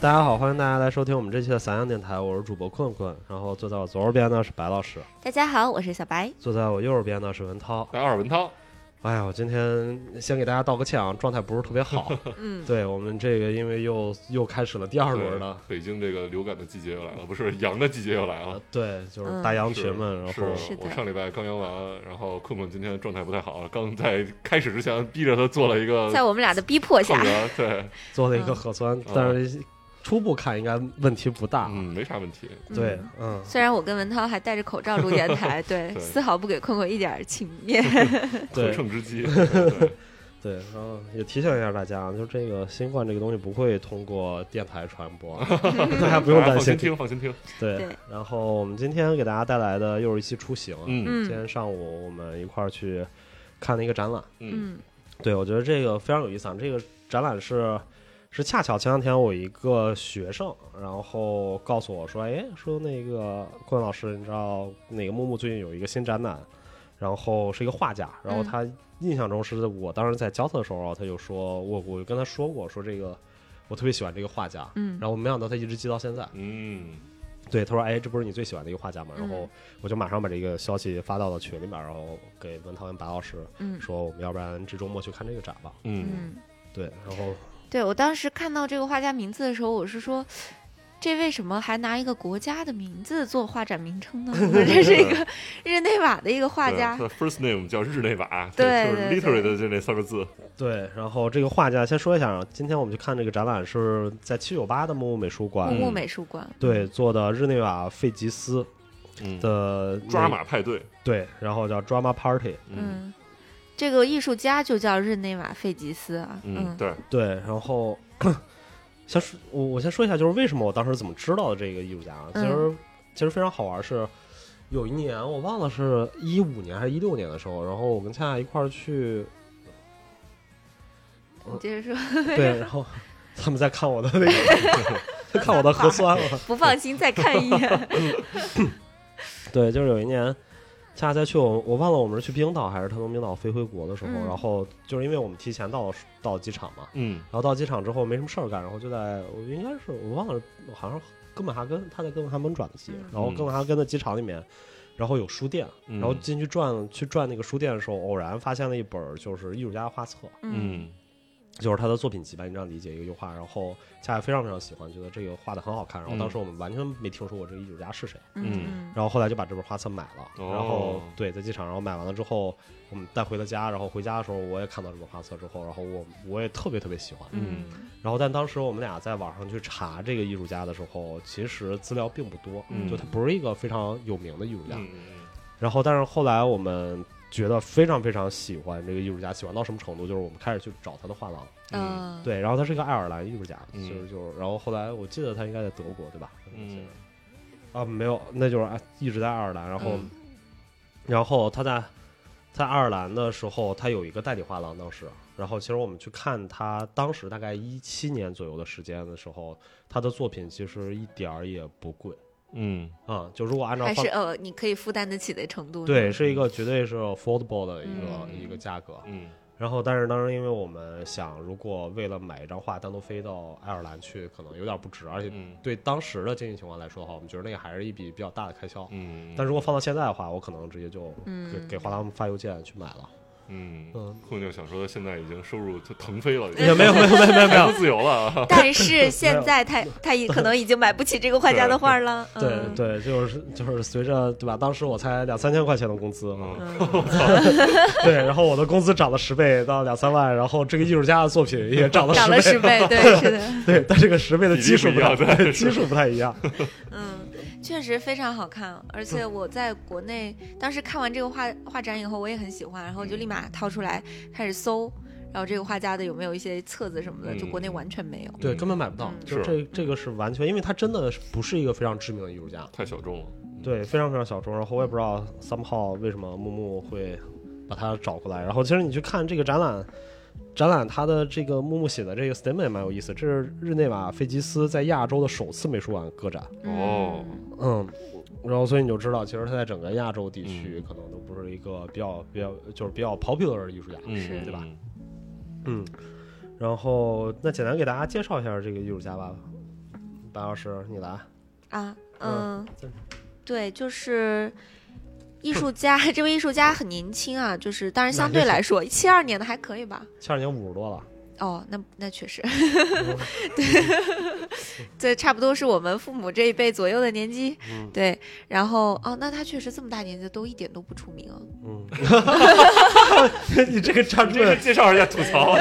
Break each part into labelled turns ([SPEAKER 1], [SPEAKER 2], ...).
[SPEAKER 1] 大家好，欢迎大家来收听我们这期的散养电台，我是主播困困。然后坐在我左手边呢是白老师，
[SPEAKER 2] 大家好，我是小白。
[SPEAKER 1] 坐在我右手边呢是文涛。
[SPEAKER 3] 来二文涛，
[SPEAKER 1] 哎呀，我今天先给大家道个歉啊，状态不是特别好。
[SPEAKER 2] 嗯，
[SPEAKER 1] 对我们这个，因为又又开始了第二轮了。
[SPEAKER 3] 对北京这个流感的季节又来了， 不是羊的季节又来了
[SPEAKER 1] 呃。对，就是
[SPEAKER 2] 嗯
[SPEAKER 1] 大羊
[SPEAKER 3] 是
[SPEAKER 1] 群们，然
[SPEAKER 3] 是嗯
[SPEAKER 1] 后
[SPEAKER 2] 是的
[SPEAKER 3] 我上礼拜刚阳完，然后困困今天状态不太好，刚在开始之前逼着他做了一个
[SPEAKER 2] 在我们俩的逼迫
[SPEAKER 3] 空
[SPEAKER 2] 下，
[SPEAKER 3] 格，对，
[SPEAKER 1] 做了一个
[SPEAKER 2] 嗯
[SPEAKER 1] 核酸，但是初步看应该问题不大。
[SPEAKER 3] 嗯，没啥问题，
[SPEAKER 2] 嗯
[SPEAKER 1] 对，嗯，
[SPEAKER 2] 虽然我跟文涛还戴着口罩录电台，对，
[SPEAKER 3] 对
[SPEAKER 2] 丝毫不给困困一点儿情面。
[SPEAKER 3] 可
[SPEAKER 1] 对
[SPEAKER 3] 乘之机。对对
[SPEAKER 1] 对，然后也提醒一下大家啊，就这个新冠这个东西不会通过电台传播，大家 不用担
[SPEAKER 3] 大家放心
[SPEAKER 1] 心。
[SPEAKER 3] 听，放心听。
[SPEAKER 1] 对
[SPEAKER 2] 对，
[SPEAKER 1] 然后我们今天给大家带来的又是一期出行啊。
[SPEAKER 3] 嗯
[SPEAKER 2] 嗯
[SPEAKER 1] 今天上午我们一块儿去看了一个展览，
[SPEAKER 3] 嗯
[SPEAKER 2] 嗯
[SPEAKER 1] 对我觉得这个非常有意思啊。这个展览是是恰巧前两天我一个学生，然后告诉我说，哎，说那个郭文老师，你知道哪个木木最近有一个新展览，然后是一个画家，然
[SPEAKER 2] 嗯
[SPEAKER 1] 后他印象中是我当时在教他的时候，然后他就说我我跟他说过，说这个我特别喜欢这个画家，
[SPEAKER 2] 嗯
[SPEAKER 1] 然后没想到他一直记到现在。
[SPEAKER 3] 嗯，
[SPEAKER 1] 对，他说：“哎，这不是你最喜欢的一个画家吗？”然后
[SPEAKER 2] 嗯
[SPEAKER 1] 我就马上把这个消息发到了群里边，然后给文涛跟白老师
[SPEAKER 2] 嗯
[SPEAKER 1] 说：“我们要不然这周末去看这个展吧
[SPEAKER 3] 嗯，
[SPEAKER 2] 嗯，？”
[SPEAKER 1] 对，然后
[SPEAKER 2] 对我当时看到这个画家名字的时候，我是说。这为什么还拿一个国家的名字做画展名称呢？我这是一个 日内瓦的一个画
[SPEAKER 3] 对
[SPEAKER 2] 家
[SPEAKER 3] 他，的 first name 叫日内瓦，
[SPEAKER 2] 对
[SPEAKER 3] 就是
[SPEAKER 2] 对
[SPEAKER 3] literary
[SPEAKER 2] 对
[SPEAKER 3] 的就那三个字。
[SPEAKER 1] 对，然后这个画家先说一下啊，今天我们去看这个展览是在七九八的木屋美术
[SPEAKER 2] 木
[SPEAKER 1] 馆、
[SPEAKER 2] 木
[SPEAKER 3] 嗯
[SPEAKER 2] 美术馆。
[SPEAKER 1] 对做的日内瓦费吉斯
[SPEAKER 3] 嗯，
[SPEAKER 1] 的那
[SPEAKER 3] 抓马派对。
[SPEAKER 1] 对，然后叫 Drama Party
[SPEAKER 3] 嗯
[SPEAKER 2] 嗯，这个艺术家就叫日内瓦费吉斯啊。
[SPEAKER 3] 嗯，对，
[SPEAKER 1] 对，然后 先说，我我先说一下，就是为什么我当时怎么知道的这个艺术家啊？其实、其实非常好玩是。有一年我忘了是一五年还是一六年的时候，然后我跟恰恰一块儿去，
[SPEAKER 2] 你接嗯着说，
[SPEAKER 1] 对，然后他们在看我的那个，在看我的核酸了。
[SPEAKER 2] 不放心再看一眼。
[SPEAKER 1] 对，就是有一年，恰恰在去我我忘了我们是去冰岛还是他从冰岛飞回国的时候，
[SPEAKER 2] 嗯
[SPEAKER 1] 然后就是因为我们提前到到机场嘛，
[SPEAKER 3] 嗯
[SPEAKER 1] 然后到机场之后没什么事儿干，然后就在我应该是我忘了，好像是哥本哈根，他在哥本哈根转的机
[SPEAKER 2] 嗯，
[SPEAKER 1] 然后
[SPEAKER 3] 嗯
[SPEAKER 1] 哥本哈根的机场里面，然后有书店，
[SPEAKER 3] 嗯
[SPEAKER 1] 然后进去转去转那个书店的时候，偶然发现了一本儿就是艺术家的画册，
[SPEAKER 2] 嗯
[SPEAKER 3] 嗯
[SPEAKER 1] 就是他的作品集吧，你这样理解一个油画，然后恰恰非常非常喜欢，觉得这个画的很好
[SPEAKER 3] 嗯
[SPEAKER 1] 看，然后当时我们完全没听说过这个艺术家是谁，
[SPEAKER 2] 嗯
[SPEAKER 1] 然后后来就把这本画册买了，
[SPEAKER 3] 哦
[SPEAKER 1] 然后对，在机场，然后买完了之后，我们带回了家，然后回家的时候我也看到这本画册之后，然后我我也特别特别喜欢，
[SPEAKER 2] 嗯
[SPEAKER 1] 然后但当时我们俩在网上去查这个艺术家的时候，其实资料并不多，
[SPEAKER 3] 嗯
[SPEAKER 1] 就他不是一个非常有名的艺术
[SPEAKER 3] 嗯
[SPEAKER 1] 家，
[SPEAKER 3] 嗯
[SPEAKER 1] 然后但是后来我们。觉得非常非常喜欢这个艺术家，喜欢到什么程度？就是我们开始去找他的画廊，
[SPEAKER 3] 嗯
[SPEAKER 2] 嗯，
[SPEAKER 1] 对，然后他是个爱尔兰艺术家，
[SPEAKER 3] 嗯
[SPEAKER 1] 就是就是，然后后来我记得他应该在德国，对吧？
[SPEAKER 3] 嗯，
[SPEAKER 1] 啊，没有，那就是啊一直在爱尔兰，然后、
[SPEAKER 2] 嗯
[SPEAKER 1] 然后他在在爱尔兰的时候，他有一个代理画廊，当时，然后其实我们去看他当时大概一七年左右的时间的时候，他的作品其实一点儿也不贵
[SPEAKER 3] 嗯
[SPEAKER 1] 啊、就如果按照
[SPEAKER 2] 还
[SPEAKER 1] 放
[SPEAKER 2] 是呃，你可以负担得起的程度。
[SPEAKER 1] 对，，是一个绝对是 affordable 的一个、
[SPEAKER 3] 嗯
[SPEAKER 1] 一个价格。
[SPEAKER 3] 嗯
[SPEAKER 1] 然后，但是当时因为我们想，如果为了买一张画单独飞到爱尔兰去，可能有点不值，而且
[SPEAKER 3] 嗯
[SPEAKER 1] 对当时的经济情况来说的话，我们觉得那个还是一笔比较大的开销。
[SPEAKER 3] 嗯，
[SPEAKER 1] 但如果放到现在的话，我可能直接就
[SPEAKER 2] 嗯
[SPEAKER 1] 给给画廊发邮件去买了。
[SPEAKER 3] 嗯，
[SPEAKER 1] 嗯，
[SPEAKER 3] 困就想说，现在已经收入就腾飞了，已经
[SPEAKER 1] 也没有没有没有没有没有
[SPEAKER 3] 财，富自由了啊。
[SPEAKER 2] 但是现在他 他也可能已经买不起这个画家的画了。
[SPEAKER 1] 对
[SPEAKER 2] 嗯，
[SPEAKER 1] 对，就是就是随着对吧？当时我才两三千块钱的工资，啊
[SPEAKER 3] 嗯
[SPEAKER 2] 嗯
[SPEAKER 1] 对，然后我的工资涨了十倍到两三万，然后这个艺术家的作品也涨了
[SPEAKER 2] 涨
[SPEAKER 1] 十
[SPEAKER 2] 了
[SPEAKER 1] 倍，
[SPEAKER 2] 十倍，对，是 的，
[SPEAKER 1] 对，但这个十倍的基数不太
[SPEAKER 3] 比例不一样对
[SPEAKER 1] 基数不太一 样，
[SPEAKER 2] 嗯，确实非常好看。而且我在国内当时看完这个画画展以后，我也很喜欢，然后就立马掏出来开始搜，然后这个画家的有没有一些册子什么的，就国内完全没有。
[SPEAKER 1] 对，根本买不到。
[SPEAKER 2] 嗯
[SPEAKER 1] 就是这这个是完全，因为他真的不是一个非常知名的艺术家，
[SPEAKER 3] 太小众了。
[SPEAKER 1] 对，非常非常小众。然后我也不知道三炮为什么木木会把他找过来。然后其实你去看这个展览，展览它的这个木木写的这个 statement 也蛮有意思。这是日内瓦费吉斯在亚洲的首次美术馆个展，
[SPEAKER 2] 嗯
[SPEAKER 3] 哦，
[SPEAKER 1] 嗯，然后所以你就知道，其实他在整个亚洲地区可能都不是一个比较比较就是比较 popular 的艺术家，
[SPEAKER 3] 嗯，
[SPEAKER 2] 是
[SPEAKER 1] 对吧
[SPEAKER 3] 嗯？
[SPEAKER 1] 嗯。然后那简单给大家介绍一下这个艺术家吧，白老师你来，
[SPEAKER 2] 啊，
[SPEAKER 1] 嗯
[SPEAKER 2] 嗯
[SPEAKER 1] 这，
[SPEAKER 2] 对，就是艺术家， 这位艺术家很年轻啊，就是当然相对
[SPEAKER 1] 那
[SPEAKER 2] 来说，七二年的还可以吧。
[SPEAKER 1] 七二年五十多了，
[SPEAKER 2] 哦，那那确实，哦 对，差不多是我们父母这一辈左右的年纪。
[SPEAKER 1] 嗯
[SPEAKER 2] 对，然后哦，那他确实这么大年纪都一点都不出名啊。
[SPEAKER 1] 嗯， 你这个站
[SPEAKER 3] 这
[SPEAKER 1] 队
[SPEAKER 3] 是，介绍人家吐槽，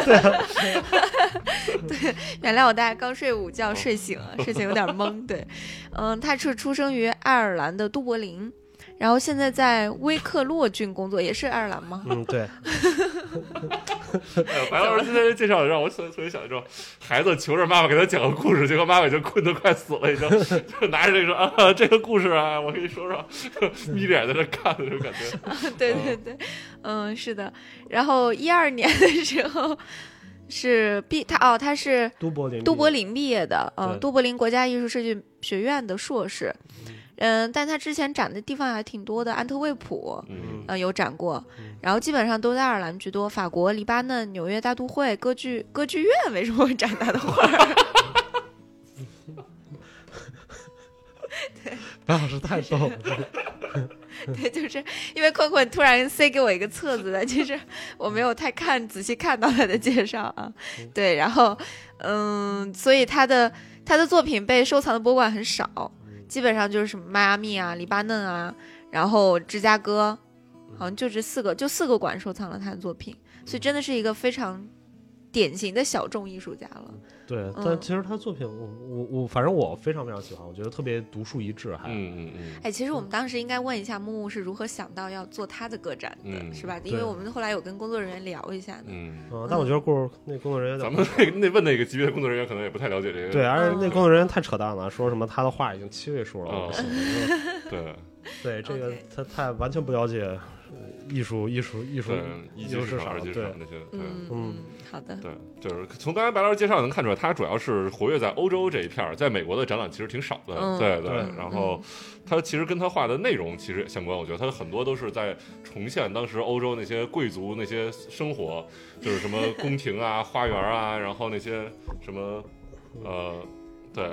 [SPEAKER 2] 原谅我大概刚睡午觉睡醒了，睡醒有点懵。 对，嗯，他是出生于爱尔兰的都柏林，然后现在在威克洛郡工作，也是爱尔兰 吗？
[SPEAKER 1] 嗯，对，
[SPEAKER 3] 哎呦白老师现在这介绍让我特特别想说，孩子求着妈妈给他讲个故事，结果妈妈已经困得快死了，已经就拿着这个说啊，这个故事啊，我跟你说说，眯着眼在这看的这种感觉。
[SPEAKER 2] 对对对，嗯，是的。然后一二年的时候是毕他哦，他是
[SPEAKER 1] 都柏林，
[SPEAKER 2] 都柏，林毕业的，嗯、
[SPEAKER 1] 对
[SPEAKER 2] 都柏林国家艺术设计学院的硕士，嗯，但他之前展的地方还挺多的，安特卫普。
[SPEAKER 3] 嗯，
[SPEAKER 2] 嗯，有展过
[SPEAKER 1] 嗯，
[SPEAKER 2] 然后基本上都在爱尔兰居多，法国、黎巴嫩、纽约大都会、歌剧歌剧院为什么会展他的画儿？
[SPEAKER 1] 白老师啊太逗了，
[SPEAKER 2] 对，就是因为困困突然塞给我一个册子的，就是我没有太看仔细看到他的介绍啊。对，然后嗯，所以他的他的作品被收藏的博物馆很少，
[SPEAKER 3] 嗯
[SPEAKER 2] 基本上就是什么迈阿密啊、黎巴嫩啊，然后芝加哥，
[SPEAKER 3] 嗯
[SPEAKER 2] 好像就这四个，就四个馆收藏了他的作品，所以真的是一个非常典型的小众艺术家了。
[SPEAKER 1] 对，
[SPEAKER 2] 嗯
[SPEAKER 1] 但其实他作品，我我我，反正我非常非常喜欢，我觉得特别独树一帜，还，
[SPEAKER 3] 嗯嗯
[SPEAKER 2] 哎，其实我们当时应该问一下木木是如何想到要做他的个展的，
[SPEAKER 3] 嗯
[SPEAKER 2] 是吧？
[SPEAKER 1] 对
[SPEAKER 2] 因为我们后来有跟工作人员聊一下呢。
[SPEAKER 3] 嗯
[SPEAKER 1] 嗯，但我觉得故事那工作人员有
[SPEAKER 3] 嗯，
[SPEAKER 1] 点
[SPEAKER 3] 咱们那那问那个级别的工作人员可能也不太了解这个。
[SPEAKER 1] 对，而且
[SPEAKER 2] 嗯
[SPEAKER 1] 那工作人员太扯淡了，说什么他的话已经七位数了，
[SPEAKER 3] 哦
[SPEAKER 1] 我不行了 对
[SPEAKER 3] 对
[SPEAKER 1] 这个
[SPEAKER 2] OK
[SPEAKER 1] 他太完全不了解呃艺术艺术艺术
[SPEAKER 3] 对，一级市
[SPEAKER 1] 市
[SPEAKER 3] 场、
[SPEAKER 1] 场
[SPEAKER 3] 二级市
[SPEAKER 1] 对
[SPEAKER 3] 场。那些，对。
[SPEAKER 2] 嗯
[SPEAKER 1] 嗯
[SPEAKER 2] 嗯，好的，
[SPEAKER 3] 对，就是从刚才白老师介绍能看出来，他主要是活跃在欧洲这一片儿，在美国的展览其实挺少的，
[SPEAKER 2] 嗯
[SPEAKER 3] 对
[SPEAKER 1] 对
[SPEAKER 3] 然后他其实跟他画的内容其实也相关，我觉得他很多都是在重现当时欧洲那些贵族那些生活，就是什么 宫廷啊、花园啊，然后那些什么，呃，对。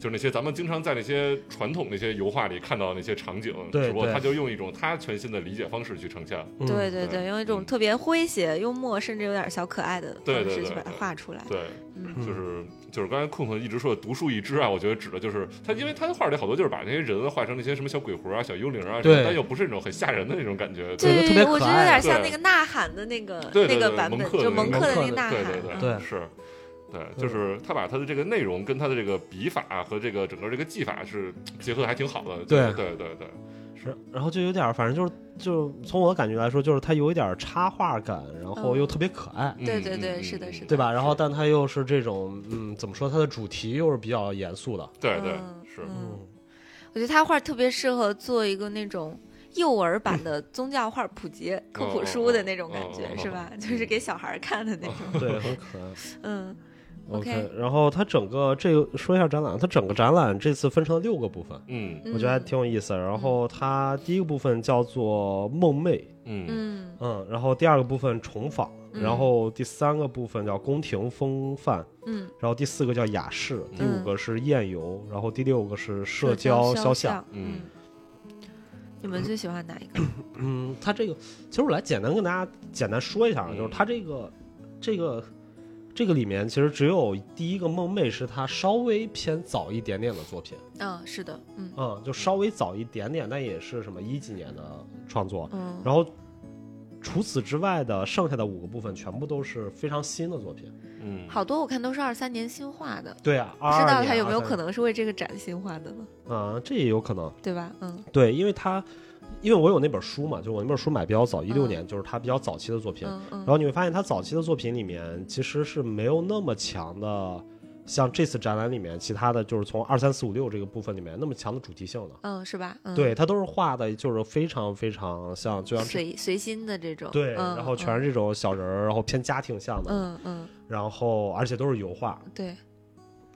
[SPEAKER 3] 就是那些咱们经常在那些传统那些油画里看到那些场景，
[SPEAKER 1] 对
[SPEAKER 3] 只不过
[SPEAKER 1] 对
[SPEAKER 3] 他就用一种他全新的理解方式去呈现。
[SPEAKER 1] 嗯
[SPEAKER 2] 对对
[SPEAKER 3] 对
[SPEAKER 2] 对，用一种特别诙谐、幽默，甚至有点小可爱的方
[SPEAKER 3] 对对
[SPEAKER 2] 式
[SPEAKER 3] 对
[SPEAKER 2] 去把它
[SPEAKER 3] 对
[SPEAKER 2] 画出来。
[SPEAKER 3] 对，
[SPEAKER 2] 嗯
[SPEAKER 3] 就是就是刚才困困一直说的独树一帜啊，我觉得指的就是他，因为他的画里好多就是把那些人画成那些什么小鬼魂啊、小幽灵啊，什么
[SPEAKER 1] 对
[SPEAKER 3] 但又不是那种很吓人的那种感觉。
[SPEAKER 1] 对就特别可
[SPEAKER 2] 我觉得有
[SPEAKER 1] 爱
[SPEAKER 2] 点像
[SPEAKER 3] 对
[SPEAKER 2] 那个呐喊的那个
[SPEAKER 3] 对对
[SPEAKER 2] 那
[SPEAKER 3] 对
[SPEAKER 2] 个版
[SPEAKER 3] 蒙
[SPEAKER 2] 本，
[SPEAKER 3] 克的
[SPEAKER 2] 就
[SPEAKER 3] 那
[SPEAKER 2] 蒙
[SPEAKER 3] 个
[SPEAKER 2] 克的
[SPEAKER 1] 蒙
[SPEAKER 2] 那个呐
[SPEAKER 3] 对
[SPEAKER 2] 喊。
[SPEAKER 3] 对对
[SPEAKER 2] 嗯
[SPEAKER 1] 对
[SPEAKER 3] 是。对，就是他把他的这个内容跟他的这个笔法和这个整个这个技法是结合的还挺好的。
[SPEAKER 1] 对
[SPEAKER 3] 对对对，
[SPEAKER 1] 是，然后就有点儿，反正就是就是从我的感觉来说，就是他有一点儿插画感，然后又
[SPEAKER 2] 嗯
[SPEAKER 1] 特别可爱，
[SPEAKER 3] 嗯
[SPEAKER 2] 对对对
[SPEAKER 3] 嗯嗯
[SPEAKER 2] 是的
[SPEAKER 3] 嗯
[SPEAKER 2] 是的
[SPEAKER 1] 对吧？然后
[SPEAKER 3] 是
[SPEAKER 1] 但他又是这种嗯，怎么说？他的主题又是比较严肃的，
[SPEAKER 3] 对对
[SPEAKER 2] 嗯
[SPEAKER 3] 是，
[SPEAKER 2] 嗯，我觉得他画特别适合做一个那种幼儿版的宗教画普及科普书的那种感
[SPEAKER 3] 哦哦
[SPEAKER 2] 觉，
[SPEAKER 3] 哦
[SPEAKER 2] 是吧？就是给小孩儿看的那种。
[SPEAKER 1] 对，很可爱。
[SPEAKER 2] 嗯
[SPEAKER 1] OK，,
[SPEAKER 2] OK
[SPEAKER 1] 然后它整个这个说一下展览，它整个展览这次分成了六个部分，
[SPEAKER 3] 嗯
[SPEAKER 1] 我觉得还
[SPEAKER 2] 嗯
[SPEAKER 1] 挺有意思的。然后它第一个部分叫做梦寐，
[SPEAKER 3] 嗯
[SPEAKER 2] 嗯
[SPEAKER 1] 嗯，然后第二个部分重访，然后第三个部分叫宫廷风范，
[SPEAKER 2] 嗯，
[SPEAKER 1] 然后第四个叫雅士，第五个是宴游，然后第六个是社交
[SPEAKER 2] 交
[SPEAKER 1] 肖像
[SPEAKER 2] 像。。
[SPEAKER 3] 嗯
[SPEAKER 2] 嗯，你们最喜欢哪一个？
[SPEAKER 1] 嗯，它这个其实我来简单跟大家简单说一下啊，
[SPEAKER 3] 嗯
[SPEAKER 1] 就是它这个这个这个里面其实只有第一个梦寐是他稍微偏早一点点的作品。
[SPEAKER 2] 嗯，是的，嗯
[SPEAKER 1] 嗯，就稍微早一点点，但也是什么一几年的创作。
[SPEAKER 2] 嗯
[SPEAKER 1] 然后除此之外的剩下的五个部分，全部都是非常新的作品。
[SPEAKER 3] 嗯，
[SPEAKER 2] 好多我看都是二三年新画的，
[SPEAKER 1] 对啊，
[SPEAKER 2] 不
[SPEAKER 1] 不
[SPEAKER 2] 知道他有没有可能是为这个展新画的呢？
[SPEAKER 1] 啊、这也有可能。
[SPEAKER 2] 对吧？嗯
[SPEAKER 1] 对，因为他因为我有那本书嘛，就我那本书买比较早，一六
[SPEAKER 2] 嗯
[SPEAKER 1] 年，就是他比较早期的作品。
[SPEAKER 2] 嗯
[SPEAKER 1] 然
[SPEAKER 2] 嗯
[SPEAKER 1] 后你会发现，他早期的作品里面其实是没有那么强的，像这次展览里面其他的就是从二三四五六这个部分里面那么强的主题性的。
[SPEAKER 2] 嗯，是吧？嗯，
[SPEAKER 1] 对，他都是画的，就是非常非常像，就像这
[SPEAKER 2] 随随心的这种，
[SPEAKER 1] 对，
[SPEAKER 2] 嗯
[SPEAKER 1] 然后全是这种小人儿，然后偏家庭向的，
[SPEAKER 2] 嗯嗯
[SPEAKER 1] 然后而且都是油画，
[SPEAKER 2] 嗯，对，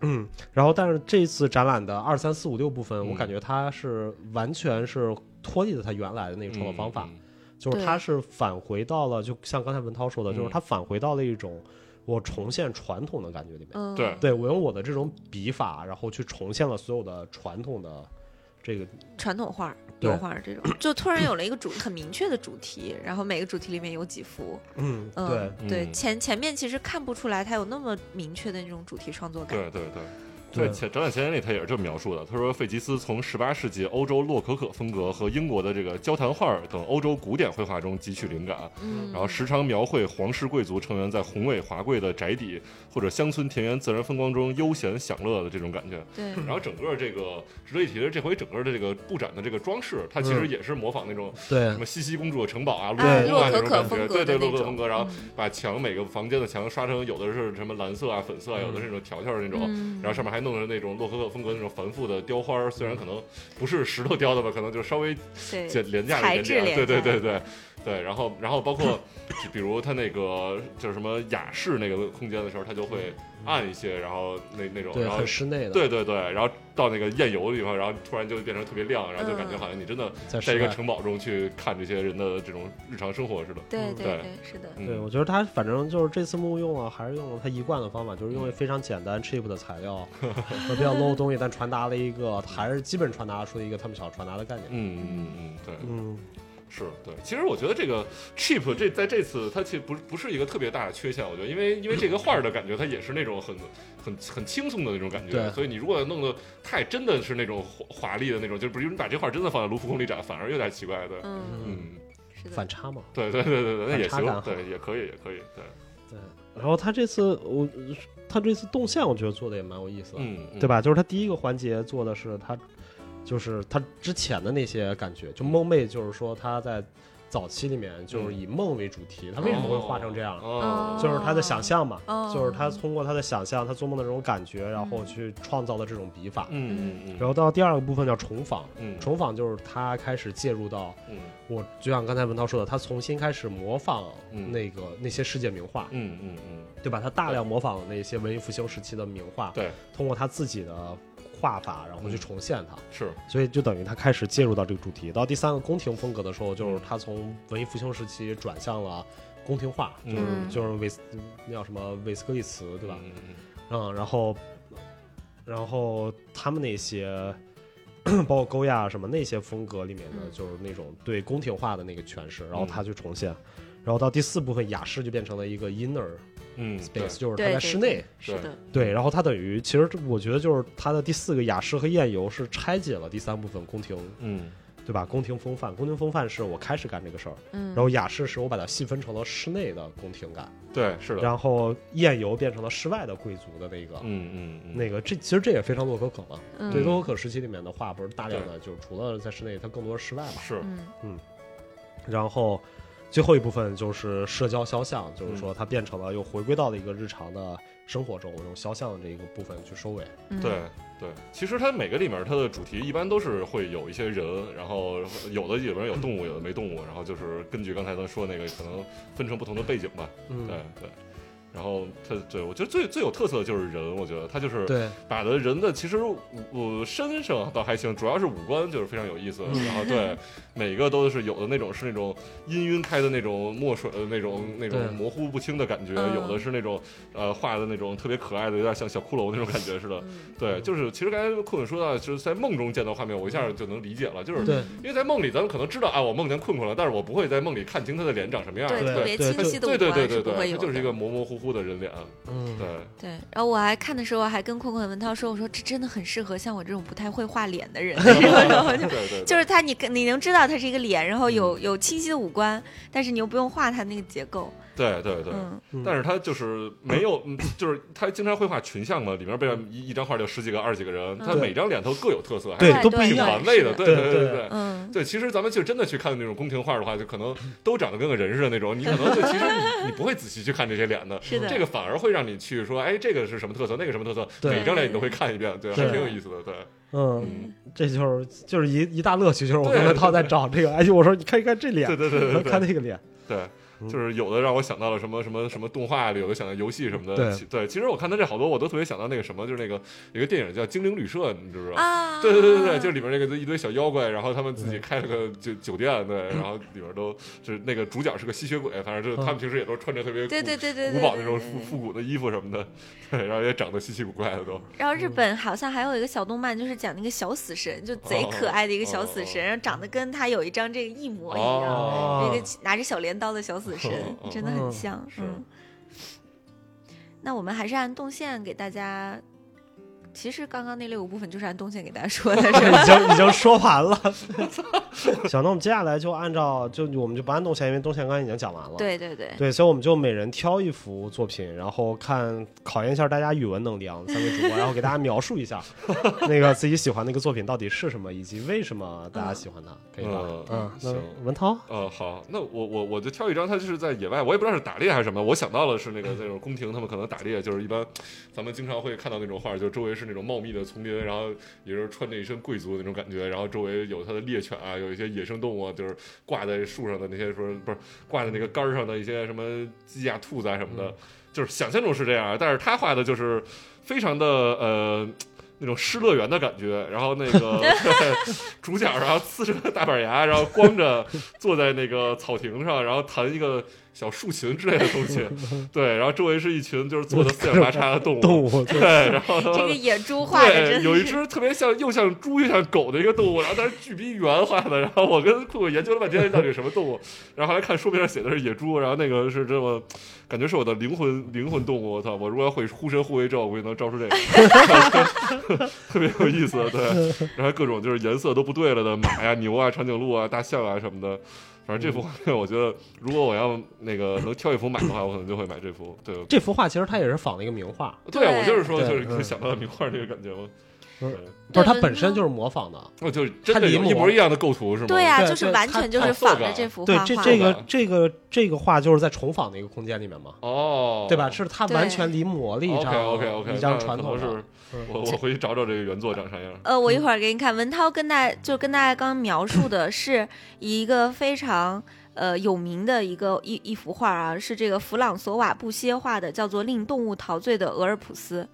[SPEAKER 1] 嗯，然后但是这次展览的二三四五六部分，我
[SPEAKER 3] 嗯
[SPEAKER 1] 感觉它是完全是脱离了它原来的那个创作方
[SPEAKER 3] 嗯
[SPEAKER 1] 法，就是它是返回到了，就像刚才文涛说的，就是
[SPEAKER 3] 嗯
[SPEAKER 1] 它返回到了一种我重现传统的感觉里面。
[SPEAKER 2] 嗯，
[SPEAKER 3] 对
[SPEAKER 1] 对我用我的这种笔法，然后去重现了所有的传统的这个
[SPEAKER 2] 传统画儿、
[SPEAKER 1] 对
[SPEAKER 2] 油画儿这种，就突然有了一个主很明确的主题，然后每个主题里面有几幅，
[SPEAKER 1] 嗯
[SPEAKER 2] 嗯，
[SPEAKER 1] 对。
[SPEAKER 2] 对，
[SPEAKER 3] 嗯
[SPEAKER 2] 前前面其实看不出来他有那么明确的那种主题创作感，
[SPEAKER 3] 对对对。
[SPEAKER 1] 对
[SPEAKER 3] 在前展览前言里，他也是这么描述的。他说，费吉斯从18世纪欧洲洛可可风格和英国的这个交谈画儿等欧洲古典绘画中汲取灵感，
[SPEAKER 2] 嗯，
[SPEAKER 3] 然后时常描绘皇室贵族成员在宏伟华贵的宅邸或者乡村田园自然风光中悠闲享乐的这种感觉。
[SPEAKER 2] 对，
[SPEAKER 3] 然后整个这个值得一提的，是，这回整个的这个布展的这个装饰，它
[SPEAKER 2] 嗯
[SPEAKER 3] 其实也是模仿那种
[SPEAKER 1] 对
[SPEAKER 3] 什么茜茜公主的城堡啊、
[SPEAKER 2] 啊，
[SPEAKER 1] 对
[SPEAKER 3] 洛
[SPEAKER 2] 洛
[SPEAKER 3] 可
[SPEAKER 2] 可
[SPEAKER 3] 那种
[SPEAKER 2] 可
[SPEAKER 3] 感觉，
[SPEAKER 2] 风
[SPEAKER 3] 对
[SPEAKER 2] 格
[SPEAKER 3] 对，
[SPEAKER 2] 的
[SPEAKER 3] 洛可
[SPEAKER 2] 那
[SPEAKER 3] 可风
[SPEAKER 2] 种
[SPEAKER 3] 格，然后
[SPEAKER 2] 嗯
[SPEAKER 3] 把墙每个房间的墙刷成有的是什么蓝色啊、粉色啊，有的是那种条条的那种。
[SPEAKER 2] 嗯
[SPEAKER 3] 然后上面还弄着那种洛可可风格那种繁复的雕花儿，虽然可能不是石头雕的吧，可能就稍微
[SPEAKER 2] 对
[SPEAKER 3] 简廉价
[SPEAKER 2] 材
[SPEAKER 3] 一
[SPEAKER 2] 质
[SPEAKER 3] 点点，对对
[SPEAKER 2] 廉价
[SPEAKER 3] 对对对。然后然后包括就比如它那个就是什么雅室那个空间的时候，它就会暗一些，然后那那种
[SPEAKER 1] 对，
[SPEAKER 3] 然后
[SPEAKER 1] 很室内的，
[SPEAKER 3] 对对对，然后到那个艳游的地方，然后突然就变成特别亮，然后就感觉
[SPEAKER 2] 嗯
[SPEAKER 3] 好像你真的
[SPEAKER 1] 在
[SPEAKER 3] 在
[SPEAKER 1] 室
[SPEAKER 3] 一个
[SPEAKER 1] 外
[SPEAKER 3] 城堡中去看这些人的这种日常生活似的。
[SPEAKER 2] 对
[SPEAKER 1] 嗯
[SPEAKER 2] 对
[SPEAKER 3] 对
[SPEAKER 2] 对，是的，
[SPEAKER 1] 对，
[SPEAKER 3] 嗯，
[SPEAKER 1] 我觉得他反正就是这次木用啊，还是用了他一贯的方法，就是
[SPEAKER 3] 嗯
[SPEAKER 1] 用了非常简单 cheap 的材料 和比较 low 的东西，但传达了一个还是基本传达出了一个他们想传达的概念。
[SPEAKER 3] 嗯嗯嗯，对，
[SPEAKER 1] 嗯，
[SPEAKER 3] 是对。其实我觉得这个 cheap 这在这次它其实不不是一个特别大的缺陷，我觉得，因为因为这个画儿的感觉，它也是那种很很很轻松的那种感觉，
[SPEAKER 1] 对
[SPEAKER 3] 所以你如果弄得太真的是那种华华丽的那种，就比如你把这画儿真的放在卢浮宫里展，反而有点奇怪，对，
[SPEAKER 2] 嗯，
[SPEAKER 3] 嗯，
[SPEAKER 2] 是的
[SPEAKER 1] 反，差嘛。
[SPEAKER 3] 对对对对对，那也
[SPEAKER 1] 反差感
[SPEAKER 3] 行，
[SPEAKER 1] 好
[SPEAKER 3] 对，也可以，也可以，对，
[SPEAKER 1] 对，然后他这次我他这次动线我觉得做的也蛮有意思的，
[SPEAKER 3] 嗯，嗯
[SPEAKER 1] 对？吧？就是他第一个环节做的是他，就是他之前的那些感觉，就梦寐，就是说他在早期里面就是以梦为主题，他为什么会画成这样？
[SPEAKER 3] 嗯哦
[SPEAKER 1] 就是他的想象嘛，
[SPEAKER 2] 哦
[SPEAKER 1] 就是他通过他的想象，他做梦的这种感觉，然后去创造的这种笔法。
[SPEAKER 3] 嗯嗯
[SPEAKER 1] 然后到第二个部分叫重访，
[SPEAKER 3] 嗯
[SPEAKER 1] 重访就是他开始介入到
[SPEAKER 3] 嗯
[SPEAKER 1] 我，就像刚才文涛说的，他重新开始模仿
[SPEAKER 3] 嗯
[SPEAKER 1] 那个、那些世界名画，
[SPEAKER 3] 嗯嗯嗯，
[SPEAKER 1] 对吧？他大量模仿那些文艺复兴时期的名画，
[SPEAKER 3] 对，
[SPEAKER 1] 通过他自己的画法，然后去
[SPEAKER 3] 嗯
[SPEAKER 1] 重现它。
[SPEAKER 3] 是，
[SPEAKER 1] 所以就等于他开始介入到这个主题。到第三个宫廷风格的时候，
[SPEAKER 3] 嗯
[SPEAKER 1] 就是他从文艺复兴时期转向了宫廷画，
[SPEAKER 3] 嗯
[SPEAKER 2] 嗯
[SPEAKER 1] 就是就是韦斯那叫什么韦斯克利茨，对吧？
[SPEAKER 3] 嗯嗯
[SPEAKER 1] 嗯，然后然后他们那些包括勾啊亚什么那些风格里面的，
[SPEAKER 2] 嗯
[SPEAKER 1] 就是那种对宫廷画的那个诠释，然后
[SPEAKER 3] 嗯
[SPEAKER 1] 他去重现。然后到第四部分，雅士就变成了一个 inner
[SPEAKER 3] 嗯，对
[SPEAKER 1] space，就是他
[SPEAKER 2] 对
[SPEAKER 1] 在
[SPEAKER 2] 对
[SPEAKER 1] 室
[SPEAKER 2] 对
[SPEAKER 1] 内，
[SPEAKER 2] 是的，
[SPEAKER 1] 对，然后它等于其实我觉得就是它的第四个雅诗和宴游是拆解了第三部分宫廷，
[SPEAKER 3] 嗯
[SPEAKER 1] 对吧？宫廷风范，宫廷风范是我开始干这个事儿，
[SPEAKER 2] 嗯，
[SPEAKER 1] 然后雅诗是我把它细分成了室内的宫廷感，
[SPEAKER 3] 对是的，
[SPEAKER 1] 然后宴游变成了室外的贵族的那个。
[SPEAKER 3] 嗯嗯嗯，
[SPEAKER 1] 那个，这其实这也非常洛可可嘛。
[SPEAKER 2] 嗯
[SPEAKER 1] 对，洛可可时期里面的画，不是大量的，就是除了在室内，它更多是室外嘛。
[SPEAKER 3] 是
[SPEAKER 2] 嗯
[SPEAKER 1] 然后最后一部分就是社交肖像，
[SPEAKER 3] 嗯
[SPEAKER 1] 就是说它变成了又回归到了一个日常的生活中，我用肖像这一个部分去收尾。
[SPEAKER 2] 嗯
[SPEAKER 3] 对。对，其实它每个里面它的主题一般都是会有一些人，然后有的里面有动物，有的没动物，然后就是根据刚才咱说那个，可能分成不同的背景吧。
[SPEAKER 1] 嗯
[SPEAKER 3] 对，对，然后它对我觉得最最有特色的就是人，我觉得它就是
[SPEAKER 1] 对，
[SPEAKER 3] 打的人的其实我、呃身上倒还行，主要是五官就是非常有意思。
[SPEAKER 1] 嗯
[SPEAKER 3] 然后对每个都是有的那种是那种氤氲开的那种墨水呃的那种那
[SPEAKER 1] 对
[SPEAKER 3] 种模糊不清的感觉，
[SPEAKER 2] 嗯
[SPEAKER 3] 有的是那种呃画的那种特别可爱的，有点像小骷髅那种感觉似的。
[SPEAKER 2] 嗯
[SPEAKER 3] 对，就是其实刚才困困说到，就是在梦中见到画面，我一下就能理解了，
[SPEAKER 2] 嗯
[SPEAKER 3] 就是
[SPEAKER 1] 对
[SPEAKER 3] 因为在梦里咱们可能知道啊，我梦见困困了，但是我不会在梦里看清他的脸长什么样。
[SPEAKER 2] 对，
[SPEAKER 1] 对
[SPEAKER 2] 特别
[SPEAKER 1] 对
[SPEAKER 2] 清
[SPEAKER 1] 对
[SPEAKER 2] 晰的
[SPEAKER 3] 对
[SPEAKER 2] 五
[SPEAKER 3] 对对
[SPEAKER 2] 官啊
[SPEAKER 3] 对
[SPEAKER 2] 是不会
[SPEAKER 3] 对，
[SPEAKER 2] 有
[SPEAKER 3] 他
[SPEAKER 2] 的。
[SPEAKER 3] 就是一个模模糊糊的人脸。
[SPEAKER 1] 嗯
[SPEAKER 3] 对，
[SPEAKER 2] 对，然后我还看的时候，还跟困困文涛说：“我说这真的很适合像我这种不太会画脸 的人，然后
[SPEAKER 3] 对对对，
[SPEAKER 2] 就是他，你跟你能知道他是一个脸，然后
[SPEAKER 1] 嗯
[SPEAKER 2] 有有清晰的五官，但是你又不用画他那个结构。
[SPEAKER 3] 对对对。
[SPEAKER 2] 嗯，
[SPEAKER 3] 但是他就是没有，嗯就是他经常会画群像嘛，里面被一一张画就十几个、二十几个人，他
[SPEAKER 1] 嗯
[SPEAKER 3] 每张脸都各有特色，还
[SPEAKER 1] 对
[SPEAKER 3] 是
[SPEAKER 1] 都不一
[SPEAKER 3] 挺
[SPEAKER 1] 样
[SPEAKER 3] 完美的，
[SPEAKER 2] 对
[SPEAKER 3] 对
[SPEAKER 1] 是的
[SPEAKER 3] 对
[SPEAKER 1] 对
[SPEAKER 3] 对。
[SPEAKER 2] 嗯，
[SPEAKER 3] 对，其实咱们就真的去看那种宫廷画的话，就可能都长得跟个人似的那种，你可能就其实你你不会仔细去看这些脸的，
[SPEAKER 2] 是的
[SPEAKER 3] 这个反而会让你去说，哎，这个是什么特色，那个什么特色，
[SPEAKER 1] 对
[SPEAKER 3] 每张脸你都会看一遍，对，还
[SPEAKER 1] 对
[SPEAKER 3] 挺有意思的，对，
[SPEAKER 1] 嗯，
[SPEAKER 3] 嗯，
[SPEAKER 1] 这就是就是一一大乐趣，就是我
[SPEAKER 3] 对
[SPEAKER 1] 跟文涛在找这个，哎，我说你看一看这脸，
[SPEAKER 3] 对对对对对
[SPEAKER 1] 看那个脸，
[SPEAKER 3] 对。就是有的让我想到了什么什么什么动画，有的想到游戏什么的。
[SPEAKER 1] 对
[SPEAKER 3] 其对，其实我看他这好多，我都特别想到那个什么，就是那个有一个电影叫《精灵旅社》，你知不知道？
[SPEAKER 2] 啊，
[SPEAKER 3] 对对对对对，就里边那个一堆小妖怪，然后他们自己开了
[SPEAKER 1] 啊
[SPEAKER 3] 个酒酒店，对，然后里边都就是那个主角是个吸血鬼，反正就是
[SPEAKER 1] 嗯
[SPEAKER 3] 他们平时也都穿着特别古
[SPEAKER 2] 对对对对对
[SPEAKER 3] 古堡
[SPEAKER 2] 对
[SPEAKER 3] 那种
[SPEAKER 2] 对
[SPEAKER 3] 复复古的衣服什么的， 对，然后也长得稀奇古怪的都。
[SPEAKER 2] 然后日本好像还有一个小动漫，就是讲那个小死神，就贼可爱的一个小死神，
[SPEAKER 3] 哦
[SPEAKER 2] 然后长得跟他有一张这个一模一样，
[SPEAKER 3] 哦，
[SPEAKER 2] 有一个拿着小镰刀的小死神
[SPEAKER 3] 哦哦，
[SPEAKER 2] 真的很像。
[SPEAKER 3] 是
[SPEAKER 2] 嗯，那我们还是按动线给大家。其实刚刚那六个部分就是按动线给大家说 的，是吧？
[SPEAKER 1] 已经已经说完了。 行，那我们接下来就按照就我们就不按动线，因为动线刚才已经讲完了。
[SPEAKER 2] 对对对，
[SPEAKER 1] 对，所以我们就每人挑一幅作品，然后看考验一下大家语文能力啊，我们三位主播，然后给大家描述一 下那个自己喜欢那个作品到底是什么，以及为什么大家喜欢它，可以吧
[SPEAKER 3] 嗯？
[SPEAKER 1] 嗯，那
[SPEAKER 3] 行
[SPEAKER 1] 文涛，
[SPEAKER 3] 呃，好，那我我我就挑一张，他就是在野外，我也不知道是打猎还是什么，我想到了是那个那种宫廷，他们可能打猎就是一般，咱们经常会看到那种画，就周围是那种茂密的丛林，然后也就是穿着一身贵族那种感觉，然后周围有他的猎犬啊，有一些野生动物啊，就是挂在树上的那些说不是挂在那个杆儿上的一些什么鸡啊、兔子啊什么的，就是想象中是这样，但是他画的就是非常的呃。那种失乐园的感觉，然后那个 主角然后呲着大板牙，然后光着坐在那个草坪上，然后弹一个小竖琴之类的东西，对，然后周围是一群就是坐的四仰八叉的动物，
[SPEAKER 1] 动物，
[SPEAKER 3] 对，然后
[SPEAKER 2] 这
[SPEAKER 3] 它
[SPEAKER 2] 个野猪画的
[SPEAKER 3] 对，
[SPEAKER 2] 真
[SPEAKER 3] 有
[SPEAKER 2] 的
[SPEAKER 3] 一
[SPEAKER 2] 是，
[SPEAKER 3] 只特别像又像猪又像狗的一个动物，然后它是巨逼圆画的，然后我跟酷酷研究了半天到底是什么动物，然后后来看说明上写的是野猪，然后那个是这么，感觉是我的灵魂灵魂动物，我操，我如果要会护身护卫咒，我估计能招出这个， 特别有意思，对，然后各种就是颜色都不对了的马呀、牛啊、长颈鹿啊、大象啊什么的。反正这幅画面，我觉得如果我要那个能挑一幅买的话，我可能就会买这幅。对，
[SPEAKER 1] 这幅画其实它也是仿的一个名画，
[SPEAKER 3] 对啊，
[SPEAKER 2] 对
[SPEAKER 3] 我就是说，
[SPEAKER 1] 对
[SPEAKER 3] 就是
[SPEAKER 1] 嗯
[SPEAKER 3] 想到名画这个感觉吗？
[SPEAKER 1] 嗯
[SPEAKER 3] 对
[SPEAKER 1] 不是它
[SPEAKER 2] 对
[SPEAKER 1] 本身就是模仿的。
[SPEAKER 3] 哦，就是真的
[SPEAKER 1] 它
[SPEAKER 3] 有
[SPEAKER 1] 临摹
[SPEAKER 3] 一模一样的构图是吗？
[SPEAKER 2] 对呀，
[SPEAKER 1] 对
[SPEAKER 2] 就是
[SPEAKER 1] 对
[SPEAKER 2] 完
[SPEAKER 1] 它
[SPEAKER 2] 全就
[SPEAKER 1] 它
[SPEAKER 2] 是
[SPEAKER 3] 做
[SPEAKER 2] 仿
[SPEAKER 3] 的
[SPEAKER 2] 着这幅
[SPEAKER 1] 对，
[SPEAKER 2] 画
[SPEAKER 1] 这
[SPEAKER 2] 画
[SPEAKER 1] 这
[SPEAKER 2] 的。
[SPEAKER 1] 个这个这个画就是在重仿的一个空间里面嘛，
[SPEAKER 3] 哦，
[SPEAKER 1] 对吧？是它完
[SPEAKER 2] 对
[SPEAKER 1] 全临摹了一
[SPEAKER 3] OK
[SPEAKER 1] 张
[SPEAKER 3] OK OK，
[SPEAKER 1] 一张传统的
[SPEAKER 3] 是
[SPEAKER 1] 嗯
[SPEAKER 3] 我我回去找找这个原作长啥样。
[SPEAKER 2] 呃，我一会儿给你看。文涛跟大就跟大家刚描述的是一个非常呃有名的一个一一幅画啊，是这个弗朗索瓦布歇画的，叫做《令动物陶醉的俄尔普斯》，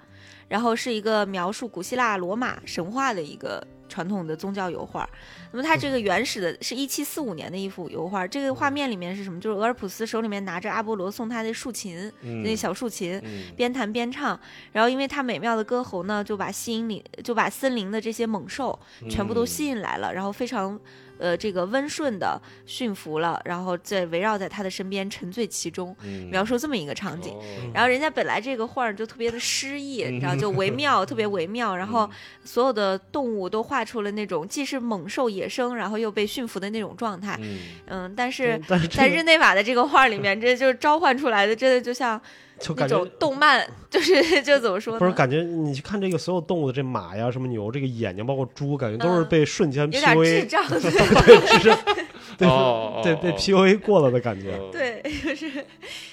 [SPEAKER 2] 然后是一个描述古希腊罗马神话的一个。传统的宗教油画，那么它这个原始的是一七四五年的一幅油画。这个画面里面是什么？就是俄尔普斯手里面拿着阿波罗送他的竖琴，
[SPEAKER 3] 嗯
[SPEAKER 2] 那小竖琴，
[SPEAKER 3] 嗯
[SPEAKER 2] 边弹边唱，然后因为他美妙的歌喉呢，就把吸引里就把森林的这些猛兽
[SPEAKER 3] 嗯
[SPEAKER 2] 全部都吸引来了，然后非常呃这个温顺的驯服了，然后再围绕在他的身边沉醉其中，
[SPEAKER 3] 嗯
[SPEAKER 2] 描述这么一个场景。
[SPEAKER 3] 哦
[SPEAKER 2] 然后人家本来这个画儿就特别的诗意，
[SPEAKER 3] 嗯
[SPEAKER 2] 你知道，就惟妙，特别惟妙。然后所有的动物都画出了那种既是猛兽野生，然后又被驯服的那种状态。
[SPEAKER 3] 嗯
[SPEAKER 2] 嗯，但是
[SPEAKER 1] 但是
[SPEAKER 2] 在
[SPEAKER 1] 这
[SPEAKER 2] 日
[SPEAKER 1] 个
[SPEAKER 2] 内瓦的这个画儿里面，这就是召唤出来的，真的就像
[SPEAKER 1] 就
[SPEAKER 2] 那
[SPEAKER 1] 感觉
[SPEAKER 2] 种动漫，就是 就怎么说呢？
[SPEAKER 1] 不是感觉你去看这个所有动物的这马呀、什么牛，这个眼睛包括猪，感觉都是
[SPEAKER 2] 嗯
[SPEAKER 1] 被瞬间
[SPEAKER 2] 有点智
[SPEAKER 1] PUA，
[SPEAKER 2] 障 的，
[SPEAKER 1] 对，是对
[SPEAKER 3] 哦哦
[SPEAKER 1] 对
[SPEAKER 3] 哦
[SPEAKER 1] 被
[SPEAKER 3] 哦
[SPEAKER 1] PUA 过了的感觉。
[SPEAKER 3] 哦
[SPEAKER 2] 对，就是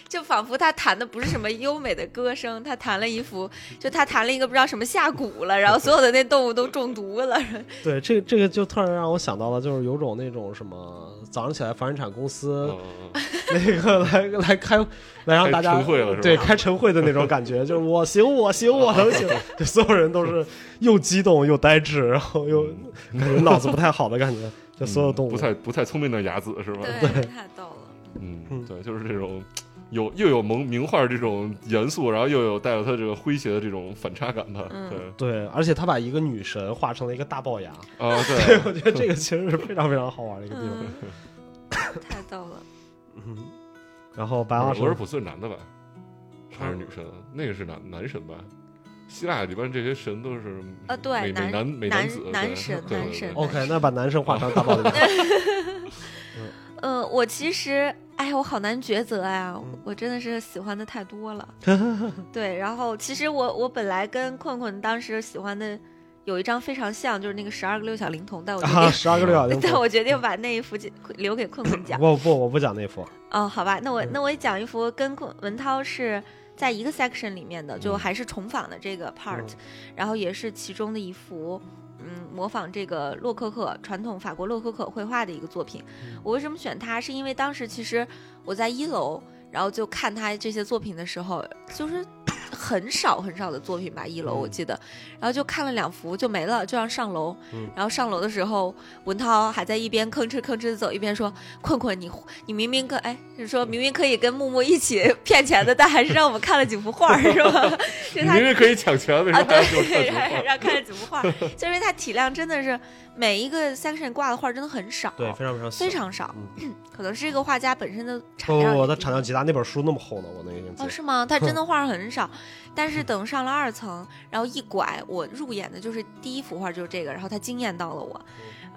[SPEAKER 2] 就仿佛他弹的不是什么优美的歌声，他弹了一幅，就他弹了一个不知道什么下蛊了，然后所有的那动物都中毒 了，
[SPEAKER 1] 对，这这个就突然让我想到了，就是有种那种什么早上起来房地产公司
[SPEAKER 3] 哦哦哦
[SPEAKER 1] 那个来来开来让
[SPEAKER 3] 开
[SPEAKER 1] 大家
[SPEAKER 3] 晨会了是吧
[SPEAKER 1] 对开晨会的那种感觉，就是我行我行我能行，就所有人都是又激动又呆滞，然后又感觉脑子不太好的感觉，就所有动物
[SPEAKER 3] 嗯不太不太聪明的雅子是
[SPEAKER 1] 哦
[SPEAKER 3] 吧？
[SPEAKER 2] 对，太逗了。
[SPEAKER 3] 嗯
[SPEAKER 1] 嗯
[SPEAKER 3] 对，就是这种有又有蒙名画这种严肃，然后又有带有它这个诙谐的这种反差感吧。
[SPEAKER 2] 嗯
[SPEAKER 3] 对
[SPEAKER 1] 对，而且他把一个女神画成了一个大龅牙，
[SPEAKER 3] 啊对
[SPEAKER 1] 我觉得这个其实是非常非常好玩的一个地方。
[SPEAKER 2] 嗯，太逗了。
[SPEAKER 1] 嗯，然后白
[SPEAKER 3] 俄
[SPEAKER 1] 老
[SPEAKER 3] 俄
[SPEAKER 1] 师
[SPEAKER 3] 尔，普斯是男的吧？还是女神？那个是男男神吧？希腊一般这些神都是
[SPEAKER 2] 呃对
[SPEAKER 3] 美美
[SPEAKER 2] 男
[SPEAKER 3] 男美
[SPEAKER 2] 男
[SPEAKER 3] 子
[SPEAKER 2] 男
[SPEAKER 3] 对
[SPEAKER 2] 神
[SPEAKER 3] 对
[SPEAKER 2] 男
[SPEAKER 3] 对
[SPEAKER 2] 神
[SPEAKER 3] 对
[SPEAKER 1] OK，那把男神画成大
[SPEAKER 3] 哦
[SPEAKER 1] 龅牙，
[SPEAKER 2] 呃，我其实，哎呀，我好难抉择呀，
[SPEAKER 1] 嗯
[SPEAKER 2] 我真的是喜欢的太 多了。对，然后其实我我本来跟困困当时喜欢的有一张非常像，就是那个十二个六小龄童，但我 决定、
[SPEAKER 1] 啊，十二个六角
[SPEAKER 2] 但
[SPEAKER 1] 星。
[SPEAKER 2] 我决定把那一幅给留给困困讲。
[SPEAKER 1] 不不，我不讲那幅。
[SPEAKER 2] 哦，好吧，那
[SPEAKER 1] 嗯
[SPEAKER 2] 我那我也讲一幅跟困文涛是在一个
[SPEAKER 1] 嗯
[SPEAKER 2] section 里面的，就还是重访的这个 part，、然后也是其中的一幅。嗯模仿这个洛可可传统法国洛可可绘画的一个作品。
[SPEAKER 1] 嗯
[SPEAKER 2] 我为什么选它？是因为当时其实我在一楼，然后就看他这些作品的时候，就是很少很少的作品吧，一楼
[SPEAKER 1] 嗯
[SPEAKER 2] 我记得，然后就看了两幅就没了，就让上楼
[SPEAKER 1] 嗯。
[SPEAKER 2] 然后上楼的时候，文涛还在一边吭哧吭哧地走，一边说：“困困，你你明明跟哎，就是说明明可以跟木木一起 骗钱的，但还是让我们看了几幅画，是吧？ 就
[SPEAKER 3] 你
[SPEAKER 2] 他
[SPEAKER 3] 明明可以抢钱，为什
[SPEAKER 2] 啊，
[SPEAKER 3] 么还要给我看
[SPEAKER 2] 对，
[SPEAKER 3] 图
[SPEAKER 2] 让
[SPEAKER 3] 画？
[SPEAKER 2] 让看了几幅画，就是因为它体量真的是每一个 section 挂的画真的很少，
[SPEAKER 1] 对，非常非常小
[SPEAKER 2] 非常少， 可能是这个画家本身的产
[SPEAKER 1] 不
[SPEAKER 2] 量
[SPEAKER 1] 不
[SPEAKER 2] 也
[SPEAKER 1] 不，
[SPEAKER 2] 低。
[SPEAKER 1] 它产量极大，那本书那么厚呢，我那个
[SPEAKER 2] 哦，是吗？它真 的画很少，但
[SPEAKER 1] 嗯
[SPEAKER 2] 是等上了二层，然后一拐，我入眼的就是第一幅画就是这个，然后它惊艳到了我。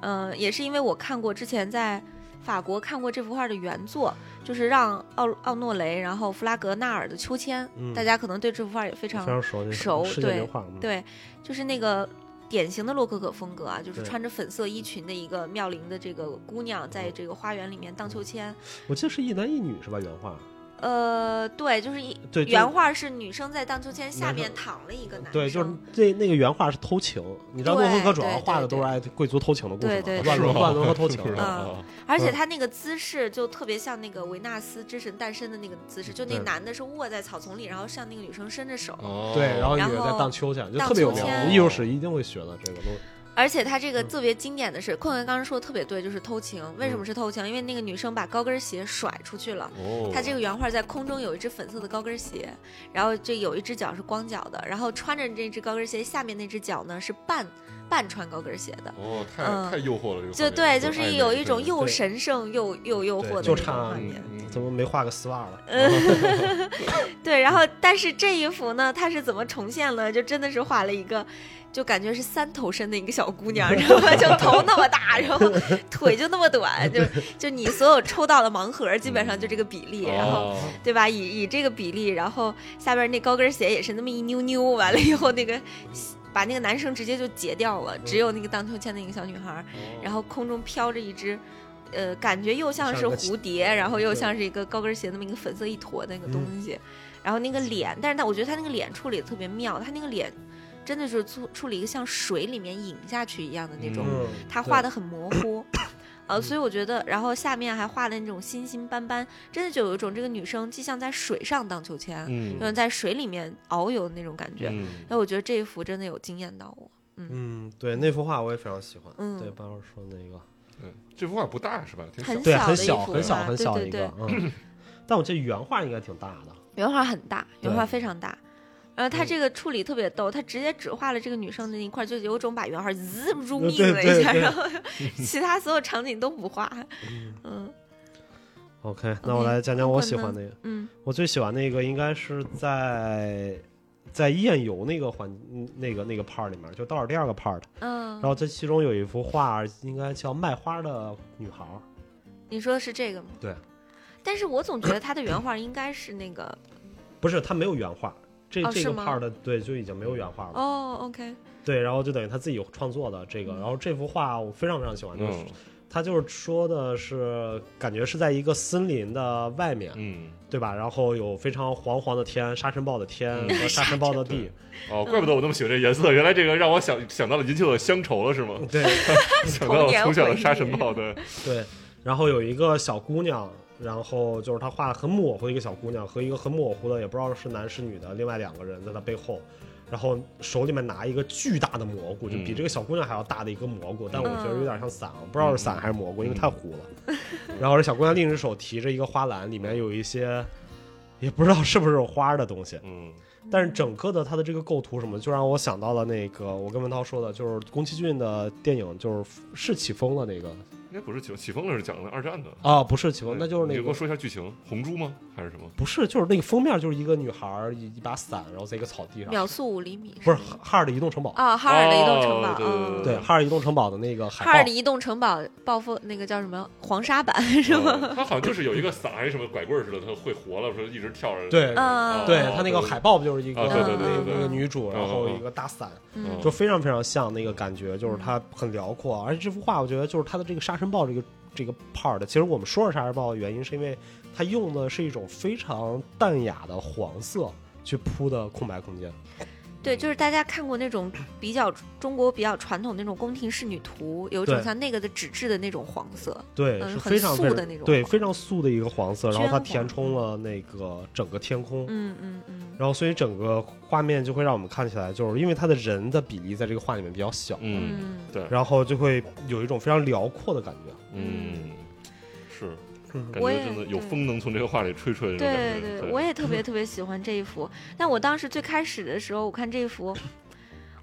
[SPEAKER 2] 嗯、也是因为我看过之前在法国看过这幅画的原作，就是让奥奥诺雷，然后弗拉格纳尔的秋千，
[SPEAKER 1] 嗯
[SPEAKER 2] 大家可能对这幅画也非
[SPEAKER 1] 非
[SPEAKER 2] 常
[SPEAKER 1] 常熟，那个
[SPEAKER 2] 啊熟
[SPEAKER 1] 世界
[SPEAKER 2] 对
[SPEAKER 1] 名画，嗯
[SPEAKER 2] 对，就是那个典型的洛可可风格啊，就是
[SPEAKER 1] 对
[SPEAKER 2] 穿着粉色衣裙的一个妙龄的这个姑娘，
[SPEAKER 1] 嗯
[SPEAKER 2] 在这个花园里面荡秋千。
[SPEAKER 1] 我记得是一男一女是吧？原画
[SPEAKER 2] 呃，对，就是一
[SPEAKER 1] 对就
[SPEAKER 2] 原画是女生在荡秋千下
[SPEAKER 1] 男
[SPEAKER 2] 面
[SPEAKER 1] 生
[SPEAKER 2] 躺了一个男生，
[SPEAKER 1] 对，就是那那个原画是偷情，你知道
[SPEAKER 2] 对
[SPEAKER 1] 洛可可主要
[SPEAKER 2] 对
[SPEAKER 1] 画的
[SPEAKER 2] 对
[SPEAKER 1] 都是爱贵族偷情的故事
[SPEAKER 2] 对
[SPEAKER 1] 嘛，
[SPEAKER 2] 对
[SPEAKER 1] 乱
[SPEAKER 3] 是
[SPEAKER 1] 伦
[SPEAKER 3] 吗
[SPEAKER 1] 乱伦和 偷情
[SPEAKER 3] 是，
[SPEAKER 1] 啊
[SPEAKER 3] 吧
[SPEAKER 2] 而且他那个姿势就特别像那个维纳斯之神诞生的那个姿势，就那
[SPEAKER 1] 对
[SPEAKER 2] 男的是卧在草丛里，然后向那个女生伸着手，
[SPEAKER 3] 哦
[SPEAKER 1] 对，然后
[SPEAKER 2] 嗯然
[SPEAKER 1] 女人在
[SPEAKER 2] 后
[SPEAKER 1] 荡秋千，就
[SPEAKER 2] 荡
[SPEAKER 1] 特别有
[SPEAKER 2] 秋
[SPEAKER 1] 名
[SPEAKER 2] 千，
[SPEAKER 1] 艺术史一定会学的这个东西。
[SPEAKER 2] 而且他这个
[SPEAKER 1] 嗯
[SPEAKER 2] 特别经典的是，困困刚刚说的特别对，就是偷情。为什么是偷情？因为那个女生把高跟鞋甩出去了。
[SPEAKER 3] 哦，
[SPEAKER 2] 他这个原画在空中有一只粉色的高跟鞋，然后这有一只脚是光脚的，然后穿着这只高跟鞋下面那只脚呢是半半穿高跟鞋的，
[SPEAKER 3] 哦，太
[SPEAKER 2] 嗯
[SPEAKER 3] 太诱惑了，这
[SPEAKER 2] 就
[SPEAKER 3] 个画面
[SPEAKER 2] 对，就是有一种
[SPEAKER 3] 这个
[SPEAKER 2] 又神圣又又诱惑的
[SPEAKER 1] 就
[SPEAKER 2] 那种
[SPEAKER 1] 差
[SPEAKER 2] 画
[SPEAKER 3] 嗯
[SPEAKER 2] 面。
[SPEAKER 3] 嗯
[SPEAKER 1] 怎么没画个丝袜了？
[SPEAKER 2] 对，然后但是这一幅呢，它是怎么重现了？就真的是画了一个，就感觉是三头身的一个小姑娘，然后就头那么大，然后腿就那么短，就就你所有抽到的盲盒基本上就这个比例，然后。
[SPEAKER 3] 哦
[SPEAKER 2] 对吧？以以这个比例，然后下边那高跟鞋也是那么一扭扭，完了以后那个把那个男生直接就截掉了，只有那个荡秋千的一个小女孩，然后空中飘着一只。呃，感觉又像
[SPEAKER 1] 嗯
[SPEAKER 2] 是
[SPEAKER 1] 像个
[SPEAKER 2] 蝴蝶，然后又
[SPEAKER 1] 对嗯
[SPEAKER 2] 像是一个高跟鞋那么一个粉色一坨的那个东西，然后那个脸，但是他我觉得他那个脸处理的特别妙，他那个脸真的就是处处理一个像水里面引下去一样的那种，
[SPEAKER 1] 嗯，
[SPEAKER 2] 他
[SPEAKER 1] 对
[SPEAKER 2] 画的很模糊，呃，所以我觉得，然后下面还画的那种星星斑斑，真的就有一种这个女生既像在水上荡秋千，
[SPEAKER 3] 嗯
[SPEAKER 2] 又像在水里面遨游的那种感觉。
[SPEAKER 3] 嗯
[SPEAKER 2] 哎，我觉得这一幅真的有惊艳到我。
[SPEAKER 1] 嗯，对，那幅画我也非常喜欢。
[SPEAKER 2] 嗯
[SPEAKER 1] 对，班老师说那个，
[SPEAKER 3] 嗯，这幅画不大是吧？挺小
[SPEAKER 2] 很
[SPEAKER 1] 对，
[SPEAKER 2] 小
[SPEAKER 1] 很
[SPEAKER 2] 的一
[SPEAKER 1] 小，
[SPEAKER 2] 幅
[SPEAKER 1] 很小，
[SPEAKER 2] 画
[SPEAKER 1] 很
[SPEAKER 2] 对
[SPEAKER 1] 小
[SPEAKER 2] 对
[SPEAKER 1] 一个。嗯，但我记得原画应该挺大的。
[SPEAKER 2] 原画很大，原
[SPEAKER 1] 对
[SPEAKER 2] 画非常大。然后他
[SPEAKER 1] 对
[SPEAKER 2] 这个处理特别逗，他直接只画了这个女生的那一块，就有种把原画滋入
[SPEAKER 1] 对
[SPEAKER 2] 密了一下，
[SPEAKER 1] 对对
[SPEAKER 2] 然后其他所有场景都不画。嗯
[SPEAKER 1] OK，那我来讲讲我喜欢那个。
[SPEAKER 2] 嗯
[SPEAKER 1] 我最喜欢那个应该是在在宴游那个环嗯那个那个 part 里面，就倒数第二个 part。然
[SPEAKER 2] 嗯，
[SPEAKER 1] 后这其中有一幅画，应该叫《卖花的女孩》。
[SPEAKER 2] 你说的是这个吗？
[SPEAKER 1] 对。
[SPEAKER 2] 但是我总觉得他的原画应该是那个
[SPEAKER 1] 不是，他没有原画，这、
[SPEAKER 2] 哦
[SPEAKER 1] 这
[SPEAKER 2] 是
[SPEAKER 1] 个
[SPEAKER 2] 吗
[SPEAKER 1] part 的对就已经没有原画了。
[SPEAKER 2] 哦，OK，嗯
[SPEAKER 1] 对，然后就等于他自己创作的这个，然后这幅画我非常非常喜欢，就是、
[SPEAKER 3] 嗯
[SPEAKER 1] 他就是说的是感觉是在一个森林的外面，
[SPEAKER 3] 嗯
[SPEAKER 1] 对吧？然后有非常黄黄的天、沙尘暴的天
[SPEAKER 3] 嗯
[SPEAKER 1] 和沙尘暴的地，
[SPEAKER 3] 哦，怪不得我那么喜欢这颜色，原来这个让我想想到了引起我的乡愁了是吗？
[SPEAKER 1] 对
[SPEAKER 3] 想到了从小的沙尘 暴对，
[SPEAKER 1] 对。然后有一个小姑娘，然后就是他画的很模糊的一个小姑娘和一个很模糊的也不知道是男是女的另外两个人在她背后。然后手里面拿一个巨大的蘑菇，就比
[SPEAKER 3] 嗯
[SPEAKER 1] 这个小姑娘还要大的一个蘑菇，但我觉得
[SPEAKER 2] 嗯
[SPEAKER 1] 有点像伞，我不知道是伞
[SPEAKER 3] 嗯
[SPEAKER 1] 还是蘑菇，因为
[SPEAKER 3] 嗯
[SPEAKER 1] 太糊了。 然后这小姑娘另一只手提着一个花篮，里面有一些也不知道是不是有花的东西，
[SPEAKER 3] 嗯
[SPEAKER 1] 但是整个的它的这个构图什么，就让我想到了那个我跟文涛说的，就是宫崎骏的电影，就是是起风的那个
[SPEAKER 3] 应该不是起起风了是讲的二战的，
[SPEAKER 1] 啊，不是起风，那就是
[SPEAKER 3] 你
[SPEAKER 1] 那
[SPEAKER 3] 给我
[SPEAKER 1] 个
[SPEAKER 3] 说一下剧情，红猪吗还是什么？
[SPEAKER 1] 不是就是那个封面就是一个女孩儿一一把伞，然后在一个草地上，
[SPEAKER 2] 秒速五厘米
[SPEAKER 1] 不是哈哈尔的移动城堡，
[SPEAKER 2] 啊，哈尔的移动城堡，
[SPEAKER 3] 哦对对
[SPEAKER 2] 嗯
[SPEAKER 1] 对，哈尔移动城堡的那个海报
[SPEAKER 2] 哈尔的移动城堡暴风那个叫什么黄沙版是吗？
[SPEAKER 3] 哦他好像就是有一个伞还是什么拐棍儿似的，他会活了，说一直跳着。
[SPEAKER 1] 对
[SPEAKER 2] 嗯
[SPEAKER 1] 对
[SPEAKER 3] 哦
[SPEAKER 1] 他那个海报不就是一个、
[SPEAKER 3] 啊
[SPEAKER 2] 哦对对对对
[SPEAKER 1] 那
[SPEAKER 2] 对哦
[SPEAKER 1] 个那个女主，
[SPEAKER 3] 嗯
[SPEAKER 1] 然后一个大伞，
[SPEAKER 2] 嗯
[SPEAKER 1] 就非常非常像那个感觉，就是它很辽阔。而且这幅画，我觉得就是它的这个沙尘暴这个这个 part，其实我们说是沙尘暴的原因，是因为它用的是一种非常淡雅的黄色去铺的空白空间。
[SPEAKER 2] 对，就是大家看过那种比较中国比较传统那种宫廷仕女图，有一种
[SPEAKER 1] 对
[SPEAKER 2] 像那个的纸质的那种黄色，
[SPEAKER 1] 对，
[SPEAKER 2] 嗯
[SPEAKER 1] 是
[SPEAKER 2] 很
[SPEAKER 1] 非常
[SPEAKER 2] 素
[SPEAKER 1] 非
[SPEAKER 2] 的
[SPEAKER 1] 常
[SPEAKER 2] 那种
[SPEAKER 1] 对，
[SPEAKER 2] 黄
[SPEAKER 1] 非常素的一个黄色，然后它
[SPEAKER 2] 绢
[SPEAKER 1] 填
[SPEAKER 2] 黄
[SPEAKER 1] 充了那个整个天空，
[SPEAKER 2] 嗯嗯嗯，
[SPEAKER 1] 然后所以整个画面就会让我们看起来，就是因为它的人的比例在这个画里面比较小，
[SPEAKER 3] 嗯
[SPEAKER 2] 嗯
[SPEAKER 3] 对，
[SPEAKER 1] 然后就会有一种非常辽阔的感觉。
[SPEAKER 3] 嗯，是，
[SPEAKER 1] 嗯
[SPEAKER 3] 感
[SPEAKER 2] 我
[SPEAKER 3] 觉
[SPEAKER 2] 也
[SPEAKER 3] 真的有
[SPEAKER 2] 对
[SPEAKER 3] 风能从这个话里吹出来的那种
[SPEAKER 2] 对
[SPEAKER 3] 感觉。
[SPEAKER 2] 对，我也 特别特别喜欢这一幅。但我当时最开始的时候，我看这一幅，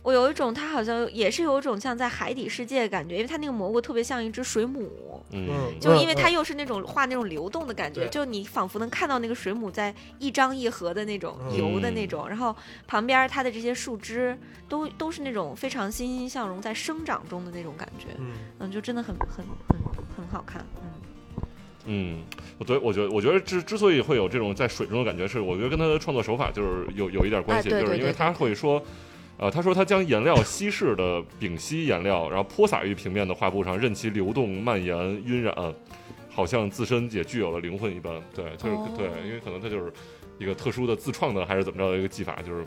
[SPEAKER 2] 我有一种它好像也是有一种像在海底世界的感觉，因为它那个蘑菇特别像一只水母，
[SPEAKER 3] 嗯，
[SPEAKER 2] 就因为
[SPEAKER 1] 嗯
[SPEAKER 2] 它又是那种画那种流动的感觉，
[SPEAKER 1] 对
[SPEAKER 2] 就你仿佛能看到那个水母在一张一合的那种
[SPEAKER 1] 嗯
[SPEAKER 2] 游的那种，然后旁边它的这些树枝都都是那种非常欣欣向荣在生长中的那种感觉，
[SPEAKER 1] 嗯，
[SPEAKER 2] 嗯，就真的很很很很好看，嗯
[SPEAKER 3] 嗯，我对我觉得，我觉得之之所以会有这种在水中的感觉是，我觉得跟他的创作手法就是有有一点关系，
[SPEAKER 2] 啊对对
[SPEAKER 3] 就是因为
[SPEAKER 2] 对对
[SPEAKER 3] 他会说，呃，他说他将颜料稀释的丙烯颜料，然后泼洒于平面的画布上，任其流动、蔓延、晕染，好像自身也具有了灵魂一般。对，就是、
[SPEAKER 2] 哦
[SPEAKER 3] 对，因为可能他就是一个特殊的自创的还是怎么着的一个技法，就是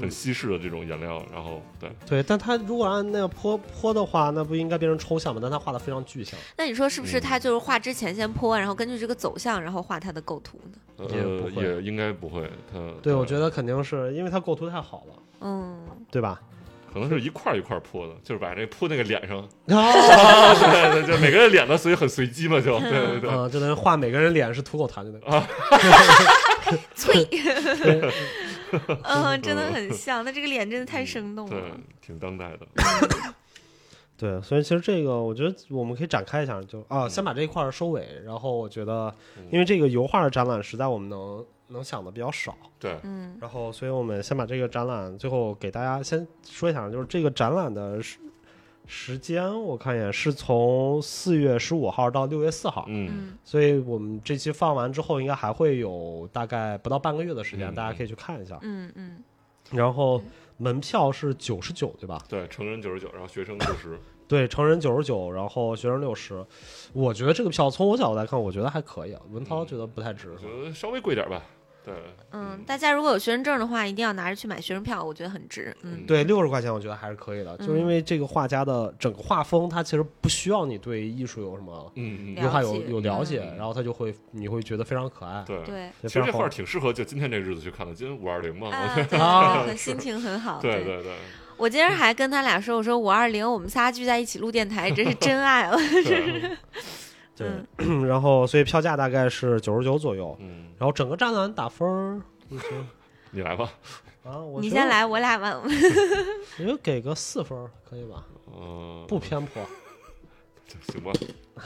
[SPEAKER 3] 很稀释的这种颜料，然后对，
[SPEAKER 1] 嗯对，但它如果按那个泼泼的话，那不应该变成抽象吗？但它画的非常具象，
[SPEAKER 2] 那你说是不是
[SPEAKER 3] 嗯
[SPEAKER 2] 他就是画之前先泼，然后根据这个走向，然后画他的构图呢？
[SPEAKER 1] 也不
[SPEAKER 3] 呃，
[SPEAKER 1] 会
[SPEAKER 3] 也应该不会，他
[SPEAKER 1] 对，我觉
[SPEAKER 3] 得
[SPEAKER 1] 得肯定是因为它构图太好了，
[SPEAKER 2] 嗯，
[SPEAKER 1] 对吧？
[SPEAKER 3] 可能是一块儿一块儿泼的，就是把这泼那个脸上。
[SPEAKER 1] 啊，
[SPEAKER 3] 对对，对，每个人脸呢，所以很随机嘛，就对对对，
[SPEAKER 1] 嗯就能画每个人脸是土狗痰的那个，
[SPEAKER 2] 脆，嗯，真的很像。那这个脸真的太生动
[SPEAKER 3] 嗯对
[SPEAKER 2] 了，，
[SPEAKER 3] 挺当代的。
[SPEAKER 1] 对，所以其实这个我觉得我们可以展开一下，就啊，先把这一块儿收尾，然后我觉得
[SPEAKER 3] 嗯
[SPEAKER 1] 因为这个油画的展览实在我们能能想的比较少，
[SPEAKER 3] 对，
[SPEAKER 2] 嗯
[SPEAKER 1] 然后所以我们先把这个展览最后给大家先说一下，就是这个展览的时时间，我看一眼是从四月十五号到六月四号，
[SPEAKER 3] 嗯，
[SPEAKER 2] 嗯
[SPEAKER 1] 所以我们这期放完之后，应该还会有大概不到半个月的时间，
[SPEAKER 3] 嗯
[SPEAKER 1] 大家可以去看一下。
[SPEAKER 2] 嗯嗯，
[SPEAKER 1] 然后门票是九十九，对吧？
[SPEAKER 3] 对，成人九十九，然后学生六十，
[SPEAKER 1] 对，成人九十九，然后学生六十。我觉得这个票从我角度来看，我觉得还可以啊。文涛觉得不太值
[SPEAKER 3] 我，觉得稍微贵点吧。对，
[SPEAKER 2] 嗯，大家如果有学生证的话，一定要拿着去买学生票，我觉得很值。嗯
[SPEAKER 3] 嗯
[SPEAKER 1] 对，六十块钱我觉得还是可以的，就是因为这个画家的整个画风，他其实不需要你对艺术有什么
[SPEAKER 3] 嗯嗯，
[SPEAKER 1] 油
[SPEAKER 2] 了
[SPEAKER 1] 画有
[SPEAKER 2] 解
[SPEAKER 1] 有了解，
[SPEAKER 3] 嗯
[SPEAKER 1] 然后他就会你会觉得非常可爱。
[SPEAKER 3] 对。
[SPEAKER 2] 对，
[SPEAKER 1] 也
[SPEAKER 3] 其
[SPEAKER 1] 非
[SPEAKER 3] 实这
[SPEAKER 1] 常好
[SPEAKER 3] 画儿挺适合就今天这日子去看的，今天五二零 嘛，
[SPEAKER 2] 啊，
[SPEAKER 3] 我
[SPEAKER 2] 对对
[SPEAKER 1] 啊
[SPEAKER 2] 对，很心情很好。
[SPEAKER 3] 对对对
[SPEAKER 2] 我今儿还跟他俩说，我说五二零我们仨聚在一起录电台，真是真爱啊了。
[SPEAKER 3] 对，
[SPEAKER 1] 对，
[SPEAKER 2] 嗯
[SPEAKER 1] 然后所以票价大概是九十九左右，
[SPEAKER 3] 嗯，
[SPEAKER 1] 然后整个展览打分儿。你觉得
[SPEAKER 3] 你来吧，
[SPEAKER 1] 啊，我
[SPEAKER 2] 你
[SPEAKER 1] 觉得
[SPEAKER 2] 先，来，我俩完。
[SPEAKER 1] 我觉得给个四分儿可以吧？
[SPEAKER 3] 嗯，
[SPEAKER 1] 不偏
[SPEAKER 2] 哦
[SPEAKER 1] 颇。
[SPEAKER 3] 行吧，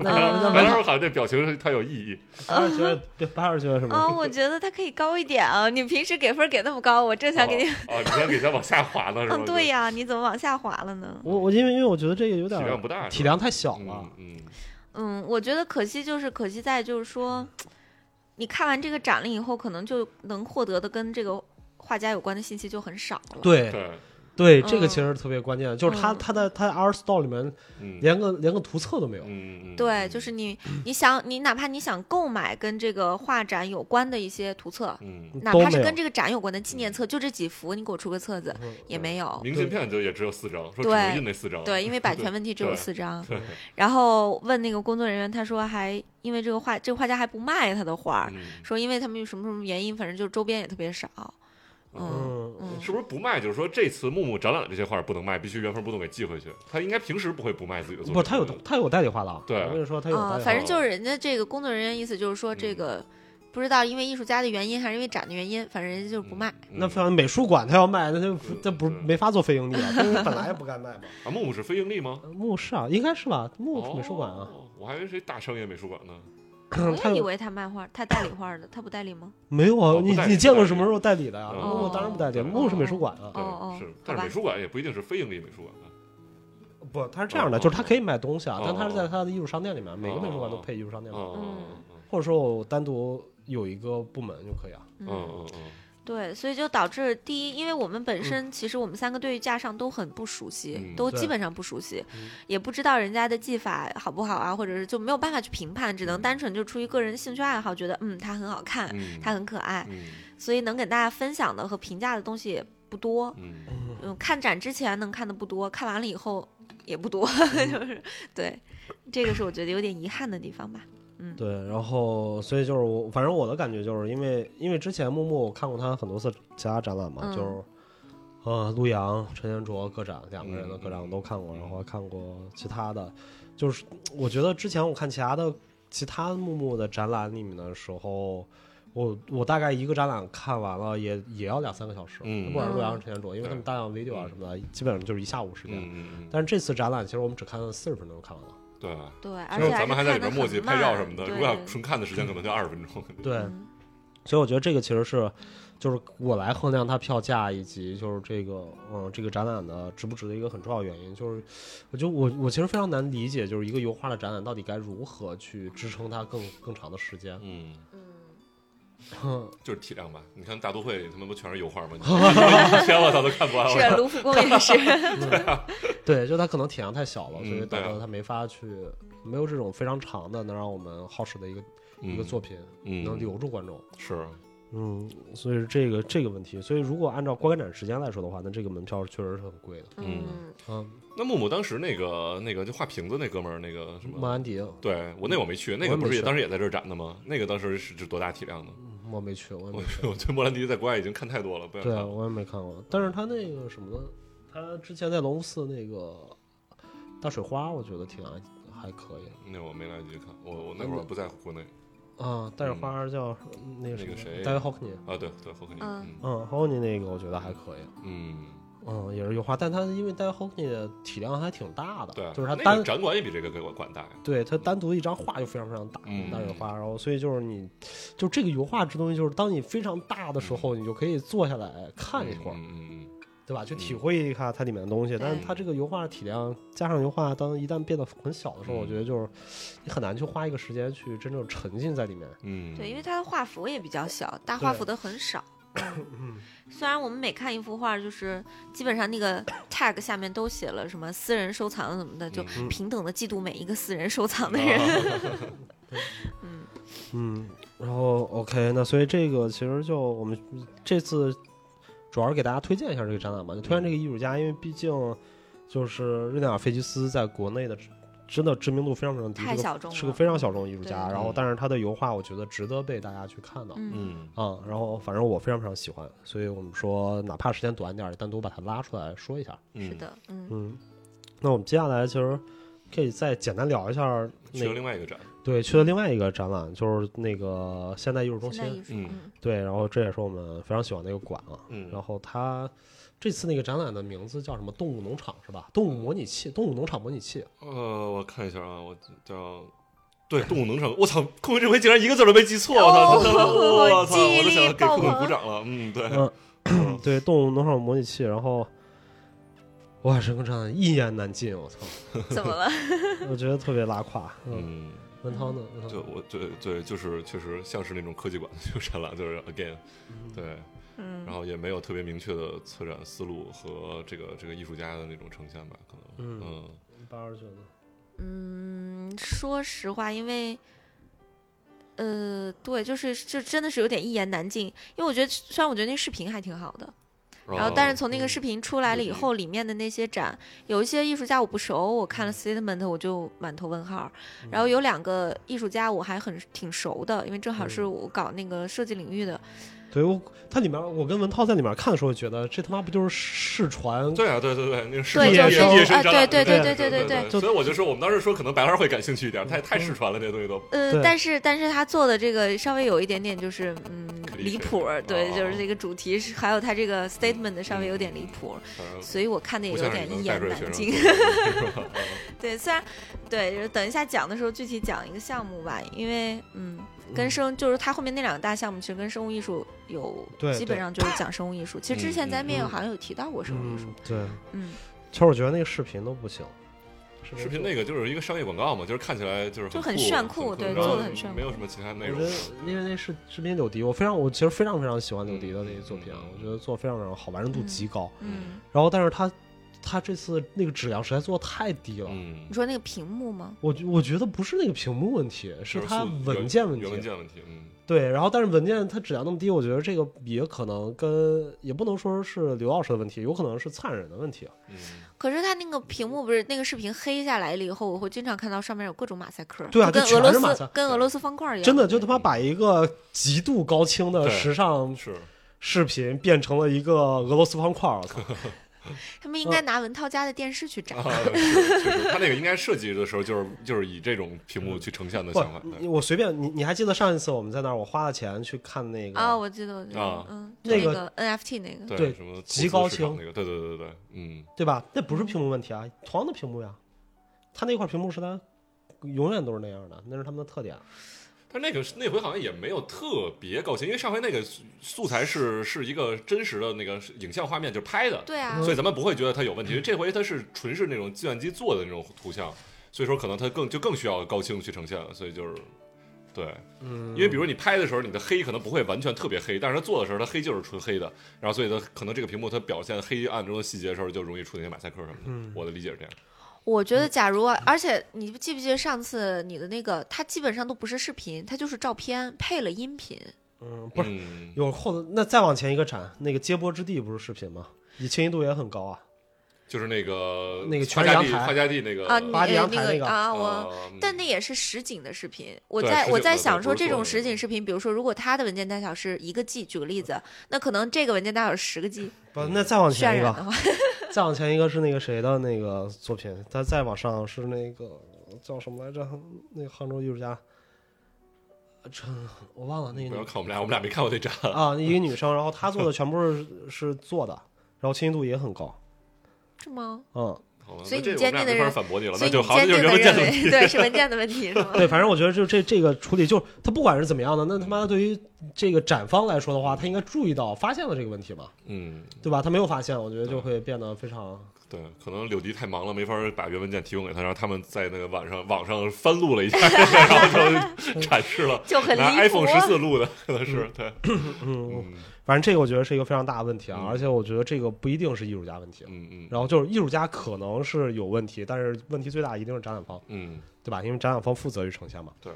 [SPEAKER 1] 那
[SPEAKER 2] 啊
[SPEAKER 1] 那白
[SPEAKER 3] 白老师好像这表情它有意义，
[SPEAKER 1] 二觉得对白二觉得什
[SPEAKER 2] 啊、
[SPEAKER 1] 么？
[SPEAKER 2] 我觉得他可以高一点啊！你平时给分给那么高，我正想给你。
[SPEAKER 3] 啊，你想给它往下滑呢是 吧？
[SPEAKER 2] 嗯，哦对呀、你怎么往下滑了呢？
[SPEAKER 1] 我我因为因为我觉得这个有点
[SPEAKER 3] 体
[SPEAKER 1] 儿
[SPEAKER 3] 量不大是吧
[SPEAKER 1] 体量太小了
[SPEAKER 3] 嗯。嗯
[SPEAKER 2] 嗯，我觉得可惜就是可惜在就是说，你看完这个展了以后，可能就能获得的跟这个画家有关的信息就很少了。，
[SPEAKER 1] 对
[SPEAKER 3] 嗯对，
[SPEAKER 1] 对，这个其
[SPEAKER 2] 嗯
[SPEAKER 1] 实特别关键，就是他
[SPEAKER 2] 嗯
[SPEAKER 1] 他在他 R Store 里面
[SPEAKER 3] 嗯
[SPEAKER 1] 连个连个图册都没有。
[SPEAKER 3] 嗯嗯，
[SPEAKER 2] 对，就是你你想你哪怕你想购买跟这个画展有关的一些图册，
[SPEAKER 3] 嗯，
[SPEAKER 2] 哪
[SPEAKER 1] 都
[SPEAKER 2] 怕
[SPEAKER 1] 没
[SPEAKER 2] 是
[SPEAKER 1] 有
[SPEAKER 2] 跟这个展有关的纪念册，就这几幅，你给我出个册子
[SPEAKER 1] 嗯
[SPEAKER 2] 也没有。
[SPEAKER 3] 明信片就也只有四张，说只
[SPEAKER 2] 哦对
[SPEAKER 3] 能印那四张，
[SPEAKER 2] 对，因为版权问题只有
[SPEAKER 3] 对
[SPEAKER 2] 四张
[SPEAKER 3] 对，
[SPEAKER 2] 然后问那个工作人员，他说还因为这个画，这个画家还不卖他的画儿，
[SPEAKER 3] 嗯
[SPEAKER 2] 说因为他们有什么什么原因，反正就是周边也特别少。嗯
[SPEAKER 1] 嗯，
[SPEAKER 2] 嗯，
[SPEAKER 3] 是不是不卖？就是说这次木木展览的这些画不能卖，必须原封不动给寄回去。他应该平时不会不卖自己的作品。嗯
[SPEAKER 1] 不，他有他有代理画廊。
[SPEAKER 3] 对
[SPEAKER 1] 我跟你说，他有代
[SPEAKER 2] 啊，
[SPEAKER 1] 理画
[SPEAKER 2] 反
[SPEAKER 1] 廊。
[SPEAKER 2] 正就是人家这个工作人员意思就是说这
[SPEAKER 3] 嗯
[SPEAKER 2] 个不知道因为艺术家的原因还是因为展的原因，反正人家就是不卖。
[SPEAKER 3] 嗯。
[SPEAKER 1] 那
[SPEAKER 3] 嗯
[SPEAKER 1] 像美术馆，他要卖，那就不
[SPEAKER 3] 对
[SPEAKER 1] 这不是
[SPEAKER 3] 对
[SPEAKER 1] 没法做非盈利 啊，因为本来也不该卖嘛。
[SPEAKER 3] 啊，木木是非盈利吗？
[SPEAKER 2] 嗯
[SPEAKER 1] 木是啊，应该是吧？木美术馆啊，
[SPEAKER 3] 哦，我还以为是大商业美术馆呢。
[SPEAKER 1] 他
[SPEAKER 2] 哦我也以
[SPEAKER 1] 有
[SPEAKER 2] 为他卖画，他代理画的，他不代理吗？
[SPEAKER 1] 没有啊？
[SPEAKER 3] 哦不
[SPEAKER 1] 你
[SPEAKER 3] 代理
[SPEAKER 1] 你
[SPEAKER 3] 不
[SPEAKER 1] 见
[SPEAKER 3] 代
[SPEAKER 1] 过
[SPEAKER 3] 理
[SPEAKER 1] 什么时候代理的呀？
[SPEAKER 3] 嗯
[SPEAKER 1] 木当然不代理，
[SPEAKER 3] 哦
[SPEAKER 1] 木是美术馆啊。
[SPEAKER 3] 对，
[SPEAKER 2] 哦哦
[SPEAKER 3] 是，
[SPEAKER 2] 好
[SPEAKER 3] 但是
[SPEAKER 2] 吧
[SPEAKER 3] 美术馆也不一定是非盈利美术馆吧。
[SPEAKER 2] 嗯
[SPEAKER 1] 不，它是这样的，
[SPEAKER 3] 哦
[SPEAKER 1] 就是它可以买东西啊
[SPEAKER 3] 哦，
[SPEAKER 1] 但它是在它的艺术商店里面，每个美术馆都
[SPEAKER 3] 哦
[SPEAKER 1] 配艺术商店嘛，
[SPEAKER 3] 哦
[SPEAKER 2] 嗯
[SPEAKER 1] 或者说我单独有一个部门就可以啊。
[SPEAKER 3] 哦哦哦哦，
[SPEAKER 2] 对，所以就导致第一，因为我们本身其实我们三个对于架上都很不熟悉，
[SPEAKER 3] 嗯
[SPEAKER 2] 都
[SPEAKER 1] 对
[SPEAKER 2] 基本上不熟悉，
[SPEAKER 1] 嗯
[SPEAKER 2] 也不知道人家的技法好不好啊，或者是就没有办法去评判，只能单纯就出于个人兴趣爱好，觉得嗯它很好看，
[SPEAKER 3] 嗯，
[SPEAKER 2] 它很可爱，
[SPEAKER 3] 嗯
[SPEAKER 2] 所以能给大家分享的和评价的东西也不多。
[SPEAKER 3] 嗯，
[SPEAKER 2] 嗯，看展之前能看的不多，看完了以后也不多，
[SPEAKER 3] 嗯
[SPEAKER 2] 就是对，这个是我觉得有点遗憾的地方吧。
[SPEAKER 1] 对，然后所以就是我，反正我的感觉就是因为因为之前木木我看过他很多次其他展览嘛，
[SPEAKER 2] 嗯
[SPEAKER 1] 就是呃陆阳、陈彦卓各展两个人的
[SPEAKER 3] 嗯
[SPEAKER 1] 各展我都看过，
[SPEAKER 3] 嗯
[SPEAKER 1] 然后还看过其他的，就是我觉得之前我看其他的其他木木的展览里面的时候。我我大概一个展览看完了也也要两三个小时，
[SPEAKER 3] 嗯
[SPEAKER 1] 不管是陆阳
[SPEAKER 2] 嗯
[SPEAKER 1] 陈彦卓，因为
[SPEAKER 3] 对嗯
[SPEAKER 1] 他们大量 video 啊什么的，基本上就是一下午时间。
[SPEAKER 3] 嗯嗯嗯，
[SPEAKER 1] 但是这次展览其实我们只看了四十分钟就看完了，
[SPEAKER 3] 对。
[SPEAKER 2] 对，
[SPEAKER 3] 因
[SPEAKER 2] 而
[SPEAKER 3] 为
[SPEAKER 2] 且
[SPEAKER 3] 咱们还在里边
[SPEAKER 2] 边
[SPEAKER 3] 墨迹拍照什么的，
[SPEAKER 2] 对
[SPEAKER 3] 如 果要纯看的时间，可能就二十分钟。
[SPEAKER 1] 对，
[SPEAKER 2] 嗯
[SPEAKER 1] 所以我觉得这个其实是，就是我来衡量它票价以及就是这个嗯这个展览的值不值的一个很重要原因，就是我就我我其实非常难理解，就是一个油画的展览到底该如何去支撑它更更长的时间。
[SPEAKER 3] 嗯，
[SPEAKER 2] 嗯，
[SPEAKER 3] 就是体量吧。你看大都会里他妈不全是油画 吗？你一天我操都看不完。我
[SPEAKER 2] 是卢浮宫也 是，
[SPEAKER 1] 对，就它可能体量太小了，所以
[SPEAKER 3] 嗯
[SPEAKER 1] 导
[SPEAKER 3] 对啊
[SPEAKER 1] 致它没法去没有这种非常长的能让我们耗时的一个、一个作品
[SPEAKER 3] 嗯
[SPEAKER 1] 能留住观众。
[SPEAKER 3] 是，
[SPEAKER 1] 嗯，所以是这个这个问题，所以如果按照观展时间来说的话，那这个门票确实是很贵的。
[SPEAKER 2] 嗯，
[SPEAKER 1] 嗯，
[SPEAKER 3] 那木木当时那个那个就画瓶子那哥们儿，那个什
[SPEAKER 1] 孟
[SPEAKER 3] 么，
[SPEAKER 1] 安迪
[SPEAKER 3] 对我那我没去，
[SPEAKER 1] 我
[SPEAKER 3] 那
[SPEAKER 1] 也
[SPEAKER 3] 个
[SPEAKER 1] 没
[SPEAKER 3] 不是也
[SPEAKER 1] 去
[SPEAKER 3] 当时也在这儿展的吗？那个当时是是多大体量的？
[SPEAKER 1] 我没去，我也
[SPEAKER 3] 我
[SPEAKER 1] 没去。
[SPEAKER 3] 我对莫兰迪在国外已经看太多了，不想
[SPEAKER 1] 对，啊
[SPEAKER 3] 看了。
[SPEAKER 1] 我也没看过。但是他那个什么，他之前在龙福寺那个大水花，我觉得挺还还可以
[SPEAKER 3] 那我没来得及看，我我那会儿不在国内
[SPEAKER 1] 啊。大水花叫、那个
[SPEAKER 3] 那个谁
[SPEAKER 1] 大卫霍克尼，
[SPEAKER 3] 啊，对对，后肯定，
[SPEAKER 2] 嗯
[SPEAKER 1] 嗯，霍克尼那个我觉得还可以，
[SPEAKER 3] 嗯，
[SPEAKER 1] 嗯，也是油画，但他因为大卫霍克尼的体量还挺大的，
[SPEAKER 3] 对，啊
[SPEAKER 1] 就是他
[SPEAKER 3] 那个
[SPEAKER 1] 单。
[SPEAKER 3] 展馆也比这个给我管大呀，
[SPEAKER 1] 对他单独一张画就非常非常大，
[SPEAKER 3] 嗯
[SPEAKER 1] 大水花，然后所以就是你，就这个油画这东西，就是当你非常大的时候，你就可以坐下来看一会儿，
[SPEAKER 3] 嗯嗯
[SPEAKER 1] 对吧？去体
[SPEAKER 3] 嗯
[SPEAKER 1] 会一下它里面的东西，但是
[SPEAKER 2] 对
[SPEAKER 1] 它这个油画体量加上油画，当一旦变得很小的时候，
[SPEAKER 3] 嗯
[SPEAKER 1] 我觉得就是你很难去花一个时间去真正沉浸在里面。
[SPEAKER 3] 嗯，
[SPEAKER 2] 对，因为它的画幅也比较小，大画幅的很 少。嗯
[SPEAKER 1] 嗯
[SPEAKER 2] 虽然我们每看一幅画，就是基本上那个 tag 下面都写了什么私人收藏什么的，就
[SPEAKER 1] 嗯哦
[SPEAKER 2] 平等的嫉妒每一个私人收藏的人。 嗯，
[SPEAKER 1] 嗯，然后 OK，那所以这个其实就我们这次主要是给大家推荐一下这个展览吧，就推荐这个艺术家，因为毕竟就是瑞内尔·费吉斯在国内的真的知名度非常非常低，
[SPEAKER 2] 太
[SPEAKER 1] 是个
[SPEAKER 2] 小众了。
[SPEAKER 1] 是个非常小众的艺术家。
[SPEAKER 2] 对
[SPEAKER 1] 然后
[SPEAKER 3] 嗯，
[SPEAKER 1] 但是他的油画，我觉得值得被大家去看到。
[SPEAKER 2] 嗯
[SPEAKER 3] 嗯
[SPEAKER 1] 啊、然后反正我非常非常喜欢，所以我们说哪怕时间短点儿，也单独把它拉出来说一下。
[SPEAKER 2] 是，的，嗯
[SPEAKER 1] 嗯，那我们接下来其实可以再简单聊一下
[SPEAKER 3] 去
[SPEAKER 1] 那
[SPEAKER 3] 了另外一个展，
[SPEAKER 1] 对去的另外一个展览，就是那个现代艺术中
[SPEAKER 2] 现代
[SPEAKER 1] 心
[SPEAKER 2] 艺。术，
[SPEAKER 3] 嗯
[SPEAKER 2] 嗯
[SPEAKER 1] 对，然后这也是我们非常喜欢的一个馆啊。
[SPEAKER 3] 嗯，
[SPEAKER 1] 然后它这次那个展览的名字叫什么？动物农场是吧？动物模拟器，动物农场模拟器。
[SPEAKER 3] 呃，我看一下啊，我叫。对，动物农场，我操，空空这回竟然一个字儿都没记错，啊我
[SPEAKER 2] 哦
[SPEAKER 3] 操，真的，我操，我都想给空空鼓掌了，嗯，对，
[SPEAKER 1] 嗯， 对，动物农场模拟器。然后，哇，整个展览一言难尽，我操，
[SPEAKER 2] 怎么了？
[SPEAKER 1] 我觉得特别拉胯。嗯，
[SPEAKER 3] 嗯，
[SPEAKER 1] 文涛呢？文涛
[SPEAKER 3] 对，我对对，就是确实像是那种科技馆的那种展览，就是 again，对，
[SPEAKER 2] 嗯
[SPEAKER 3] 然后也没有特别明确的策展思路和这个这个艺术家的那种呈现吧，可能，
[SPEAKER 1] 嗯
[SPEAKER 3] 嗯
[SPEAKER 1] 八二九呢？
[SPEAKER 2] 嗯，说实话，因为。呃，对，就是这真的是有点一言难尽，因为我觉得虽然我觉得那视频还挺好的，然后但是从那
[SPEAKER 3] 嗯
[SPEAKER 2] 个视频出来了以后，里面的那些展，有一些艺术家我不熟，我看了
[SPEAKER 3] 嗯
[SPEAKER 2] statement 我就满头问号。然后有两个艺术家我还很挺熟的，因为正好是
[SPEAKER 1] 嗯
[SPEAKER 2] 我搞那个设计领域的，
[SPEAKER 1] 对我，它里面我跟文涛在里面看的时候，觉得这他妈不就是试传？
[SPEAKER 3] 对啊，对对对，那个视
[SPEAKER 2] 对
[SPEAKER 3] 频
[SPEAKER 1] 就
[SPEAKER 3] 也
[SPEAKER 1] 是
[SPEAKER 3] 也是
[SPEAKER 2] 啊
[SPEAKER 3] 展览
[SPEAKER 2] 对
[SPEAKER 1] 对
[SPEAKER 2] 对
[SPEAKER 3] 对
[SPEAKER 2] 对
[SPEAKER 3] 对
[SPEAKER 2] 对
[SPEAKER 1] 对
[SPEAKER 3] 所以我就说我们当时说可能白花会感兴趣一点，太太失传了，这东西都，
[SPEAKER 1] 对
[SPEAKER 2] 呃，但是但是他做的这个稍微有一点点就是嗯
[SPEAKER 3] 离
[SPEAKER 2] 离
[SPEAKER 3] 谱
[SPEAKER 2] 谱儿，对，就
[SPEAKER 3] 哦
[SPEAKER 2] 是这个主题是还有他这个 statement 稍微有点离谱儿，
[SPEAKER 3] 反正
[SPEAKER 2] 所以我看的也
[SPEAKER 3] 嗯不
[SPEAKER 2] 有
[SPEAKER 3] 像是
[SPEAKER 2] 点
[SPEAKER 3] 能
[SPEAKER 2] 一
[SPEAKER 3] 带
[SPEAKER 2] 言
[SPEAKER 3] 出来学
[SPEAKER 2] 难
[SPEAKER 3] 生
[SPEAKER 2] 尽。
[SPEAKER 3] 是 吧？
[SPEAKER 2] 对，虽然对，就是等一下讲的时候具体讲一个项目吧，因为嗯，跟生就是它后面那两个大项目，其实跟生物艺术有
[SPEAKER 1] 对嗯
[SPEAKER 2] 基本上就是讲生物艺术。其实之前咱们也有好像有提到过生物艺术
[SPEAKER 1] 嗯，，对。
[SPEAKER 2] 嗯，
[SPEAKER 1] 其实我觉得那个视频都不行，视
[SPEAKER 3] 视频
[SPEAKER 1] 内
[SPEAKER 3] 那个就是一个商业广告嘛，就是看起来就是
[SPEAKER 2] 就
[SPEAKER 3] 很
[SPEAKER 2] 很炫酷对
[SPEAKER 3] 然后
[SPEAKER 2] 做得很炫酷
[SPEAKER 3] 没有什么其他内
[SPEAKER 1] 我觉
[SPEAKER 3] 容。
[SPEAKER 1] 得因为那是视频柳笛，我非常我其实非常非常喜欢柳笛的那个作品，啊
[SPEAKER 3] 嗯，
[SPEAKER 1] 我觉得做得非常非常好，完成度
[SPEAKER 2] 嗯
[SPEAKER 1] 极高。
[SPEAKER 2] 嗯，
[SPEAKER 1] 然后但是他他这次那个质量实在做的太低了。
[SPEAKER 3] 嗯
[SPEAKER 2] 你，说那个屏幕吗？
[SPEAKER 1] 我觉我觉得不是那个屏幕问题，是
[SPEAKER 3] 就是
[SPEAKER 1] 它
[SPEAKER 3] 素
[SPEAKER 1] 文
[SPEAKER 3] 原
[SPEAKER 1] 件问
[SPEAKER 3] 原文
[SPEAKER 1] 题。啊
[SPEAKER 3] 件问题，嗯，
[SPEAKER 1] 对，然后但是文件它质量那么低，我觉得这个也可能跟也不能说是刘老师的问题，有可能是灿人的问题。啊
[SPEAKER 3] 嗯
[SPEAKER 2] 可是它那个屏幕不是那个视频黑下来了以后，我会经常看到上面有各种马赛克，
[SPEAKER 1] 对啊
[SPEAKER 2] 就跟
[SPEAKER 1] 就
[SPEAKER 2] 俄
[SPEAKER 1] 全
[SPEAKER 2] 罗
[SPEAKER 1] 是马赛
[SPEAKER 2] 斯跟俄罗斯方块一样，
[SPEAKER 1] 真的就
[SPEAKER 2] 嗯
[SPEAKER 1] 他妈把一个极度高清的
[SPEAKER 3] 对
[SPEAKER 1] 时尚
[SPEAKER 3] 是
[SPEAKER 1] 视频变成了一个俄罗斯方块儿，我操！
[SPEAKER 2] 他们应
[SPEAKER 1] 嗯
[SPEAKER 2] 该拿文涛家的电视去展
[SPEAKER 3] 啊，。是确实，他那个应该设计的时候就是就是以这种屏幕去呈现的想法
[SPEAKER 1] 不，你我随便你，你还记得上一次我们在那儿，我花了钱去看那个
[SPEAKER 2] 啊、我记得，我记得，
[SPEAKER 3] 啊
[SPEAKER 2] 嗯，就
[SPEAKER 1] 那
[SPEAKER 2] 那
[SPEAKER 1] 个
[SPEAKER 2] 个 NFT 那个，
[SPEAKER 3] 对
[SPEAKER 1] 对
[SPEAKER 3] 什么投资
[SPEAKER 1] 极高
[SPEAKER 3] 市场
[SPEAKER 1] 清
[SPEAKER 3] 那个，对对对对对，嗯，
[SPEAKER 1] 对吧？那不是屏幕问题啊，同样的屏幕呀，他那块屏幕是他永远都是那样的，那是他们的特点。
[SPEAKER 3] 但那个是那回好像也没有特别高清，因为上回那个素素材是是一个真实的那个影像画面，就是拍的，
[SPEAKER 2] 对
[SPEAKER 1] 嗯
[SPEAKER 2] 啊，
[SPEAKER 3] 所以咱们不会觉得它有问题。因为这回它是纯是那种计算机做的那种图像，所以说可能它更就更需要高清去呈现了。所以就是，对，
[SPEAKER 1] 嗯
[SPEAKER 3] 因为比如你拍的时候，你的黑可能不会完全特别黑，但是它做的时候，它黑就是纯黑的，然后所以它可能这个屏幕它表现黑暗中的细节的时候，就容易出那些马赛克什么的。
[SPEAKER 1] 嗯
[SPEAKER 3] 我的理解是这样，
[SPEAKER 2] 我觉
[SPEAKER 3] 嗯
[SPEAKER 2] 得假如啊，而且你记不记得上次你的那个，它基本上都不是视频，它就是照片配了音频，
[SPEAKER 1] 嗯，不是
[SPEAKER 3] 嗯
[SPEAKER 1] 有后头那再往前一个展，那个接波之地不是视频吗？你清晰度也很高啊。
[SPEAKER 3] 就是那个
[SPEAKER 1] 那个
[SPEAKER 3] 花
[SPEAKER 1] 全
[SPEAKER 3] 家
[SPEAKER 1] 阳
[SPEAKER 3] 地
[SPEAKER 1] 台
[SPEAKER 3] 花家地那个
[SPEAKER 2] 啊，你
[SPEAKER 1] 八
[SPEAKER 2] 呃
[SPEAKER 1] 里阳台那
[SPEAKER 2] 那
[SPEAKER 1] 个
[SPEAKER 2] 啊，
[SPEAKER 3] 啊
[SPEAKER 2] 我。但那也是实景的视频，我在
[SPEAKER 3] 实景
[SPEAKER 2] 我
[SPEAKER 3] 的
[SPEAKER 2] 在
[SPEAKER 3] 对
[SPEAKER 2] 想
[SPEAKER 3] 不
[SPEAKER 2] 说，
[SPEAKER 3] 是
[SPEAKER 2] 这
[SPEAKER 3] 做
[SPEAKER 2] 种
[SPEAKER 3] 的
[SPEAKER 2] 实景视频，比如说，如果它的文件大小是一个 G，举个例子，那可能这个文件大小是十个 G，
[SPEAKER 1] 不，那再往
[SPEAKER 2] 渲
[SPEAKER 1] 前一
[SPEAKER 2] 染
[SPEAKER 1] 个，
[SPEAKER 2] 的话，
[SPEAKER 1] 再往前一个是那个谁的那个作品，他再往上是那个叫什么来着？那个杭州艺术家，陈我忘了那
[SPEAKER 3] 不
[SPEAKER 1] 个
[SPEAKER 3] 要看我们俩，我们俩没看过那展。
[SPEAKER 1] 啊，一个女生，然后她做的全部是是做的，然后清晰度也很高，
[SPEAKER 2] 是吗？
[SPEAKER 1] 嗯，
[SPEAKER 3] 好吧
[SPEAKER 2] 所以
[SPEAKER 3] 那这
[SPEAKER 2] 你
[SPEAKER 3] 个
[SPEAKER 2] 坚
[SPEAKER 3] 我们俩
[SPEAKER 2] 定地
[SPEAKER 3] 没法
[SPEAKER 2] 认
[SPEAKER 3] 反驳你了，
[SPEAKER 2] 所
[SPEAKER 3] 那
[SPEAKER 2] 以你
[SPEAKER 3] 就好像
[SPEAKER 2] 坚
[SPEAKER 3] 就
[SPEAKER 2] 定
[SPEAKER 3] 是
[SPEAKER 2] 的
[SPEAKER 3] 人
[SPEAKER 2] 认
[SPEAKER 3] 见的问
[SPEAKER 2] 为，
[SPEAKER 3] 题。
[SPEAKER 2] 对，是文件的问题，是吗？
[SPEAKER 1] 对，反正我觉得就这这个处理就，他不管是怎么样的，那他妈的对于这个展方来说的话，他应该注意到发现了这个问题嘛，
[SPEAKER 3] 嗯，
[SPEAKER 1] 对吧？他没有发现，我觉得就会变得非常
[SPEAKER 3] 对，可能柳迪太忙了，没法把原文件提供给他，然后他们在那个网上网上翻录了一下， 然后就展示了，
[SPEAKER 2] 就很
[SPEAKER 3] 拿
[SPEAKER 2] 离谱
[SPEAKER 3] iPhone 十四录的，可能是对，嗯
[SPEAKER 1] 反正这个我觉得是一个非常大的问题啊，
[SPEAKER 3] 嗯
[SPEAKER 1] 而且我觉得这个不一定是艺术家问题，
[SPEAKER 3] 嗯嗯
[SPEAKER 1] 然后就是艺术家可能是有问题，但是问题最大一定是展览方，
[SPEAKER 3] 嗯，
[SPEAKER 1] 对吧？因为展览方负责于呈现嘛。
[SPEAKER 3] 对，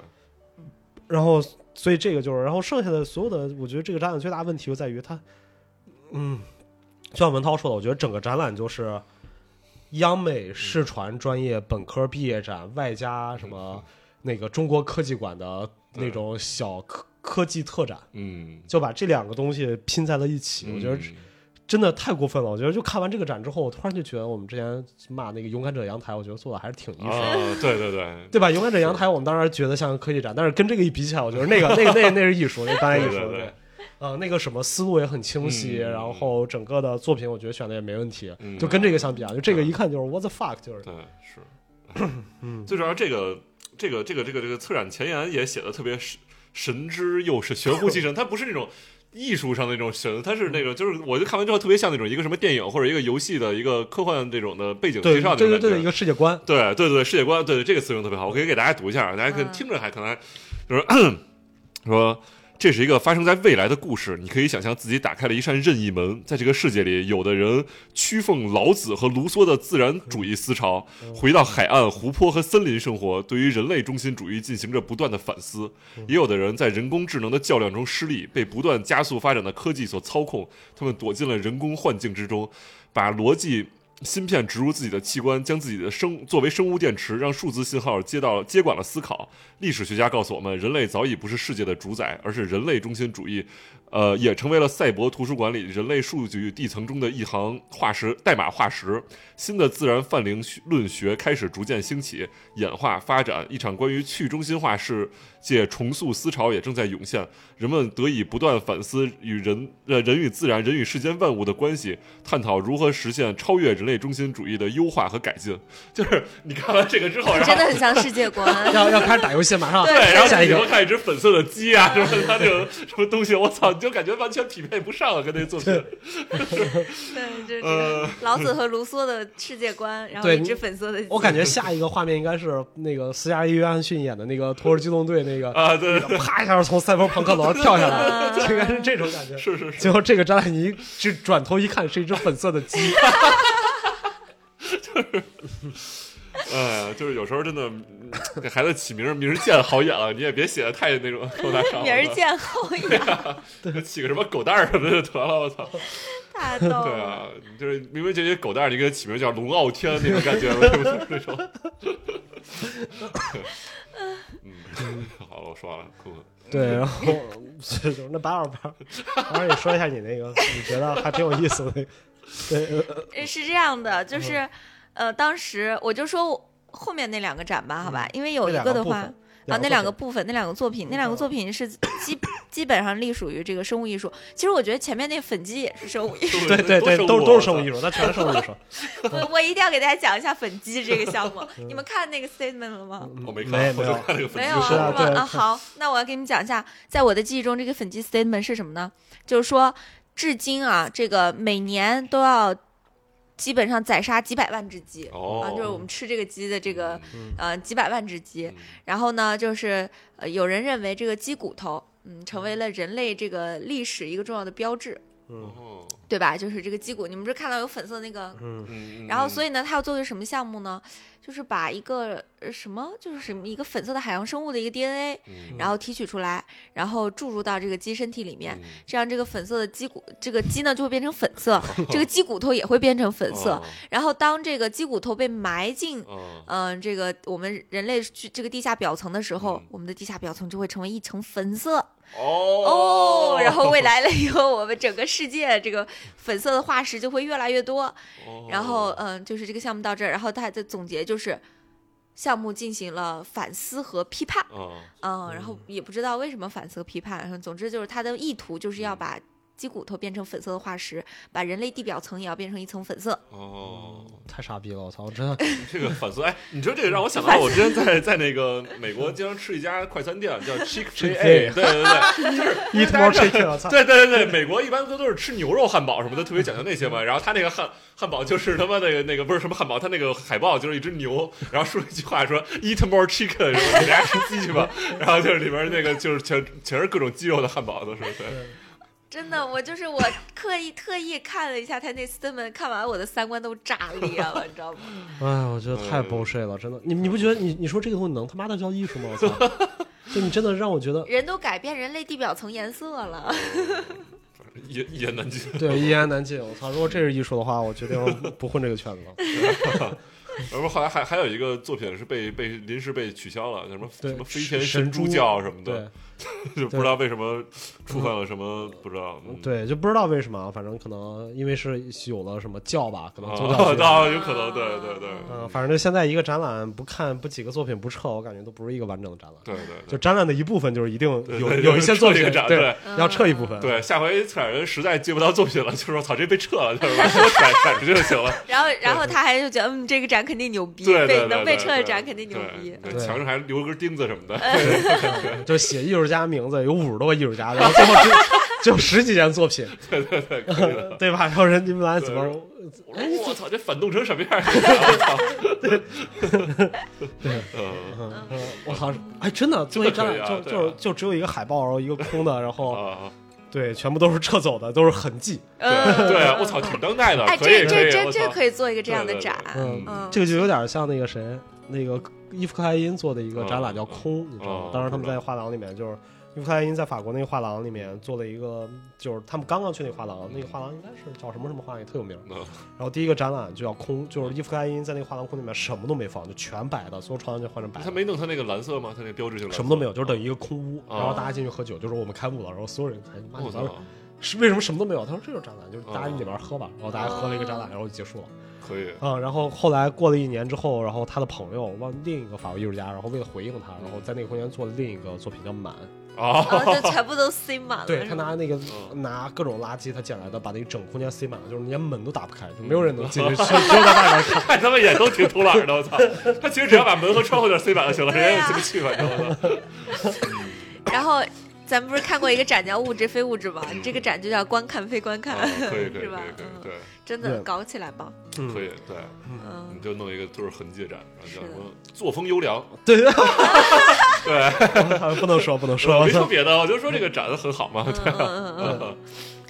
[SPEAKER 1] 然后所以这个就是，然后剩下的所有的，我觉得这个展览最大问题就在于它，嗯，就像文涛说的，我觉得整个展览就是央美视传专业本科毕业展，外加什么那个中国科技馆的那种小科科技特展，
[SPEAKER 3] 嗯，
[SPEAKER 1] 就把这两个东西拼在了一起，
[SPEAKER 3] 嗯
[SPEAKER 1] 我觉得真的太过分了。我觉得就看完这个展之后，我突然就觉得我们之前骂那个勇敢者阳台，我觉得做的还是挺艺术的。
[SPEAKER 3] 啊，对对对。
[SPEAKER 1] 对吧？勇敢者阳台，我们当时觉得像科技展，但是跟这个一比起来，我觉得那个、那个、那个、那是艺术，那当然艺术
[SPEAKER 3] 对
[SPEAKER 1] 了。
[SPEAKER 3] 对对
[SPEAKER 1] 呃，那个什么思路也很清晰，
[SPEAKER 3] 嗯
[SPEAKER 1] 然后整个的作品我觉得选的也没问题，
[SPEAKER 3] 嗯
[SPEAKER 1] 就跟这个相比啊，就这个一看就是 what the fuck，就是嗯
[SPEAKER 3] 对， 是，哎最主要这个这个这个这个这个策展前言也写的特别神神之又是玄乎其神，它不是那种。艺术上的那种神，它是那种，就是我就看完之后特别像那种一个什么电影或者一个游戏的一个科幻这种的背景介
[SPEAKER 1] 对
[SPEAKER 3] 绍
[SPEAKER 1] 对
[SPEAKER 3] 那种
[SPEAKER 1] 对
[SPEAKER 3] 感觉。
[SPEAKER 1] 对，一个世界观，
[SPEAKER 3] 对对对，世界观，对对，这个词用得特别好，我可以给大家读一下，啊大家可以
[SPEAKER 2] 嗯
[SPEAKER 3] 听着还可能还就是 说。这是一个发生在未来的故事，你可以想象自己打开了一扇任意门。在这个世界里，有的人屈奉老子和卢梭的自然主义思潮，回到海岸、湖泊和森林生活，对于人类中心主义进行着不断的反思；也有的人在人工智能的较量中失利，被不断加速发展的科技所操控，他们躲进了人工幻境之中，把逻辑芯片植入自己的器官，将自己的生作为生物电池，让数字信号接到接管了思考。历史学家告诉我们，人类早已不是世界的主宰，而是人类中心主义，呃，也成为了赛博图书馆里人类数据地层中的一行化石代码化石。新的自然泛灵论学开始逐渐兴起，演化发展。一场关于去中心化世界重塑思潮也正在涌现，人们得以不断反思与人呃人与自然、人与世间万物的关系，探讨如何实现超越人类中心主义的优化和改进。就是你看完这个之后，然后
[SPEAKER 2] 真的很像世界观。
[SPEAKER 1] 要要开始打游戏，马上
[SPEAKER 2] 对
[SPEAKER 3] 对，然后
[SPEAKER 1] 下一
[SPEAKER 3] 你
[SPEAKER 1] 个
[SPEAKER 3] 会看一只粉色的鸡啊，什么它这种什么东西，我操，你就感觉完全匹配不上了，跟那作品。
[SPEAKER 2] 对，就是这
[SPEAKER 3] 呃
[SPEAKER 2] 个老子和卢梭的世界观，然后
[SPEAKER 1] 对
[SPEAKER 2] 一只粉色的鸡。
[SPEAKER 1] 我感觉下一个画面应该是那个斯嘉丽·约翰逊演的那个《托尔机动队》那个，
[SPEAKER 3] 啊，对，对 对
[SPEAKER 1] 啪一下从赛博朋克楼上跳下来，
[SPEAKER 2] 啊
[SPEAKER 1] 就应该是这种感觉。
[SPEAKER 3] 是是是，
[SPEAKER 1] 结果这个展览你一就转头一看，是一只粉色的鸡。
[SPEAKER 3] 哎呀，就是有时候真的嗯给孩子起名儿，名儿见好眼了，你也别写的太那种高大上了。
[SPEAKER 2] 名儿见后眼，
[SPEAKER 3] 就起个什么狗蛋儿什么的就得了，我操！
[SPEAKER 2] 太逗
[SPEAKER 3] 对
[SPEAKER 2] 了。
[SPEAKER 3] 啊，你就是明明这些狗蛋儿，你给它起名叫龙傲天那种感觉，是不是那种？嗯，好了，我说完了，酷酷。
[SPEAKER 1] 对，然后 是那白老板，白老师你说一下你那个，你觉得还挺有意思的那个。对，呃
[SPEAKER 2] 呃是这样的，
[SPEAKER 1] 嗯
[SPEAKER 2] 就是，呃，当时我就说我后面那两个展吧，好吧，因为有一
[SPEAKER 1] 嗯那两
[SPEAKER 2] 个
[SPEAKER 1] 个
[SPEAKER 2] 的
[SPEAKER 1] 部
[SPEAKER 2] 话
[SPEAKER 1] 分，
[SPEAKER 2] 啊，那两
[SPEAKER 1] 两
[SPEAKER 2] 个
[SPEAKER 1] 个
[SPEAKER 2] 部分，那两个作品，那两
[SPEAKER 1] 嗯
[SPEAKER 2] 个作品是基 基本上隶属于这个生物艺术。其实我觉得前面那粉鸡也是生物艺术，
[SPEAKER 1] 对对对，都都
[SPEAKER 3] 都
[SPEAKER 1] 是生物艺
[SPEAKER 3] 术，
[SPEAKER 1] 术，它全是生物艺 术。
[SPEAKER 2] 我我一定要给大家讲一下粉鸡这个 项目。
[SPEAKER 1] 嗯
[SPEAKER 2] 你们看那个 statement 了吗？
[SPEAKER 3] 我没
[SPEAKER 1] 没没
[SPEAKER 3] 看，我
[SPEAKER 1] 有
[SPEAKER 3] 就看那个
[SPEAKER 2] 没
[SPEAKER 3] 粉丝
[SPEAKER 2] 有啊，
[SPEAKER 1] 嗯是啊
[SPEAKER 2] 是
[SPEAKER 1] 对
[SPEAKER 2] 吗？啊，好，那我要给你们讲一下，在我的记忆中，这个粉鸡 statement 是什么呢？就是说，至今啊，这个每年都要基本上宰杀几百万只鸡。
[SPEAKER 3] 哦，
[SPEAKER 2] 啊，就是我们吃这个鸡的这个
[SPEAKER 1] 嗯
[SPEAKER 2] 呃几百万只鸡
[SPEAKER 3] 嗯，
[SPEAKER 2] 然后呢，就是呃有人认为这个鸡骨头，嗯，成为了人类这个历史一个重要的标志，
[SPEAKER 1] 嗯
[SPEAKER 3] 哦，
[SPEAKER 2] 对吧？就是这个鸡骨，你们不是看到有粉色那个
[SPEAKER 1] 嗯，
[SPEAKER 3] 嗯，
[SPEAKER 2] 然后，所
[SPEAKER 3] 以
[SPEAKER 2] 以呢，它要做一个什么项目呢？就是把一个呃什么，就是什么一个粉色的海洋生物的一个 DNA，然
[SPEAKER 3] 嗯
[SPEAKER 2] 后提取出来，然后注入到这个鸡身体里面，
[SPEAKER 3] 嗯
[SPEAKER 2] 这样这个粉色的鸡骨，这个鸡呢就会变成粉
[SPEAKER 3] 哦
[SPEAKER 2] 色，这个鸡骨头也会变成粉色。，然后当这个鸡骨头被埋进，
[SPEAKER 3] 嗯，
[SPEAKER 2] 嗯、这个我们人类去这个地下表层的时候，
[SPEAKER 3] 嗯
[SPEAKER 2] 我们的地下表层就会成为一层粉色。
[SPEAKER 3] 哦
[SPEAKER 2] 哦，然后 未来了以后，我们整个世界这个粉色的化石就会越来越多。
[SPEAKER 3] 哦
[SPEAKER 2] 然后，嗯，就是这个项目到这儿，然后他的总结就是，项目进行了反思和批判，
[SPEAKER 3] 嗯，
[SPEAKER 2] 嗯，然后也不知道为什么反思和批判，然后总之就是他的意图就是要把鸡骨头变成粉色的化石，把人类地表层也要变成一层粉色。
[SPEAKER 3] 哦，
[SPEAKER 1] 太傻逼了，我操！我真 的
[SPEAKER 3] 这个反思，哎，你说这个让我想到，我之前在在那个美国经常吃一家快餐店叫 Chick Fil A，
[SPEAKER 1] Chick-fil-A
[SPEAKER 3] 对对对，就是
[SPEAKER 1] 一
[SPEAKER 3] 大
[SPEAKER 1] 头
[SPEAKER 3] 家知
[SPEAKER 1] 吹
[SPEAKER 3] 道
[SPEAKER 1] 去， 我操！
[SPEAKER 3] 对对对对，美国一般都都是吃牛肉汉堡什么的，特别讲究那些嘛。然后他那个汉汉堡就是他妈那个那个不是什么汉堡，他那个海报就是一只牛，然后说了一句话说 “Eat more chicken”，什么 给大家吃鸡去吧。然后就是里边那个就是全全是各种鸡肉的汉堡，都是对。
[SPEAKER 2] 真的，我就是我刻意特意看了一下他那 statement，看完我的三观都炸裂 了，你知道吗？
[SPEAKER 1] 哎，我觉得太 bullshit 了，真的。你你不觉得你你说这个东西能他妈的叫艺术吗？我 操！就你真的让我觉得，
[SPEAKER 2] 人都改变人类地表层颜色了，
[SPEAKER 3] 也也难进。
[SPEAKER 1] 对，一言难尽。我操！如果这是艺术的话，我决定不混这个圈子 了。
[SPEAKER 3] 然后后来还还有一个作品是被被临时被取消了，叫什么
[SPEAKER 1] 对
[SPEAKER 3] 什么飞天
[SPEAKER 1] 神
[SPEAKER 3] 神猪
[SPEAKER 1] 猪
[SPEAKER 3] 教什么的
[SPEAKER 1] 对，嗯
[SPEAKER 3] 就不知道为什么触犯了什么，不知道。嗯，
[SPEAKER 1] 对，就不知道为什么啊，反正可能因为是有了什么教吧，可能宗教
[SPEAKER 3] 啊，
[SPEAKER 1] 信仰。
[SPEAKER 3] 那有可能，对对对，
[SPEAKER 1] 嗯，反正现在一个展览不看不几个作品不撤，我感觉都不是一个完整的展览。
[SPEAKER 3] 对对
[SPEAKER 1] 就
[SPEAKER 3] 对。
[SPEAKER 1] 展览的一部分就是一定
[SPEAKER 3] 对
[SPEAKER 1] 有
[SPEAKER 3] 对
[SPEAKER 1] 有一些
[SPEAKER 3] 撤
[SPEAKER 1] 作
[SPEAKER 3] 一个
[SPEAKER 1] 品
[SPEAKER 3] 展
[SPEAKER 1] 对
[SPEAKER 3] 对
[SPEAKER 1] 要撤一部
[SPEAKER 2] 嗯
[SPEAKER 1] 分。
[SPEAKER 3] 对，下回策展人实在接不到作品了，就说“操，这被撤了”， 就是说闪闪出去就行了。
[SPEAKER 2] 然后，然后他还就觉得，嗯，这个展肯定牛逼，
[SPEAKER 3] 对对
[SPEAKER 2] 被
[SPEAKER 3] 对，
[SPEAKER 2] 能
[SPEAKER 3] 对
[SPEAKER 2] 被撤的
[SPEAKER 3] 对
[SPEAKER 2] 展肯定牛逼嗯
[SPEAKER 3] 对。对，
[SPEAKER 1] 对
[SPEAKER 3] 墙上还留根钉子什么的。
[SPEAKER 1] 就写艺术家名字有五十多个艺术家，然后最 后只就十几件作品，
[SPEAKER 3] 对对对， 可以的。
[SPEAKER 1] 对吧？然后人你们来怎么
[SPEAKER 3] 我说我操，这反动成什么样儿？我操！ 嗯
[SPEAKER 1] 嗯，我操！哎，真的，作为展览，
[SPEAKER 3] 真的可以啊
[SPEAKER 1] 就
[SPEAKER 3] 对
[SPEAKER 1] 就
[SPEAKER 3] 啊
[SPEAKER 1] 就只有一个海报，然后一个空的，然后
[SPEAKER 3] 啊，
[SPEAKER 1] 对，全部都是撤走的，都是痕迹。
[SPEAKER 3] 哦对
[SPEAKER 2] 嗯
[SPEAKER 3] 对，啊我操，挺当代的
[SPEAKER 2] 哎，，
[SPEAKER 3] 可
[SPEAKER 2] 这
[SPEAKER 3] 以可
[SPEAKER 2] 这
[SPEAKER 3] 以，
[SPEAKER 2] 这
[SPEAKER 3] 我
[SPEAKER 2] 这
[SPEAKER 3] 操
[SPEAKER 2] 可以做一个这样的
[SPEAKER 3] 对对
[SPEAKER 2] 展，
[SPEAKER 1] 嗯
[SPEAKER 2] 嗯
[SPEAKER 1] 这个就有点像那个谁，那个伊夫克莱因做的一个展览
[SPEAKER 3] 嗯
[SPEAKER 1] 叫《空》，你知道
[SPEAKER 3] 嗯
[SPEAKER 1] 吗？当时他们
[SPEAKER 3] 知道
[SPEAKER 1] 在画廊里面，就是伊夫克莱因在法国那个画廊里面做了一个，就是他们刚刚去那个画廊，那个画廊应该是叫什么什么画廊，也特有名。
[SPEAKER 3] 嗯
[SPEAKER 1] 然后第一个展览就叫《空》，就是伊夫克莱因在那个画廊空里面什么都没放，就全白的，所有窗帘就换成白
[SPEAKER 3] 他
[SPEAKER 1] 的。
[SPEAKER 3] 没弄他那个蓝色吗？他那标志性蓝色
[SPEAKER 1] 什么都没有，就是等于一个空屋，
[SPEAKER 3] 哦
[SPEAKER 1] 然后大家进去喝酒，就说我们开幕了，然后所有人才妈
[SPEAKER 3] 我
[SPEAKER 1] 你
[SPEAKER 3] 操
[SPEAKER 1] 们是为什么什么都没有？他说这就是展览，就是大家
[SPEAKER 3] 哦
[SPEAKER 1] 里边喝吧，然后大家喝了一个展览，然后就结束了。
[SPEAKER 3] 可以
[SPEAKER 1] 啊、然后后来过了一年之后，然后他的朋友忘另一个法国艺术家，然后为了回应他，然后在那个空间做了另一个作品叫《嗯满》，
[SPEAKER 3] 啊
[SPEAKER 2] 然后就全部都塞满了。
[SPEAKER 1] 对嗯
[SPEAKER 2] 是
[SPEAKER 1] 他
[SPEAKER 2] 吗
[SPEAKER 1] 拿那个拿各种垃圾他捡来的，把那个整空间塞满了，就是连门都打不开，就没有人能进 去，只有在外面看。
[SPEAKER 3] 看 他们也都挺偷懒儿的，我操！他
[SPEAKER 2] 啊
[SPEAKER 3] 其实只要把门和窗户那儿塞满就行了，人
[SPEAKER 2] 对啊
[SPEAKER 3] 家也进不去，反正我操。
[SPEAKER 2] 然后咱们不是看过一个展叫《物质非物质》吗？你这个展就叫“观看非观看
[SPEAKER 3] 啊可以可以可以可以
[SPEAKER 2] 是吧嗯
[SPEAKER 3] 对”，
[SPEAKER 2] 真的
[SPEAKER 1] 哦对
[SPEAKER 2] 搞起来吧。
[SPEAKER 1] 嗯
[SPEAKER 3] 可以对，你
[SPEAKER 2] 嗯，
[SPEAKER 3] 就弄一个就是痕迹展，然后叫
[SPEAKER 2] 是
[SPEAKER 3] 什
[SPEAKER 2] 的
[SPEAKER 3] 么作风优良，
[SPEAKER 1] 对，
[SPEAKER 3] 对，
[SPEAKER 1] 不能说不能
[SPEAKER 3] 我
[SPEAKER 1] 说
[SPEAKER 3] 没，说别的，我就说这个展很好嘛
[SPEAKER 2] 嗯，嗯嗯嗯嗯。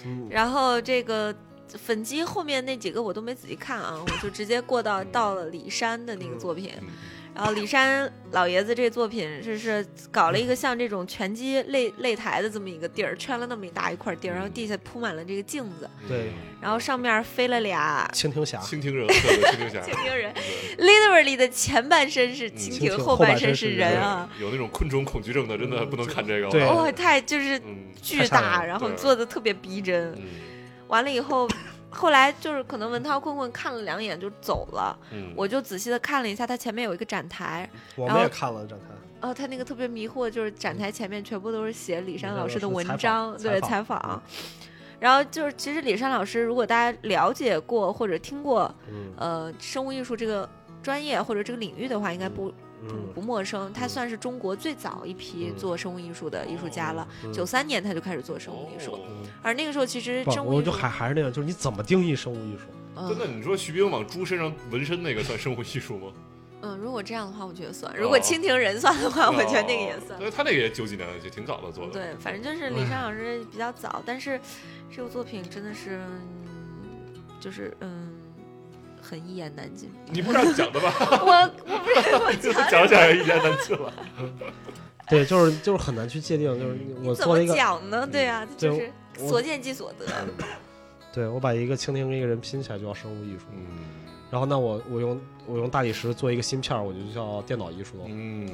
[SPEAKER 1] 嗯
[SPEAKER 2] 然后这个粉鸡后面那几个我都没仔细看啊，我就直接过到到了李山的那个作品。
[SPEAKER 3] 嗯
[SPEAKER 2] 然后李山老爷子这作品是是搞了一个像这种拳击擂擂台的这么一个地儿，圈了那么一大一块地儿，然后地下铺满了这个镜子，
[SPEAKER 1] 对
[SPEAKER 2] 然后上面飞了俩
[SPEAKER 1] 蜻蜓侠，
[SPEAKER 3] 蜻蜓嗯人，对对蜻蜓侠，
[SPEAKER 2] 蜻蜓人
[SPEAKER 3] 对
[SPEAKER 2] ，literally 的前半身是蜻
[SPEAKER 1] 蜻
[SPEAKER 2] 蜓，
[SPEAKER 1] 蜓
[SPEAKER 2] 后
[SPEAKER 1] 后
[SPEAKER 2] 半
[SPEAKER 1] 半身
[SPEAKER 2] 是
[SPEAKER 1] 是
[SPEAKER 2] 人
[SPEAKER 1] 人
[SPEAKER 2] 啊，
[SPEAKER 3] 有那种昆虫恐惧症的，真的不能看这个了，
[SPEAKER 1] 嗯对
[SPEAKER 2] 哇，太就是
[SPEAKER 3] 嗯
[SPEAKER 2] 巨
[SPEAKER 1] 吓人
[SPEAKER 2] 大，
[SPEAKER 1] 了
[SPEAKER 2] 然后
[SPEAKER 3] 对
[SPEAKER 2] 做的特别逼真。
[SPEAKER 3] 嗯
[SPEAKER 2] 完了以后，后来就是可能文涛困困看了两眼就走了，
[SPEAKER 3] 嗯，
[SPEAKER 2] 我就仔细的看了一下，他前面有一个展台，
[SPEAKER 1] 我们也看了展台，
[SPEAKER 2] 哦，他那个特别迷惑，就是展台前面全部都是写李
[SPEAKER 1] 山
[SPEAKER 2] 珊
[SPEAKER 1] 老
[SPEAKER 2] 老
[SPEAKER 1] 师
[SPEAKER 2] 师的
[SPEAKER 1] 的
[SPEAKER 2] 文
[SPEAKER 1] 采访
[SPEAKER 2] 章，
[SPEAKER 1] 采
[SPEAKER 2] 对
[SPEAKER 1] 访嗯
[SPEAKER 2] 采访。然后就是，其实李珊老师，如果大家了解过或者听过，
[SPEAKER 1] 嗯
[SPEAKER 2] 呃，生物艺术这个专业或者这个领域的话，应该不
[SPEAKER 1] 嗯
[SPEAKER 2] 不陌生。他
[SPEAKER 1] 嗯
[SPEAKER 2] 算是中国最早一批
[SPEAKER 1] 嗯
[SPEAKER 2] 做生物艺术的艺术家了。
[SPEAKER 1] 嗯
[SPEAKER 2] 九三年他就开始做生物艺术，
[SPEAKER 3] 哦
[SPEAKER 2] 而那个时候其实
[SPEAKER 1] 不，
[SPEAKER 2] 生物
[SPEAKER 1] 我
[SPEAKER 2] 艺术
[SPEAKER 1] 就还还是那样，就是你怎么定义生物艺术？
[SPEAKER 2] 嗯
[SPEAKER 3] 真的，你说徐冰往猪身上纹身那个算生活艺术吗？
[SPEAKER 2] 嗯，如果这样的话，我觉得算；
[SPEAKER 3] 哦
[SPEAKER 2] 如果蜻蜓人算的话，啊我觉得那个也算
[SPEAKER 3] 哦。对，他那个也九几年了，也挺早的做的。
[SPEAKER 2] 对，反正就是李珊老师比较早，但是这部作品真的是，嗯就是嗯，很一言难尽。
[SPEAKER 3] 你不是这样讲的吧？
[SPEAKER 2] 我我不是 我
[SPEAKER 3] 就是
[SPEAKER 2] 讲
[SPEAKER 3] 讲着讲着一言难尽了。
[SPEAKER 1] 对，就是就是很难去界定，就是我
[SPEAKER 2] 嗯怎
[SPEAKER 1] 做了
[SPEAKER 2] 么
[SPEAKER 1] 一个，嗯
[SPEAKER 2] 讲呢？对啊，
[SPEAKER 1] 对
[SPEAKER 2] 就是
[SPEAKER 1] 我嗯
[SPEAKER 2] 所见即所得。
[SPEAKER 1] 对我把一个蜻蜓跟一个人拼起来就叫生物艺术，
[SPEAKER 3] 嗯
[SPEAKER 1] 然后那我我用我用大理石做一个芯片儿，我就叫电脑艺术了。
[SPEAKER 3] 嗯，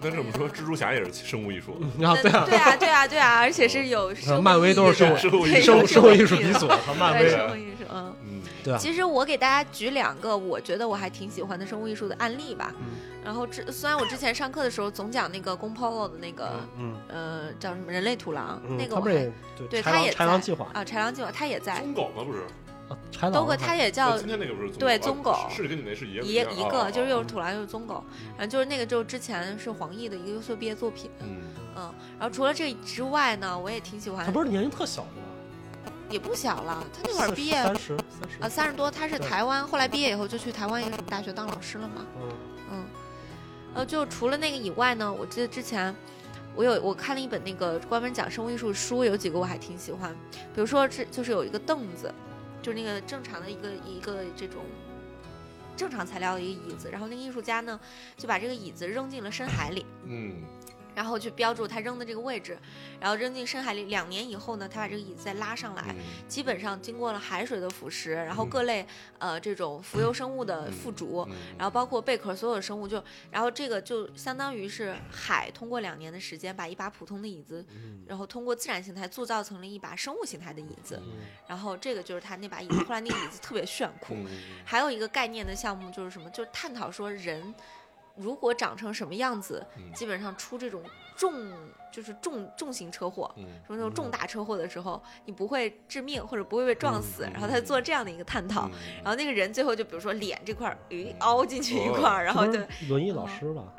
[SPEAKER 3] 但是我们说蜘蛛侠也是生物艺术，
[SPEAKER 1] 然后对 啊，嗯
[SPEAKER 2] 对啊，对啊，对啊，而且是有生
[SPEAKER 1] 漫威
[SPEAKER 2] 意义
[SPEAKER 1] 都是
[SPEAKER 2] 的
[SPEAKER 3] 生 物
[SPEAKER 2] 对
[SPEAKER 1] 生物
[SPEAKER 2] 有
[SPEAKER 1] 生物艺术
[SPEAKER 2] 意义
[SPEAKER 1] 鼻
[SPEAKER 2] 的
[SPEAKER 1] 祖和漫
[SPEAKER 2] 对
[SPEAKER 1] 威，
[SPEAKER 2] 生物艺术，嗯。
[SPEAKER 3] 嗯
[SPEAKER 1] 对啊，
[SPEAKER 2] 其实我给大家举两个我觉得我还挺喜欢的生物艺术的案例吧。
[SPEAKER 1] 嗯
[SPEAKER 2] 然后之虽然我之前上课的时候总讲那个宫 polo 的那个、
[SPEAKER 1] 嗯
[SPEAKER 2] 呃叫什么人类土狼，
[SPEAKER 1] 嗯，
[SPEAKER 2] 那个
[SPEAKER 1] 他
[SPEAKER 2] 我
[SPEAKER 1] 们
[SPEAKER 2] 还
[SPEAKER 1] 也对
[SPEAKER 2] 对
[SPEAKER 1] 豺
[SPEAKER 2] 他
[SPEAKER 1] 狼
[SPEAKER 2] 也
[SPEAKER 1] 豺狼
[SPEAKER 2] 在
[SPEAKER 1] 计划，
[SPEAKER 2] 啊豺狼计划他也在，
[SPEAKER 3] 棕狗吗？不是，
[SPEAKER 1] 啊豺
[SPEAKER 2] 都
[SPEAKER 1] 狼
[SPEAKER 2] 过
[SPEAKER 1] 还
[SPEAKER 2] 他也叫
[SPEAKER 3] 今天那个不是棕
[SPEAKER 2] 对
[SPEAKER 3] 狗
[SPEAKER 2] 棕狗
[SPEAKER 3] 啊是是跟你那是一个
[SPEAKER 2] 一
[SPEAKER 3] 样
[SPEAKER 2] 一
[SPEAKER 3] 啊
[SPEAKER 2] 个，就是又
[SPEAKER 3] 啊
[SPEAKER 2] 是土狼又是棕狗
[SPEAKER 1] 嗯，
[SPEAKER 2] 然后就是那个就是之前是黄奕的一个优秀毕业作品，
[SPEAKER 3] 嗯
[SPEAKER 2] 嗯，然后除了这之外呢，我也挺喜欢
[SPEAKER 1] 他，不是年龄特小的吗？
[SPEAKER 2] 也不小了，他那会儿毕业
[SPEAKER 1] 三十三十
[SPEAKER 2] 啊三十多，他是
[SPEAKER 1] 对
[SPEAKER 2] 台湾，后来毕业以后就去台湾一个什么大学当老师了嘛，
[SPEAKER 1] 嗯
[SPEAKER 2] 嗯，呃，就除了那个以外呢，我记得之前我有我看了一本那个专门讲生物艺术书，有几个我还挺喜欢，比如说这就是有一个凳子，就是那个正常的一个一个这种。正常材料的一个椅子，然后那个艺术家呢，就把这个椅子扔进了深海里，
[SPEAKER 3] 嗯
[SPEAKER 2] 然后去标注他扔的这个位置，然后扔进深海里。两年以后呢，他把这个椅子再拉上来，
[SPEAKER 3] 嗯
[SPEAKER 2] 基本上经过了海水的腐蚀，然后各类、呃这种浮游生物的附着，然后包括贝壳所有生物就，然后这个就相当于是海通过两年的时间，把一把普通的椅子，
[SPEAKER 3] 嗯
[SPEAKER 2] 然后通过自然形态塑造成了一把生物形态的椅子，然后这个就是他那把椅子，后来那个椅子特别炫酷。
[SPEAKER 3] 嗯
[SPEAKER 2] 还有一个概念的项目就是什么，就是探讨说人如果长成什么样子，
[SPEAKER 3] 嗯
[SPEAKER 2] 基本上出这种重就是重重型车祸。
[SPEAKER 3] 嗯
[SPEAKER 2] 什么那种重大车祸的时候，你不会致命或者不会被撞死，
[SPEAKER 3] 嗯嗯
[SPEAKER 2] 然后他做这样的一个探讨，
[SPEAKER 3] 嗯
[SPEAKER 2] 然后那个人最后就比如说脸这块儿，诶，凹进去一块儿，然后就
[SPEAKER 1] 这不是轮椅老师吧？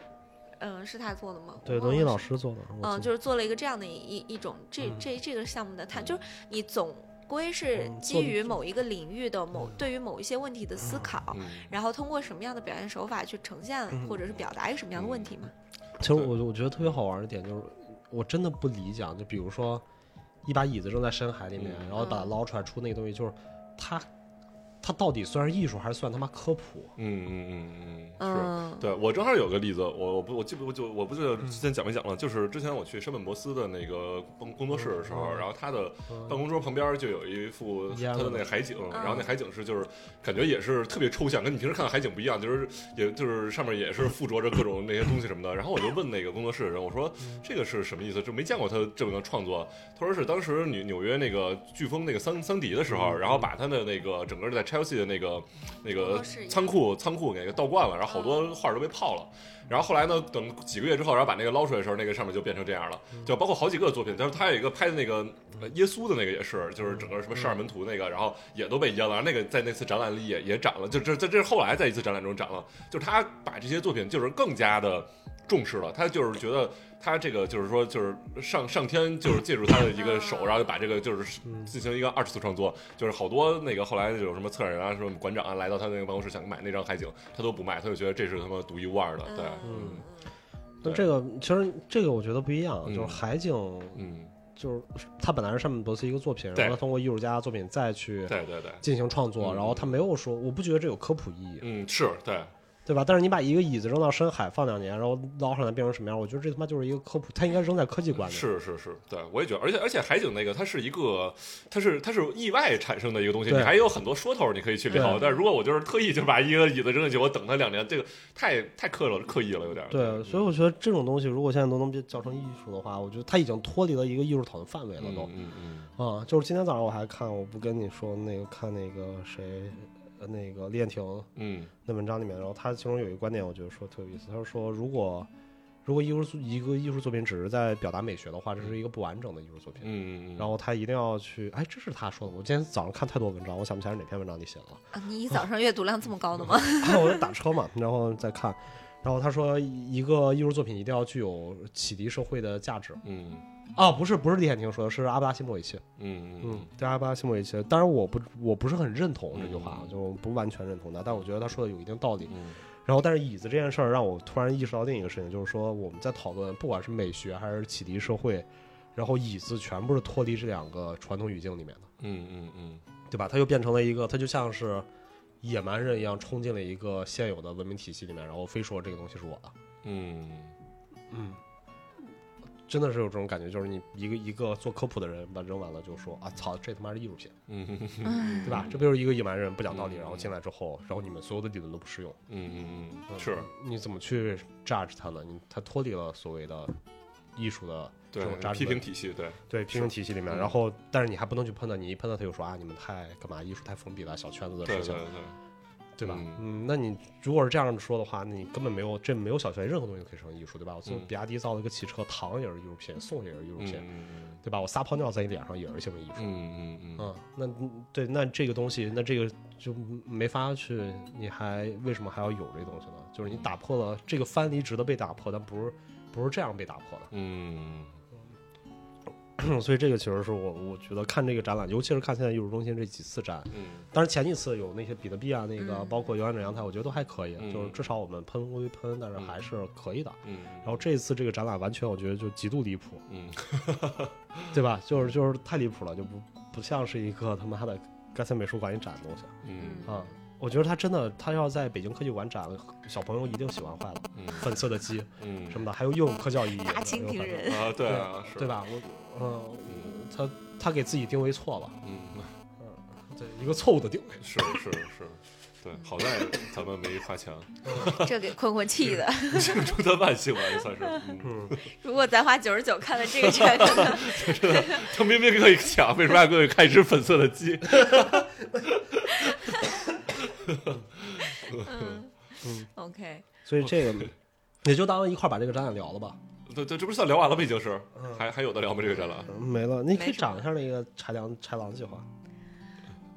[SPEAKER 2] 嗯，是他做的吗？
[SPEAKER 1] 对，
[SPEAKER 2] 我忘
[SPEAKER 1] 轮椅
[SPEAKER 2] 了
[SPEAKER 1] 老
[SPEAKER 2] 是。
[SPEAKER 1] 师做的，我
[SPEAKER 2] 嗯，
[SPEAKER 1] 记
[SPEAKER 2] 就是做了一个这样的一一一种这
[SPEAKER 1] 嗯
[SPEAKER 2] 这这个项目的探，就是你总归是
[SPEAKER 1] 嗯做嗯
[SPEAKER 2] 基于某一个领域的某对于某一些问题的思考，
[SPEAKER 3] 嗯
[SPEAKER 2] 然后通过什么样的表现手法去呈现
[SPEAKER 1] 嗯
[SPEAKER 2] 或者是表达一个什么样的问题嘛？
[SPEAKER 1] 其实我我觉得特别好玩的点就是，我真的不理解啊，就比如说一把椅子扔在深海里面，
[SPEAKER 3] 嗯
[SPEAKER 1] 然后把它捞出来出那个东西，就是它它到底算是艺术还是算他妈科普？
[SPEAKER 3] 嗯嗯嗯嗯是。
[SPEAKER 2] 嗯，
[SPEAKER 3] 对我正好有个例子，我我不我记不我就我不记得之前讲没讲了，就是之前我去山本博斯的那个工工作室的时候，
[SPEAKER 1] 嗯
[SPEAKER 3] 然后他的
[SPEAKER 1] 嗯
[SPEAKER 3] 办公桌旁边就有一幅
[SPEAKER 1] 一样
[SPEAKER 3] 他
[SPEAKER 1] 的
[SPEAKER 3] 的那个海景，
[SPEAKER 2] 嗯
[SPEAKER 3] 然后那海景是就是感觉也是特别抽象，跟你平时看的海景不一样，就是也就是上面也是附着着各种那些东西什么的。然后我就问那个工作室的人，我说这个是什么意思？就没见过他这么个创作。他说是当时纽纽约那个飓风那个桑桑迪的时候，然后把他的那个整个在 Chelsea 的那个那
[SPEAKER 2] 工
[SPEAKER 3] 个
[SPEAKER 2] 作室一样
[SPEAKER 3] 仓库仓库给倒灌了，然后好多画儿都被泡了。然后后来呢，等几个月之后，然后把那个捞出来的时候，那个上面就变成这样了，就包括好几个作品。但是他有一个拍的那个呃耶稣的那个也是，就是整个什么十二门徒那个，然后也都被淹了。然后那个在那次展览里也也展了，就这这这是后来在一次展览中展了。就是他把这些作品就是更加的重视了，他就是觉得他这个就是说就是上上天就是借助他的一个手，然后就把这个就是
[SPEAKER 1] 嗯
[SPEAKER 3] 进行一个二次创作，就是好多那个后来有什么策展人啊、什么馆长啊来到他那个办公室想买那张海景，他都不买，他就觉得这是他妈独一无二的，对，
[SPEAKER 2] 嗯
[SPEAKER 3] 嗯
[SPEAKER 1] 但
[SPEAKER 3] 对
[SPEAKER 1] 这个其实这个我觉得不一样，
[SPEAKER 3] 嗯
[SPEAKER 1] 就是海景，
[SPEAKER 3] 嗯，
[SPEAKER 1] 就是它本来是山本博斯一个作品，
[SPEAKER 3] 对
[SPEAKER 1] 然后他通过艺术家的作品再去
[SPEAKER 3] 对对对，
[SPEAKER 1] 进行创作，
[SPEAKER 3] 嗯
[SPEAKER 1] 然后他没有说，我不觉得这有科普意义，
[SPEAKER 3] 嗯是，对，
[SPEAKER 1] 对吧？但是你把一个椅子扔到深海放两年，然后捞上来变成什么样，我觉得这他妈就是一个科普，它应该扔在科技馆里。
[SPEAKER 3] 是是是，对我也觉得，而且而且海景那个它是一个，它是它是意外产生的一个东西，你
[SPEAKER 1] 对
[SPEAKER 3] 还有很多说头你可以去
[SPEAKER 1] 对
[SPEAKER 3] 聊，但如果我就是特意就把一个椅子扔进去，我等它两年，这个太太刻了刻意了有点儿。嗯
[SPEAKER 1] 对，啊所以我觉得这种东西如果现在都能被叫成艺术的话，我觉得它已经脱离了一个艺术讨论范围了
[SPEAKER 3] 嗯
[SPEAKER 1] 都。
[SPEAKER 3] 嗯嗯
[SPEAKER 1] 啊、就是今天早上我还看，我不跟你说那个看那个谁，呃那个练婷
[SPEAKER 3] 嗯
[SPEAKER 1] 那文章里面，然后他其中有一个观点，我觉得说特有意思，他是说如果如果艺术一个艺术作品只是在表达美学的话，这是一个不完整的艺术作品。
[SPEAKER 3] 嗯嗯，嗯
[SPEAKER 1] 然后他一定要去，哎，这是他说的。我今天早上看太多文章，我想不起来是哪篇文章你写了。
[SPEAKER 2] 啊，你一早上阅读量这么高的吗？
[SPEAKER 1] 我就打车嘛，然后再看。然后他说，一个艺术作品一定要具有启迪社会的价值。
[SPEAKER 3] 嗯
[SPEAKER 1] 啊，不是，不是李henting 说的，是阿布拉西莫维奇。
[SPEAKER 3] 嗯
[SPEAKER 1] 嗯
[SPEAKER 3] 嗯，
[SPEAKER 1] 对，阿布拉西莫维奇。当然，我不，我不是很认同这句话，啊
[SPEAKER 3] 嗯
[SPEAKER 1] 就我不完全认同他，但我觉得他说的有一定道理。
[SPEAKER 3] 嗯
[SPEAKER 1] 然后，但是椅子这件事儿让我突然意识到另一个事情，就是说我们在讨论，不管是美学还是启迪社会，然后椅子全部是脱离这两个传统语境里面的。
[SPEAKER 3] 嗯嗯嗯
[SPEAKER 1] 对吧？它就变成了一个，它就像是野蛮人一样冲进了一个现有的文明体系里面，然后非说这个东西是我的。
[SPEAKER 3] 嗯
[SPEAKER 1] 嗯，真的是有这种感觉，就是你一个一个做科普的人把扔完了就说啊操，这他妈是艺术品，
[SPEAKER 3] 嗯嗯嗯
[SPEAKER 2] 嗯
[SPEAKER 1] 对吧？这不就是一个野蛮人不讲道理，
[SPEAKER 3] 嗯
[SPEAKER 1] 然后进来之后，然后你们所有的理论都不适用，
[SPEAKER 3] 嗯嗯
[SPEAKER 1] 嗯
[SPEAKER 3] 是。
[SPEAKER 1] 你怎么去 judge 他呢？你他脱离了所谓的艺术的这
[SPEAKER 3] 对
[SPEAKER 1] 种 judgment
[SPEAKER 3] 批评体系，对，
[SPEAKER 1] 对批评体系里面，
[SPEAKER 3] 嗯
[SPEAKER 1] 然后但是你还不能去喷他，你一喷他他就说啊你们太干嘛艺术太封闭了，小圈子的
[SPEAKER 3] 对
[SPEAKER 1] 事
[SPEAKER 3] 对
[SPEAKER 1] 情。
[SPEAKER 3] 对，
[SPEAKER 1] 对吧？
[SPEAKER 3] 嗯
[SPEAKER 1] 嗯，那你如果是这样说的话，你根本没有这没有小学任何东西可以成为艺术，对吧？我从
[SPEAKER 3] 嗯
[SPEAKER 1] 比亚迪造了一个汽车，糖也是艺术品，送也是艺术
[SPEAKER 3] 嗯
[SPEAKER 1] 品，
[SPEAKER 3] 嗯
[SPEAKER 1] 对吧？我撒泡尿在你脸上也是行为艺术。
[SPEAKER 3] 嗯嗯嗯
[SPEAKER 1] 嗯，那对，那这个东西，那这个就没法去，你还为什么还要有这东西呢？就是你打破了这个藩篱值得被打破，但不是不是这样被打破
[SPEAKER 3] 嗯
[SPEAKER 1] 的。 所以这个其实是我我觉得看这个展览，尤其是看现在艺术中心这几次展，
[SPEAKER 3] 嗯
[SPEAKER 1] 当然前几次有那些比特币啊，那个
[SPEAKER 2] 嗯
[SPEAKER 1] 包括游览者阳台，我觉得都还可以，
[SPEAKER 3] 嗯
[SPEAKER 1] 就是至少我们喷归喷，但是
[SPEAKER 3] 嗯
[SPEAKER 1] 还是可以的。
[SPEAKER 3] 嗯，
[SPEAKER 1] 然后这次这个展览完全我觉得就极度离谱，
[SPEAKER 3] 嗯
[SPEAKER 1] 对吧？就是就是太离谱了，就不不像是一个他妈的该在美术馆里展的东西
[SPEAKER 3] 嗯
[SPEAKER 1] 啊。我觉得他真的，他要在北京科技馆展，小朋友一定喜欢坏了。
[SPEAKER 3] 嗯
[SPEAKER 1] 粉色的鸡
[SPEAKER 3] 嗯
[SPEAKER 1] 什么的，还有又有科教意义，
[SPEAKER 2] 大蜻蜓
[SPEAKER 1] 又有
[SPEAKER 2] 人，
[SPEAKER 3] 啊，对啊，是
[SPEAKER 1] 对？吧？我嗯、
[SPEAKER 3] 嗯
[SPEAKER 1] 他他给自己定位错了，
[SPEAKER 3] 嗯，
[SPEAKER 1] 对一个错误的定位。
[SPEAKER 3] 是是是，对，好在咱们没花钱，
[SPEAKER 2] 这给困困气的。
[SPEAKER 3] 庆祝他万幸吧，也算是。嗯，
[SPEAKER 1] 嗯，
[SPEAKER 2] 如果咱花九十九看 了这个展，可能
[SPEAKER 3] 他明明可以抢，为什么还可以看一只粉色的鸡？
[SPEAKER 2] 嗯
[SPEAKER 1] 嗯
[SPEAKER 2] OK，
[SPEAKER 1] 所以这 个也就当一块儿把这个展览聊了吧。
[SPEAKER 3] 对对，这不是算聊完了吗？已经是，
[SPEAKER 1] 嗯
[SPEAKER 3] 还还有的聊吗？这个展览？
[SPEAKER 1] 嗯没了，你可以
[SPEAKER 2] 没什
[SPEAKER 1] 讲
[SPEAKER 2] 么
[SPEAKER 1] 一下那个豺狼豺狼计划。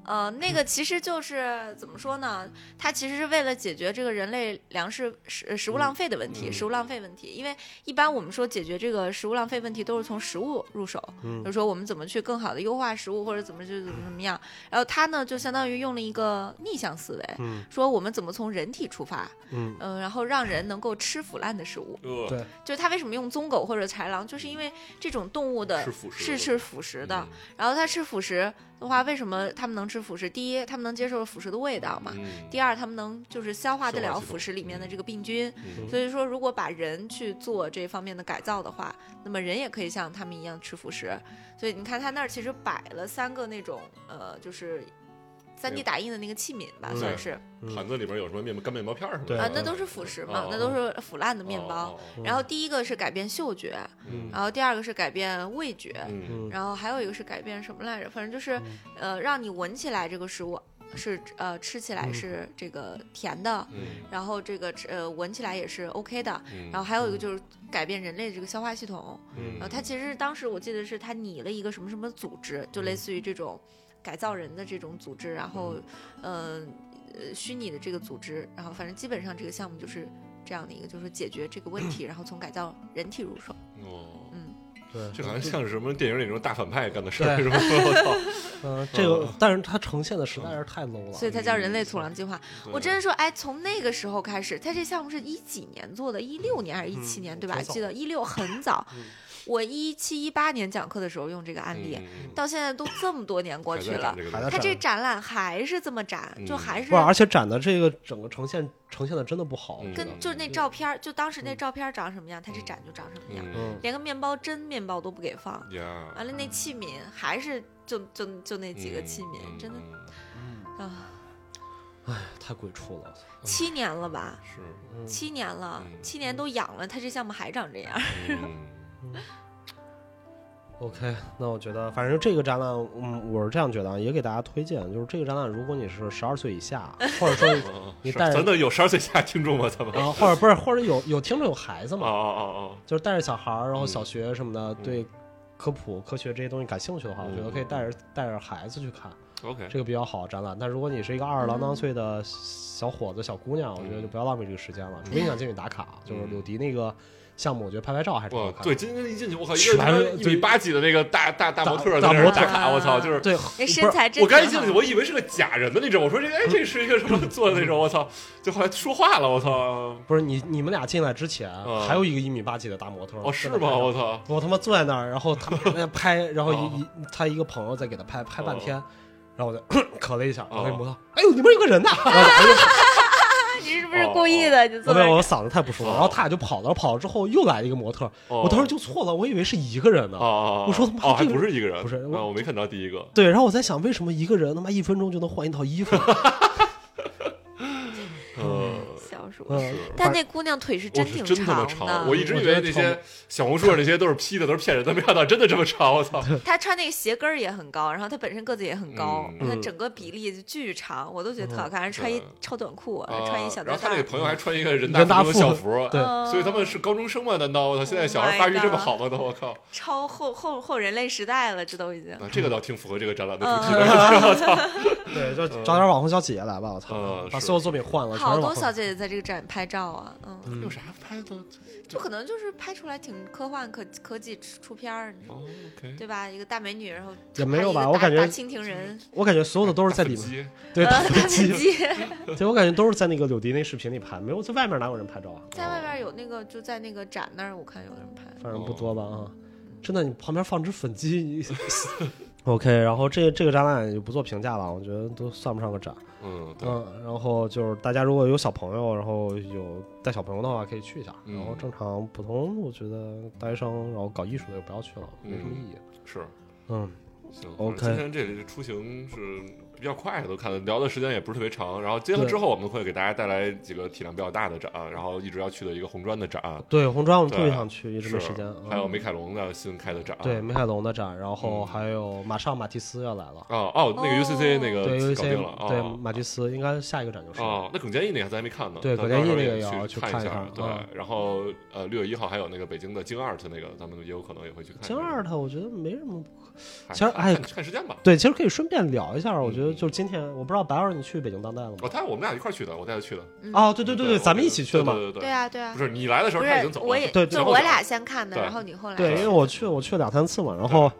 [SPEAKER 2] 呃，那个其实就是怎么说呢？它其实是为了解决这个人类粮食食食物浪费的问题，
[SPEAKER 3] 嗯
[SPEAKER 2] 食物浪费问题。因为一般我们说解决这个食物浪费问题，都是从食物入手，比
[SPEAKER 1] 嗯
[SPEAKER 2] 如说我们怎么去更好的优化食物，或者怎么去怎么怎么样。然后它呢，就相当于用了一个逆向思维，
[SPEAKER 1] 嗯
[SPEAKER 2] 说我们怎么从人体出发，
[SPEAKER 1] 嗯
[SPEAKER 2] 嗯、然后让人能够吃腐烂的食物。
[SPEAKER 3] 呃，
[SPEAKER 1] 对
[SPEAKER 2] 就是它为什么用棕狗或者豺狼，就是因为这种动物的
[SPEAKER 3] 吃腐食嗯
[SPEAKER 2] 是吃腐食的。，然后它吃腐食的话，为什么它们能吃腐食？第一，它们能接受腐食的味道嘛；
[SPEAKER 3] 嗯，
[SPEAKER 2] 第二，它们能就是消化得
[SPEAKER 3] 消
[SPEAKER 2] 了
[SPEAKER 3] 化系统
[SPEAKER 2] 腐食里面的这个病菌。
[SPEAKER 3] 嗯
[SPEAKER 2] 所以说，如果把人去做这方面的改造的话，那么人也可以像他们一样吃腐食。所以你看，它那儿其实摆了三个那种呃，就是三 D 打印的那个器皿吧，
[SPEAKER 1] 嗯
[SPEAKER 2] 算是
[SPEAKER 3] 盘子里边有什么面干面包片儿什么
[SPEAKER 1] 对嗯哦
[SPEAKER 3] 的哦
[SPEAKER 2] 啊，那都是腐食嘛，那都是腐烂的面包。，啊然后第一个是改变嗅觉，
[SPEAKER 3] 嗯
[SPEAKER 2] 然后第二个是改变味觉，
[SPEAKER 3] 嗯
[SPEAKER 2] 然后还有一个是改变什么来着？反正就是
[SPEAKER 1] 嗯，
[SPEAKER 2] 呃，让你闻起来这个食物是呃吃起来
[SPEAKER 1] 嗯
[SPEAKER 2] 是这个甜的，
[SPEAKER 3] 嗯
[SPEAKER 2] 然后这个吃呃闻起来也是 OK 的。
[SPEAKER 3] 嗯，
[SPEAKER 2] 然后还有一个就是改变人类的这个消化系统，呃
[SPEAKER 3] 嗯
[SPEAKER 2] 然后它其实当时我记得是它拟了一个什么什么组织，就
[SPEAKER 3] 嗯
[SPEAKER 2] 类似于这种改造人的这种组织，然后
[SPEAKER 3] 嗯
[SPEAKER 2] 呃呃虚拟的这个组织，然后反正基本上这个项目就是这样的一个，就是解决这个问题，然后从改造人体入手。
[SPEAKER 3] 嗯哦，
[SPEAKER 2] 嗯，
[SPEAKER 1] 对，
[SPEAKER 3] 这好像像是什么电影里那种大反派干的事儿，
[SPEAKER 1] 对
[SPEAKER 3] 是吧？我操！
[SPEAKER 1] 嗯、这个，但是它呈现的实在是太 low 了。
[SPEAKER 2] 所以它叫人类土狼计划。
[SPEAKER 3] 对
[SPEAKER 2] 我真是说，哎，从那个时候开始，它这项目是一几年做的？一六年还是一
[SPEAKER 3] 嗯
[SPEAKER 2] 七年？对吧？
[SPEAKER 1] 很早
[SPEAKER 2] 记得一六很早
[SPEAKER 1] 嗯，
[SPEAKER 2] 我一七一八年讲课的时候用这个案例，
[SPEAKER 3] 嗯
[SPEAKER 2] 到现在都这么多年过去了，
[SPEAKER 3] 还在讲这个
[SPEAKER 1] 还在
[SPEAKER 3] 东西
[SPEAKER 2] 它这
[SPEAKER 1] 展
[SPEAKER 2] 展览还是这么展，就
[SPEAKER 3] 嗯
[SPEAKER 2] 还是
[SPEAKER 1] 不是，而且展的这个整个呈现呈现的真的不好。
[SPEAKER 3] 嗯
[SPEAKER 2] 跟就是那照片儿，就当时那照片儿长什么样，它这展就长什么样，
[SPEAKER 1] 嗯
[SPEAKER 2] 连个面包真面包都不给放，
[SPEAKER 3] 嗯呀，
[SPEAKER 2] 完了那器皿还是就就就那几个
[SPEAKER 3] 嗯
[SPEAKER 2] 器皿，
[SPEAKER 3] 嗯
[SPEAKER 2] 真的
[SPEAKER 3] 嗯
[SPEAKER 2] 啊，
[SPEAKER 1] 太鬼畜了。
[SPEAKER 2] 七年了吧。
[SPEAKER 3] 是，
[SPEAKER 1] 嗯
[SPEAKER 2] 七年了，
[SPEAKER 3] 嗯
[SPEAKER 2] 七年都养了，它这项目还长这样。
[SPEAKER 3] 嗯
[SPEAKER 1] OK，那我觉得反正这个展览，嗯，我是这样觉得，啊，也给大家推荐，就是这个展览，如果你是十二岁以下，或者说，
[SPEAKER 3] 哦
[SPEAKER 1] 你
[SPEAKER 3] 是
[SPEAKER 1] 带着
[SPEAKER 3] 咱的有十二岁以下听众吗？ 咱们
[SPEAKER 1] 啊，
[SPEAKER 3] 哦
[SPEAKER 1] 或者不是，或者有有听众有孩子
[SPEAKER 3] 哦
[SPEAKER 1] 嘛，
[SPEAKER 3] 哦
[SPEAKER 1] 就是带着小孩儿，然后小
[SPEAKER 3] 嗯
[SPEAKER 1] 学什么的，
[SPEAKER 3] 嗯
[SPEAKER 1] 对科普、科学这些东西感兴趣的话，我觉得可以带着带着孩子去看，
[SPEAKER 3] 哦，OK，
[SPEAKER 1] 这个比较好展览。但如果你是一个二十郎
[SPEAKER 2] 嗯
[SPEAKER 1] 当岁的小伙子、小姑娘，我觉
[SPEAKER 3] 嗯
[SPEAKER 1] 得就不要浪费这个时间了，除非你想进去打卡。就是柳迪那个项目，我觉得拍拍照还是挺
[SPEAKER 3] 哇
[SPEAKER 1] 好，看
[SPEAKER 3] 对，
[SPEAKER 1] 的。
[SPEAKER 3] 今天一进去，我靠，一
[SPEAKER 1] 全
[SPEAKER 3] 个他妈一米
[SPEAKER 1] 对
[SPEAKER 3] 八几的那个大大大模特儿
[SPEAKER 1] 大
[SPEAKER 3] 在那
[SPEAKER 1] 模
[SPEAKER 3] 儿
[SPEAKER 1] 特
[SPEAKER 3] 打卡，我操，就是
[SPEAKER 1] 对，
[SPEAKER 2] 那
[SPEAKER 1] 不
[SPEAKER 2] 身
[SPEAKER 1] 是
[SPEAKER 2] 材真
[SPEAKER 3] 我刚一
[SPEAKER 2] 挺
[SPEAKER 3] 进去，
[SPEAKER 2] 好
[SPEAKER 3] 我以为是个假人的那种，我说这哎，这是一个什么做的那种，我操，就后来说话了，我操，哦
[SPEAKER 1] 不是你你们俩进来之前，
[SPEAKER 3] 啊
[SPEAKER 1] 还有一个一米八几的大模特。
[SPEAKER 3] 哦是吗？我操，
[SPEAKER 1] 我他妈坐在那儿，然后他在那拍，然后一
[SPEAKER 3] 哦
[SPEAKER 1] 一他一个朋友在给他拍，拍半
[SPEAKER 3] 哦
[SPEAKER 1] 天，然后我就 咳了一下，然后那
[SPEAKER 3] 哦
[SPEAKER 1] 模特，哎呦，里面有个人呐！
[SPEAKER 3] 嗯
[SPEAKER 1] 然后我就
[SPEAKER 2] 你是不是故意的？就
[SPEAKER 1] 我
[SPEAKER 2] 坐
[SPEAKER 1] 没
[SPEAKER 2] 那
[SPEAKER 1] 有，
[SPEAKER 2] 儿
[SPEAKER 1] 我嗓子太不舒服，然后他俩就跑了，跑了之后又来一个模特，
[SPEAKER 3] 哦
[SPEAKER 1] 我当时就错了，我以为是一个人呢
[SPEAKER 3] 哦。哦，哦
[SPEAKER 1] 我说他妈
[SPEAKER 3] 哦，还
[SPEAKER 1] 这个
[SPEAKER 3] 不是一个人，
[SPEAKER 1] 不是我
[SPEAKER 3] 啊，我没看到第一个，
[SPEAKER 1] 对，然后我在想，为什么一个人他妈一分钟就能换一套衣服？
[SPEAKER 3] 呃，
[SPEAKER 2] 小鼠。
[SPEAKER 1] 嗯，
[SPEAKER 2] 但
[SPEAKER 1] 反
[SPEAKER 2] 那姑娘腿是
[SPEAKER 3] 我
[SPEAKER 2] 挺
[SPEAKER 3] 真他妈
[SPEAKER 2] 长
[SPEAKER 3] 长，我一直以为那些小红书上那些都是 P 的，都是骗人的，没想到真的这么 长，我操！
[SPEAKER 2] 她穿那个鞋跟儿也很高，然后她本身个子也很高，
[SPEAKER 3] 嗯
[SPEAKER 2] 她整个比例就巨长，我都觉得特好看。还穿一
[SPEAKER 3] 对
[SPEAKER 2] 超短裤，还
[SPEAKER 3] 啊
[SPEAKER 2] 穿一小吊
[SPEAKER 3] 然后他那
[SPEAKER 2] 带
[SPEAKER 3] 个。朋友还穿一个人
[SPEAKER 1] 嗯人大
[SPEAKER 3] 大附中
[SPEAKER 1] 附
[SPEAKER 3] 的校服，
[SPEAKER 1] 对
[SPEAKER 2] 嗯
[SPEAKER 3] 所以他们是高中生吗？难道我操，现在小孩
[SPEAKER 2] Oh my
[SPEAKER 3] 发育这么好吗？都我靠，
[SPEAKER 2] 超后后后人类时代了，这都已经。
[SPEAKER 3] 啊，这个倒挺符合这个展览的主题的。
[SPEAKER 2] 嗯，
[SPEAKER 1] 对，就找点网红小姐姐来吧，我操
[SPEAKER 3] 嗯，
[SPEAKER 1] 把
[SPEAKER 3] 是
[SPEAKER 1] 所有作品换了，全
[SPEAKER 2] 好
[SPEAKER 1] 是网
[SPEAKER 2] 多
[SPEAKER 1] 红
[SPEAKER 2] 小姐姐在这个展拍照啊，嗯，
[SPEAKER 1] 嗯
[SPEAKER 3] 有啥拍的？
[SPEAKER 2] 就可能就是拍出来挺科幻可科技出出片儿，你说
[SPEAKER 3] 哦，OK，
[SPEAKER 2] 对吧？一个大美女，然后
[SPEAKER 1] 也没有吧
[SPEAKER 2] 拍一个
[SPEAKER 1] 我
[SPEAKER 2] 大
[SPEAKER 1] 感觉
[SPEAKER 2] 大蜻蜓人，
[SPEAKER 1] 我感觉所有的都是在里
[SPEAKER 3] 大
[SPEAKER 1] 面，
[SPEAKER 3] 腹肌
[SPEAKER 1] 对，
[SPEAKER 2] 呃，
[SPEAKER 1] 打
[SPEAKER 2] 大
[SPEAKER 1] 机
[SPEAKER 2] 飞机。
[SPEAKER 1] 对我感觉都是在那个柳迪那视频里拍，没有在外面哪有人拍照啊？
[SPEAKER 2] 在外边有那个，就在那个展那儿，我看有人拍。
[SPEAKER 1] 反正不多吧啊。真的，你旁边放只粉鸡你 ，OK。然后这这个展览就不做评价了，我觉得都算不上个展。
[SPEAKER 3] 嗯，对，
[SPEAKER 1] 嗯，然后就是大家如果有小朋友，然后有带小朋友的话，可以去一下。
[SPEAKER 3] 嗯
[SPEAKER 1] 然后正常普通，我觉得大学生，然后搞艺术的就不要去了，没什么意义。
[SPEAKER 3] 是。
[SPEAKER 1] 嗯，
[SPEAKER 3] 行
[SPEAKER 1] OK
[SPEAKER 3] 今天这里出行是比较快的，都看聊的时间也不是特别长。然后接下来
[SPEAKER 1] 对
[SPEAKER 3] 之后，我们会给大家带来几个体量比较大的展，啊然后一直要去的一个红砖的展，
[SPEAKER 1] 对，红砖我们特别
[SPEAKER 3] 对
[SPEAKER 1] 想去，一直
[SPEAKER 3] 是
[SPEAKER 1] 没时间。
[SPEAKER 3] 还有
[SPEAKER 1] 嗯
[SPEAKER 3] 梅凯龙的新开的展，啊
[SPEAKER 1] 对梅海龙的展，然后
[SPEAKER 3] 嗯
[SPEAKER 1] 还有马上马蒂斯要来了，
[SPEAKER 3] 哦哦，那个
[SPEAKER 2] 哦
[SPEAKER 3] UCC 那
[SPEAKER 1] 对，有
[SPEAKER 3] 个
[SPEAKER 1] 一
[SPEAKER 3] 搞
[SPEAKER 1] 些
[SPEAKER 3] 定了，哦
[SPEAKER 1] 对马蒂斯应该下一个展就是。
[SPEAKER 3] 哦，那耿建义那个咱还没看呢，
[SPEAKER 1] 对
[SPEAKER 3] 咱
[SPEAKER 1] 耿建义
[SPEAKER 3] 到时候
[SPEAKER 1] 那个
[SPEAKER 3] 也
[SPEAKER 1] 也要去
[SPEAKER 3] 去
[SPEAKER 1] 看一
[SPEAKER 3] 一
[SPEAKER 1] 下
[SPEAKER 3] 对
[SPEAKER 1] 嗯，
[SPEAKER 3] 然后呃，六月一号还有那个北京的京 art 那个，咱们也有可能也会去看一下。
[SPEAKER 1] 京二它我觉得没什么，
[SPEAKER 3] 嗨，
[SPEAKER 1] 其实哎
[SPEAKER 3] 看看时间吧。
[SPEAKER 1] 对，其实可以顺便聊一下。我
[SPEAKER 3] 嗯
[SPEAKER 1] 觉得就是今天，我不知道白老师你去北京当代了
[SPEAKER 3] 哦，
[SPEAKER 1] 吗？
[SPEAKER 3] 他我们俩一块儿去的，我带他去的。
[SPEAKER 2] 嗯
[SPEAKER 1] 啊，对对对
[SPEAKER 3] 哦我
[SPEAKER 1] 咱们一起去的嘛。
[SPEAKER 3] 对对
[SPEAKER 2] 对，啊，对啊
[SPEAKER 3] 不，是你来的时候
[SPEAKER 2] 不
[SPEAKER 3] 他已经
[SPEAKER 2] 是，
[SPEAKER 3] 走了，
[SPEAKER 2] 我也
[SPEAKER 1] 对
[SPEAKER 2] 就我俩先看的，
[SPEAKER 3] 对
[SPEAKER 2] 然后你后来，
[SPEAKER 1] 对，因为我去我去两三次嘛，然后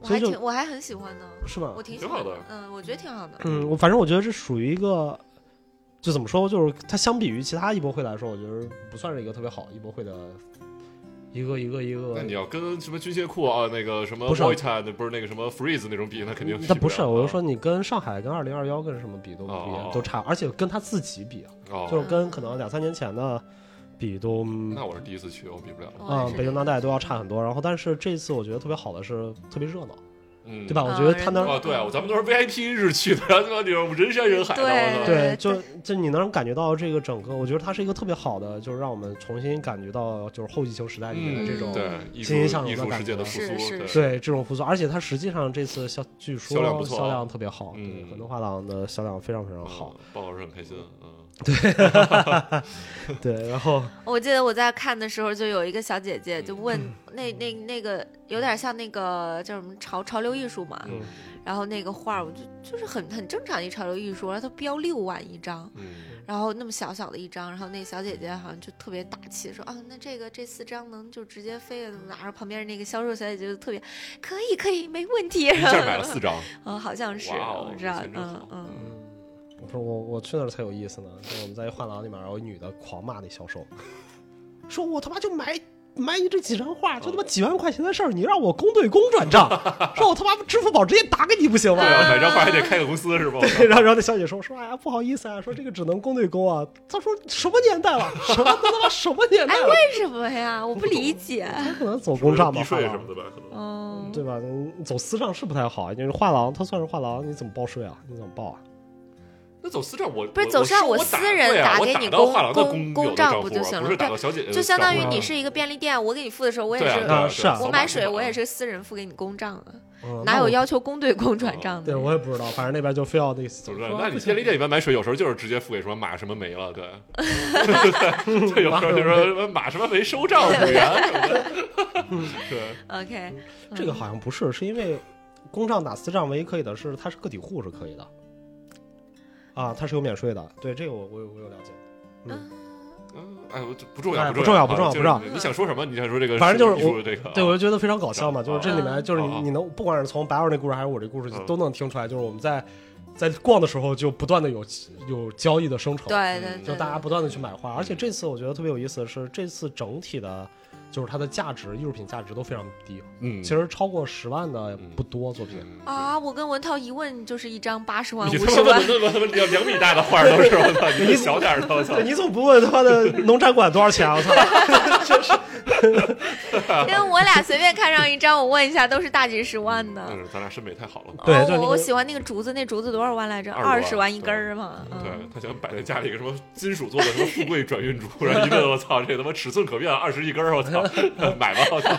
[SPEAKER 2] 我
[SPEAKER 1] 所
[SPEAKER 2] 还
[SPEAKER 1] 以就
[SPEAKER 2] 挺我还很喜欢呢，
[SPEAKER 1] 是吧？
[SPEAKER 2] 我挺喜欢
[SPEAKER 3] 挺好的
[SPEAKER 2] 嗯，我觉得挺好的，
[SPEAKER 1] 嗯，我反正我觉得这属于一个，就怎么说，就是它相比于其他艺博会来说，我觉得不算是一个特别好艺博会的一个一个一个
[SPEAKER 3] 那。你要跟什么军械库啊，那个什么
[SPEAKER 1] 不是
[SPEAKER 3] Voita，那不是那个什么 Freeze 那种比，那肯定
[SPEAKER 1] 它
[SPEAKER 3] 比
[SPEAKER 1] 嗯不
[SPEAKER 3] 了
[SPEAKER 1] 是，我
[SPEAKER 3] 啊
[SPEAKER 1] 就说你跟上海跟二零二幺跟什么比都不
[SPEAKER 3] 哦哦
[SPEAKER 1] 比
[SPEAKER 3] 哦
[SPEAKER 1] 都差，而且跟他自己比啊，
[SPEAKER 3] 哦，
[SPEAKER 1] 就是跟可能两三年前的比都
[SPEAKER 3] 那我是第一次去，我比不了，
[SPEAKER 2] 我
[SPEAKER 1] 嗯
[SPEAKER 2] 也，是
[SPEAKER 1] 北京当代都要差很多。然后，但是这次我觉得特别好的是特别热闹，
[SPEAKER 3] 嗯，
[SPEAKER 1] 对吧？我
[SPEAKER 2] 啊
[SPEAKER 1] 觉得他
[SPEAKER 2] 人
[SPEAKER 1] 那
[SPEAKER 2] 多
[SPEAKER 1] 儿
[SPEAKER 3] 啊，对啊，我咱们都是 VIP 日去的， 然后那种人山人海的，
[SPEAKER 2] 对
[SPEAKER 3] 我操，
[SPEAKER 1] 对，
[SPEAKER 2] 对
[SPEAKER 1] 就就你能感觉到这个整个，我觉得它是一个特别好的，就是让我们重新感觉到就是后疫情时代里面的
[SPEAKER 3] 嗯，
[SPEAKER 1] 这种
[SPEAKER 3] 对艺术
[SPEAKER 1] 欣欣向荣
[SPEAKER 3] 艺
[SPEAKER 1] 的
[SPEAKER 3] 术
[SPEAKER 1] 感
[SPEAKER 3] 世界的
[SPEAKER 1] 觉
[SPEAKER 3] 复
[SPEAKER 2] 是
[SPEAKER 3] 苏，
[SPEAKER 2] 是
[SPEAKER 3] 对
[SPEAKER 2] 是
[SPEAKER 1] 对这种复苏，而且它实际上这次销据说
[SPEAKER 3] 销量不错
[SPEAKER 1] 销量特别好，
[SPEAKER 3] 嗯
[SPEAKER 1] 对，很多画廊的销量非常非常
[SPEAKER 3] 嗯
[SPEAKER 1] 好。
[SPEAKER 3] 鲍老师很开心，嗯，嗯
[SPEAKER 1] 对，然后
[SPEAKER 2] 我记得我在看的时候，就有一个小姐姐就问那那那个有点像那个叫什么潮潮流艺术嘛，
[SPEAKER 3] 嗯
[SPEAKER 2] 然后那个画儿我就就是很很正常一潮流艺术，然后它标六万一张，
[SPEAKER 3] 嗯
[SPEAKER 2] 然后那么小小的一张，然后那小姐姐好像就特别大气说啊，那这个这四张能就直接飞了，怎么然后旁边那个销售小姐姐就特别可以可以没问题，
[SPEAKER 3] 一
[SPEAKER 2] 然后
[SPEAKER 3] 下买了四张，
[SPEAKER 2] 嗯好像 是
[SPEAKER 3] 哇哦
[SPEAKER 2] 我知道
[SPEAKER 3] 这真好
[SPEAKER 2] 嗯嗯，
[SPEAKER 1] 我说我我去那儿才有意思呢。就我们在一画廊里面，然后一女的狂骂那销售， 说我他妈就买买你这几张画，就他妈几万块钱的事儿，你让我公对公转账，说我他妈支付宝直接打给你不行吗
[SPEAKER 3] 对？啊，
[SPEAKER 2] 嗯
[SPEAKER 3] 买张画还得开个公 司是吧？
[SPEAKER 1] 对，然后然后那小姐说说哎呀不好意思啊，说这个只能公对公啊。她说什么年代了，什么他妈什么年代
[SPEAKER 2] 哎
[SPEAKER 1] 了，
[SPEAKER 2] 为什么呀？我不理解，
[SPEAKER 1] 她可能走公账 吧，
[SPEAKER 3] 避
[SPEAKER 1] 画
[SPEAKER 3] 税
[SPEAKER 1] 廊
[SPEAKER 3] 什么的吧，可能。
[SPEAKER 2] 嗯，
[SPEAKER 1] 对吧？你走私账是不太好，因为画廊它算是画廊，你怎么报税啊？你怎么报啊？
[SPEAKER 3] 那走私账我
[SPEAKER 2] 不是
[SPEAKER 3] 我
[SPEAKER 2] 走
[SPEAKER 3] 我
[SPEAKER 2] 私账
[SPEAKER 3] 说
[SPEAKER 2] 我
[SPEAKER 3] 我
[SPEAKER 2] 私人
[SPEAKER 3] 对啊
[SPEAKER 2] 打
[SPEAKER 3] 我
[SPEAKER 2] 给
[SPEAKER 3] 打
[SPEAKER 2] 你
[SPEAKER 3] 到
[SPEAKER 2] 公
[SPEAKER 3] 画廊的
[SPEAKER 2] 公公
[SPEAKER 3] 有的
[SPEAKER 2] 账
[SPEAKER 3] 账
[SPEAKER 2] 不
[SPEAKER 3] 户
[SPEAKER 2] 就
[SPEAKER 3] 啊
[SPEAKER 2] 行
[SPEAKER 3] 不
[SPEAKER 2] 了
[SPEAKER 3] 是打
[SPEAKER 2] 对
[SPEAKER 3] 到小姐
[SPEAKER 2] 就相当于
[SPEAKER 3] 账户
[SPEAKER 2] 你
[SPEAKER 3] 啊
[SPEAKER 2] 是一个便利店，我给你付的时候，我也
[SPEAKER 3] 对啊
[SPEAKER 2] 是
[SPEAKER 3] 对啊
[SPEAKER 1] 嗯是啊
[SPEAKER 2] 我
[SPEAKER 1] 扫
[SPEAKER 2] 买水我也
[SPEAKER 3] 是。
[SPEAKER 2] 是私人付给你公账的，
[SPEAKER 1] 嗯
[SPEAKER 2] 哪
[SPEAKER 1] 那
[SPEAKER 2] 有
[SPEAKER 1] 我
[SPEAKER 2] 要求公对公
[SPEAKER 3] 哦
[SPEAKER 2] 转账的
[SPEAKER 1] 对，
[SPEAKER 2] 呀？
[SPEAKER 1] 我也不知道，反正那边就非要那个怎
[SPEAKER 3] 怎
[SPEAKER 1] 么
[SPEAKER 3] 么说
[SPEAKER 1] 说？
[SPEAKER 3] 那
[SPEAKER 1] 不
[SPEAKER 3] 你
[SPEAKER 1] 行
[SPEAKER 3] 便利店里面买水，有时候就是直接付给什么马什么没 了，对，对，有时候就说什么马什么没收账五元什 么的，对，
[SPEAKER 2] OK，
[SPEAKER 1] 嗯这个好像不是，是因为公账打私账唯一可以的是，它是个体户是可以的，啊，它是有免税的。对，这个我我有我有了解，
[SPEAKER 2] 嗯，
[SPEAKER 3] 嗯，哎，我这不重要，
[SPEAKER 1] 哎
[SPEAKER 3] 不
[SPEAKER 1] 不重要不重要
[SPEAKER 3] 啊就是你想说什么？你想说这个，
[SPEAKER 1] 反正就是我
[SPEAKER 3] 这个，
[SPEAKER 1] 对
[SPEAKER 3] 啊
[SPEAKER 1] 我就觉得非常搞笑嘛，
[SPEAKER 3] 啊
[SPEAKER 1] 就是这里面就是你
[SPEAKER 3] 啊
[SPEAKER 1] 你能不管是从白老师那故事还是我这故事
[SPEAKER 3] 嗯，
[SPEAKER 1] 都能听出来，就是我们在在逛的时候就不断的有有交易的生成，
[SPEAKER 2] 对对对，
[SPEAKER 1] 嗯就大家
[SPEAKER 2] 对
[SPEAKER 1] 不断的去买画，而且这次我觉得特别有意思的是，这次整体的。就是它的价值，艺术品价值都非常低，
[SPEAKER 3] 嗯，
[SPEAKER 1] 其实超过十万的不多作品。
[SPEAKER 3] 嗯。
[SPEAKER 2] 啊，我跟文涛一问就是一张八十万、五
[SPEAKER 3] 你他
[SPEAKER 2] 十
[SPEAKER 3] 妈
[SPEAKER 2] 万
[SPEAKER 3] 问，那么两两米大的画儿都是我操，你这小点儿的我 操
[SPEAKER 1] 对，， 你怎么不问他妈的农展馆多少钱啊？我操！
[SPEAKER 2] 因为我俩随便看上一张，我问一下都是大几十万
[SPEAKER 3] 但
[SPEAKER 2] 的。
[SPEAKER 3] 是嗯咱俩审美太好了。
[SPEAKER 1] 对
[SPEAKER 2] 哦
[SPEAKER 1] 就那
[SPEAKER 2] 我
[SPEAKER 1] 个
[SPEAKER 2] 我喜欢那个竹子，那竹子多少万来着？
[SPEAKER 3] 20万
[SPEAKER 2] 二十万一根儿嘛。嗯，
[SPEAKER 3] 对他想摆在家里一个什么金属做的什么富贵转运竹，然后一问我操，这他妈尺寸可变，二十一根儿，我操，买吧，我操，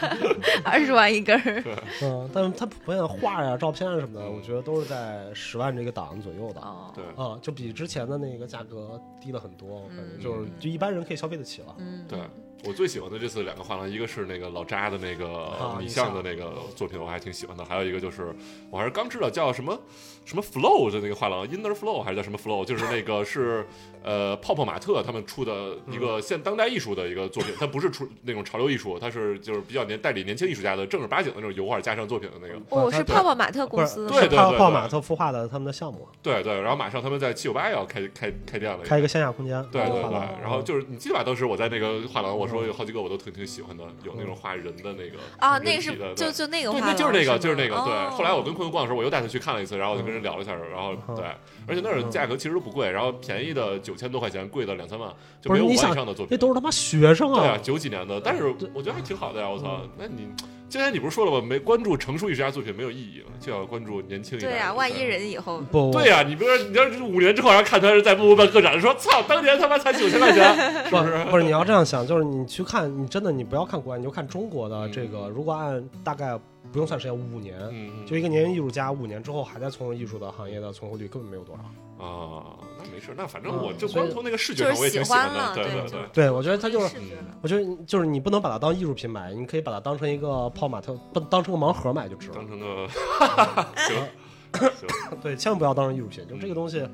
[SPEAKER 2] 二十万一根儿。
[SPEAKER 1] 嗯，但是它普遍的画呀、照片啊什么的，我觉得都是在十万这个档左右的。啊、
[SPEAKER 2] 哦，
[SPEAKER 3] 对，
[SPEAKER 1] 就比之前的那个价格低了很多，我感觉
[SPEAKER 2] 嗯
[SPEAKER 1] 就是就一般人可以消费得起了。
[SPEAKER 2] 嗯，
[SPEAKER 3] 对我最喜欢的这次两个画廊，一个是那个老扎的那个
[SPEAKER 1] 啊
[SPEAKER 3] 米
[SPEAKER 1] 米
[SPEAKER 3] 象
[SPEAKER 1] 象
[SPEAKER 3] 的那个作品，我还挺喜欢的。还有一个就是，我还是刚知道叫什么什么 Flow 的那个画廊，Inner Flow 还是叫什么 Flow，就是那个是呃泡泡马特他们出的一个现当代艺术的一个作品，它不是出那种潮流艺术，它是就是比较年代理年轻艺术家的正儿八经的那种油画加上作品的那个。
[SPEAKER 2] 哦，
[SPEAKER 1] 它
[SPEAKER 2] 是
[SPEAKER 1] 对
[SPEAKER 2] 泡泡玛特公
[SPEAKER 1] 不是，
[SPEAKER 2] 司的
[SPEAKER 3] 对
[SPEAKER 1] 是泡
[SPEAKER 3] 对
[SPEAKER 1] 泡玛特孵化的他们的项目，
[SPEAKER 3] 对对，然后马上他们在七九八要开开开店了，
[SPEAKER 1] 开一个线下空间。
[SPEAKER 3] 对对
[SPEAKER 1] 画
[SPEAKER 3] 对
[SPEAKER 1] 廊，
[SPEAKER 3] 然后就是你记得吧？当时我在那个画廊，我
[SPEAKER 1] 嗯
[SPEAKER 3] 说有好几个我都挺挺喜欢的，有那种画人的那个
[SPEAKER 2] 啊，
[SPEAKER 3] 人
[SPEAKER 2] 那个
[SPEAKER 3] 体的
[SPEAKER 2] 是
[SPEAKER 3] 对
[SPEAKER 2] 就就那个
[SPEAKER 3] 对，
[SPEAKER 2] 画
[SPEAKER 3] 那
[SPEAKER 2] 廊，
[SPEAKER 3] 就是那个，
[SPEAKER 2] 吗
[SPEAKER 3] 就是那个。对，
[SPEAKER 2] 哦
[SPEAKER 3] 后来我跟坤坤逛的时候，我又带他去看了一次，然后
[SPEAKER 1] 嗯
[SPEAKER 3] 我就跟人聊了一下，然后对，而且那儿价格其实都不贵，然后便宜的九千多块钱，贵的两三万，就
[SPEAKER 1] 不
[SPEAKER 3] 没
[SPEAKER 1] 是
[SPEAKER 3] 有五
[SPEAKER 1] 你
[SPEAKER 3] 万
[SPEAKER 1] 想
[SPEAKER 3] 以上的作，
[SPEAKER 1] 那
[SPEAKER 3] 品。
[SPEAKER 1] 都是他妈学生
[SPEAKER 3] 对啊，
[SPEAKER 1] 啊！嗯
[SPEAKER 3] 九几年的，但是我觉得还挺好的呀，我操！那你今天你不是说了吗？没关注成熟艺术家作品没有意义了，就要关注年轻一代的。
[SPEAKER 2] 对呀，万一人以后
[SPEAKER 1] 不，
[SPEAKER 3] 对呀、你比如说，你要是五年之后，然后看他是在莫办个展，说操，当年他妈才九千 块钱，是
[SPEAKER 1] 不
[SPEAKER 3] 不是？
[SPEAKER 1] 不是你要这样想，就是你去看，你真的你不要看国外，你就看中国的这个，如果按大概不用算时间五年，
[SPEAKER 3] 嗯，
[SPEAKER 1] 就一个年轻艺术家五年之后还在从事艺术的行业的存活率根本没有多少。
[SPEAKER 3] 啊，那没事，那反正
[SPEAKER 1] 嗯
[SPEAKER 3] 我就
[SPEAKER 1] 所以
[SPEAKER 3] 光从那个视觉
[SPEAKER 2] 就是
[SPEAKER 3] 上我也挺喜
[SPEAKER 2] 欢
[SPEAKER 3] 欢
[SPEAKER 2] 了，
[SPEAKER 3] 的，对
[SPEAKER 2] 对
[SPEAKER 3] 对。
[SPEAKER 1] 对，我觉得它就是，
[SPEAKER 2] 是
[SPEAKER 3] 嗯
[SPEAKER 1] 我觉得你就是你不能把它当艺术品买，你可以把它当成一个泡玛特，不当成个盲盒买就值了
[SPEAKER 3] 当。成个 行行，
[SPEAKER 1] 对，千万不要当成艺术
[SPEAKER 3] 嗯
[SPEAKER 1] 品，就这个东西，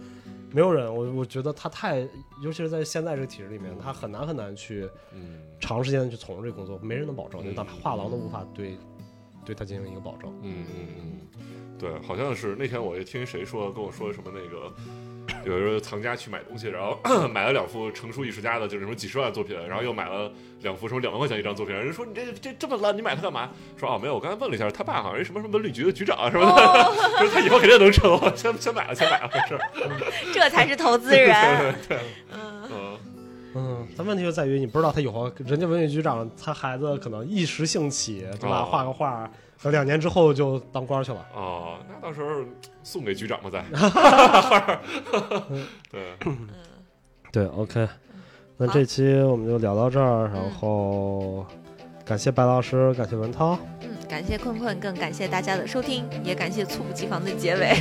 [SPEAKER 1] 没有人，我我觉得它太，尤其是在现在这个体制里面，它很难很难去
[SPEAKER 3] 嗯
[SPEAKER 1] 长时间的去从事这个工作，没人能保证，
[SPEAKER 3] 嗯
[SPEAKER 1] 连大画廊都无法对对它进行一个保证。
[SPEAKER 3] 嗯嗯嗯，对，好像是那天我也听谁说跟我说什么那个。有一个 藏家去买东西，然后 买了两幅成熟艺术家的，就是什么几十万的作品，然后又买了两幅什么两万块钱一张作品。人家说你这这这么烂，你买它干嘛？说啊没有，我刚才问了一下，他爸好像是什么什么文旅局的局长什么的， 说他以后肯定能成，我先先买了，先买了，没事儿。
[SPEAKER 2] 这才是投 资人。嗯，
[SPEAKER 3] 嗯，
[SPEAKER 1] 嗯，但问题就在于你不知道他以后，人家文旅局长他孩子可能一时兴起，对吧？
[SPEAKER 3] 哦
[SPEAKER 1] 画个画，等两年之后就当官去了。
[SPEAKER 3] 哦，那到时候送给局长吧，再。 对，
[SPEAKER 1] 对，OK，那这期我们就聊到这儿，然后感谢白老师，感谢文涛，
[SPEAKER 2] 嗯，感谢困困，更感谢大家的收 听，也感谢猝不及防的结尾。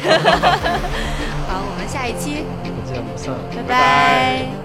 [SPEAKER 2] 好，我们下一期
[SPEAKER 1] 再见，拜
[SPEAKER 4] 见。
[SPEAKER 1] 拜。拜
[SPEAKER 2] 拜
[SPEAKER 1] 拜
[SPEAKER 2] 拜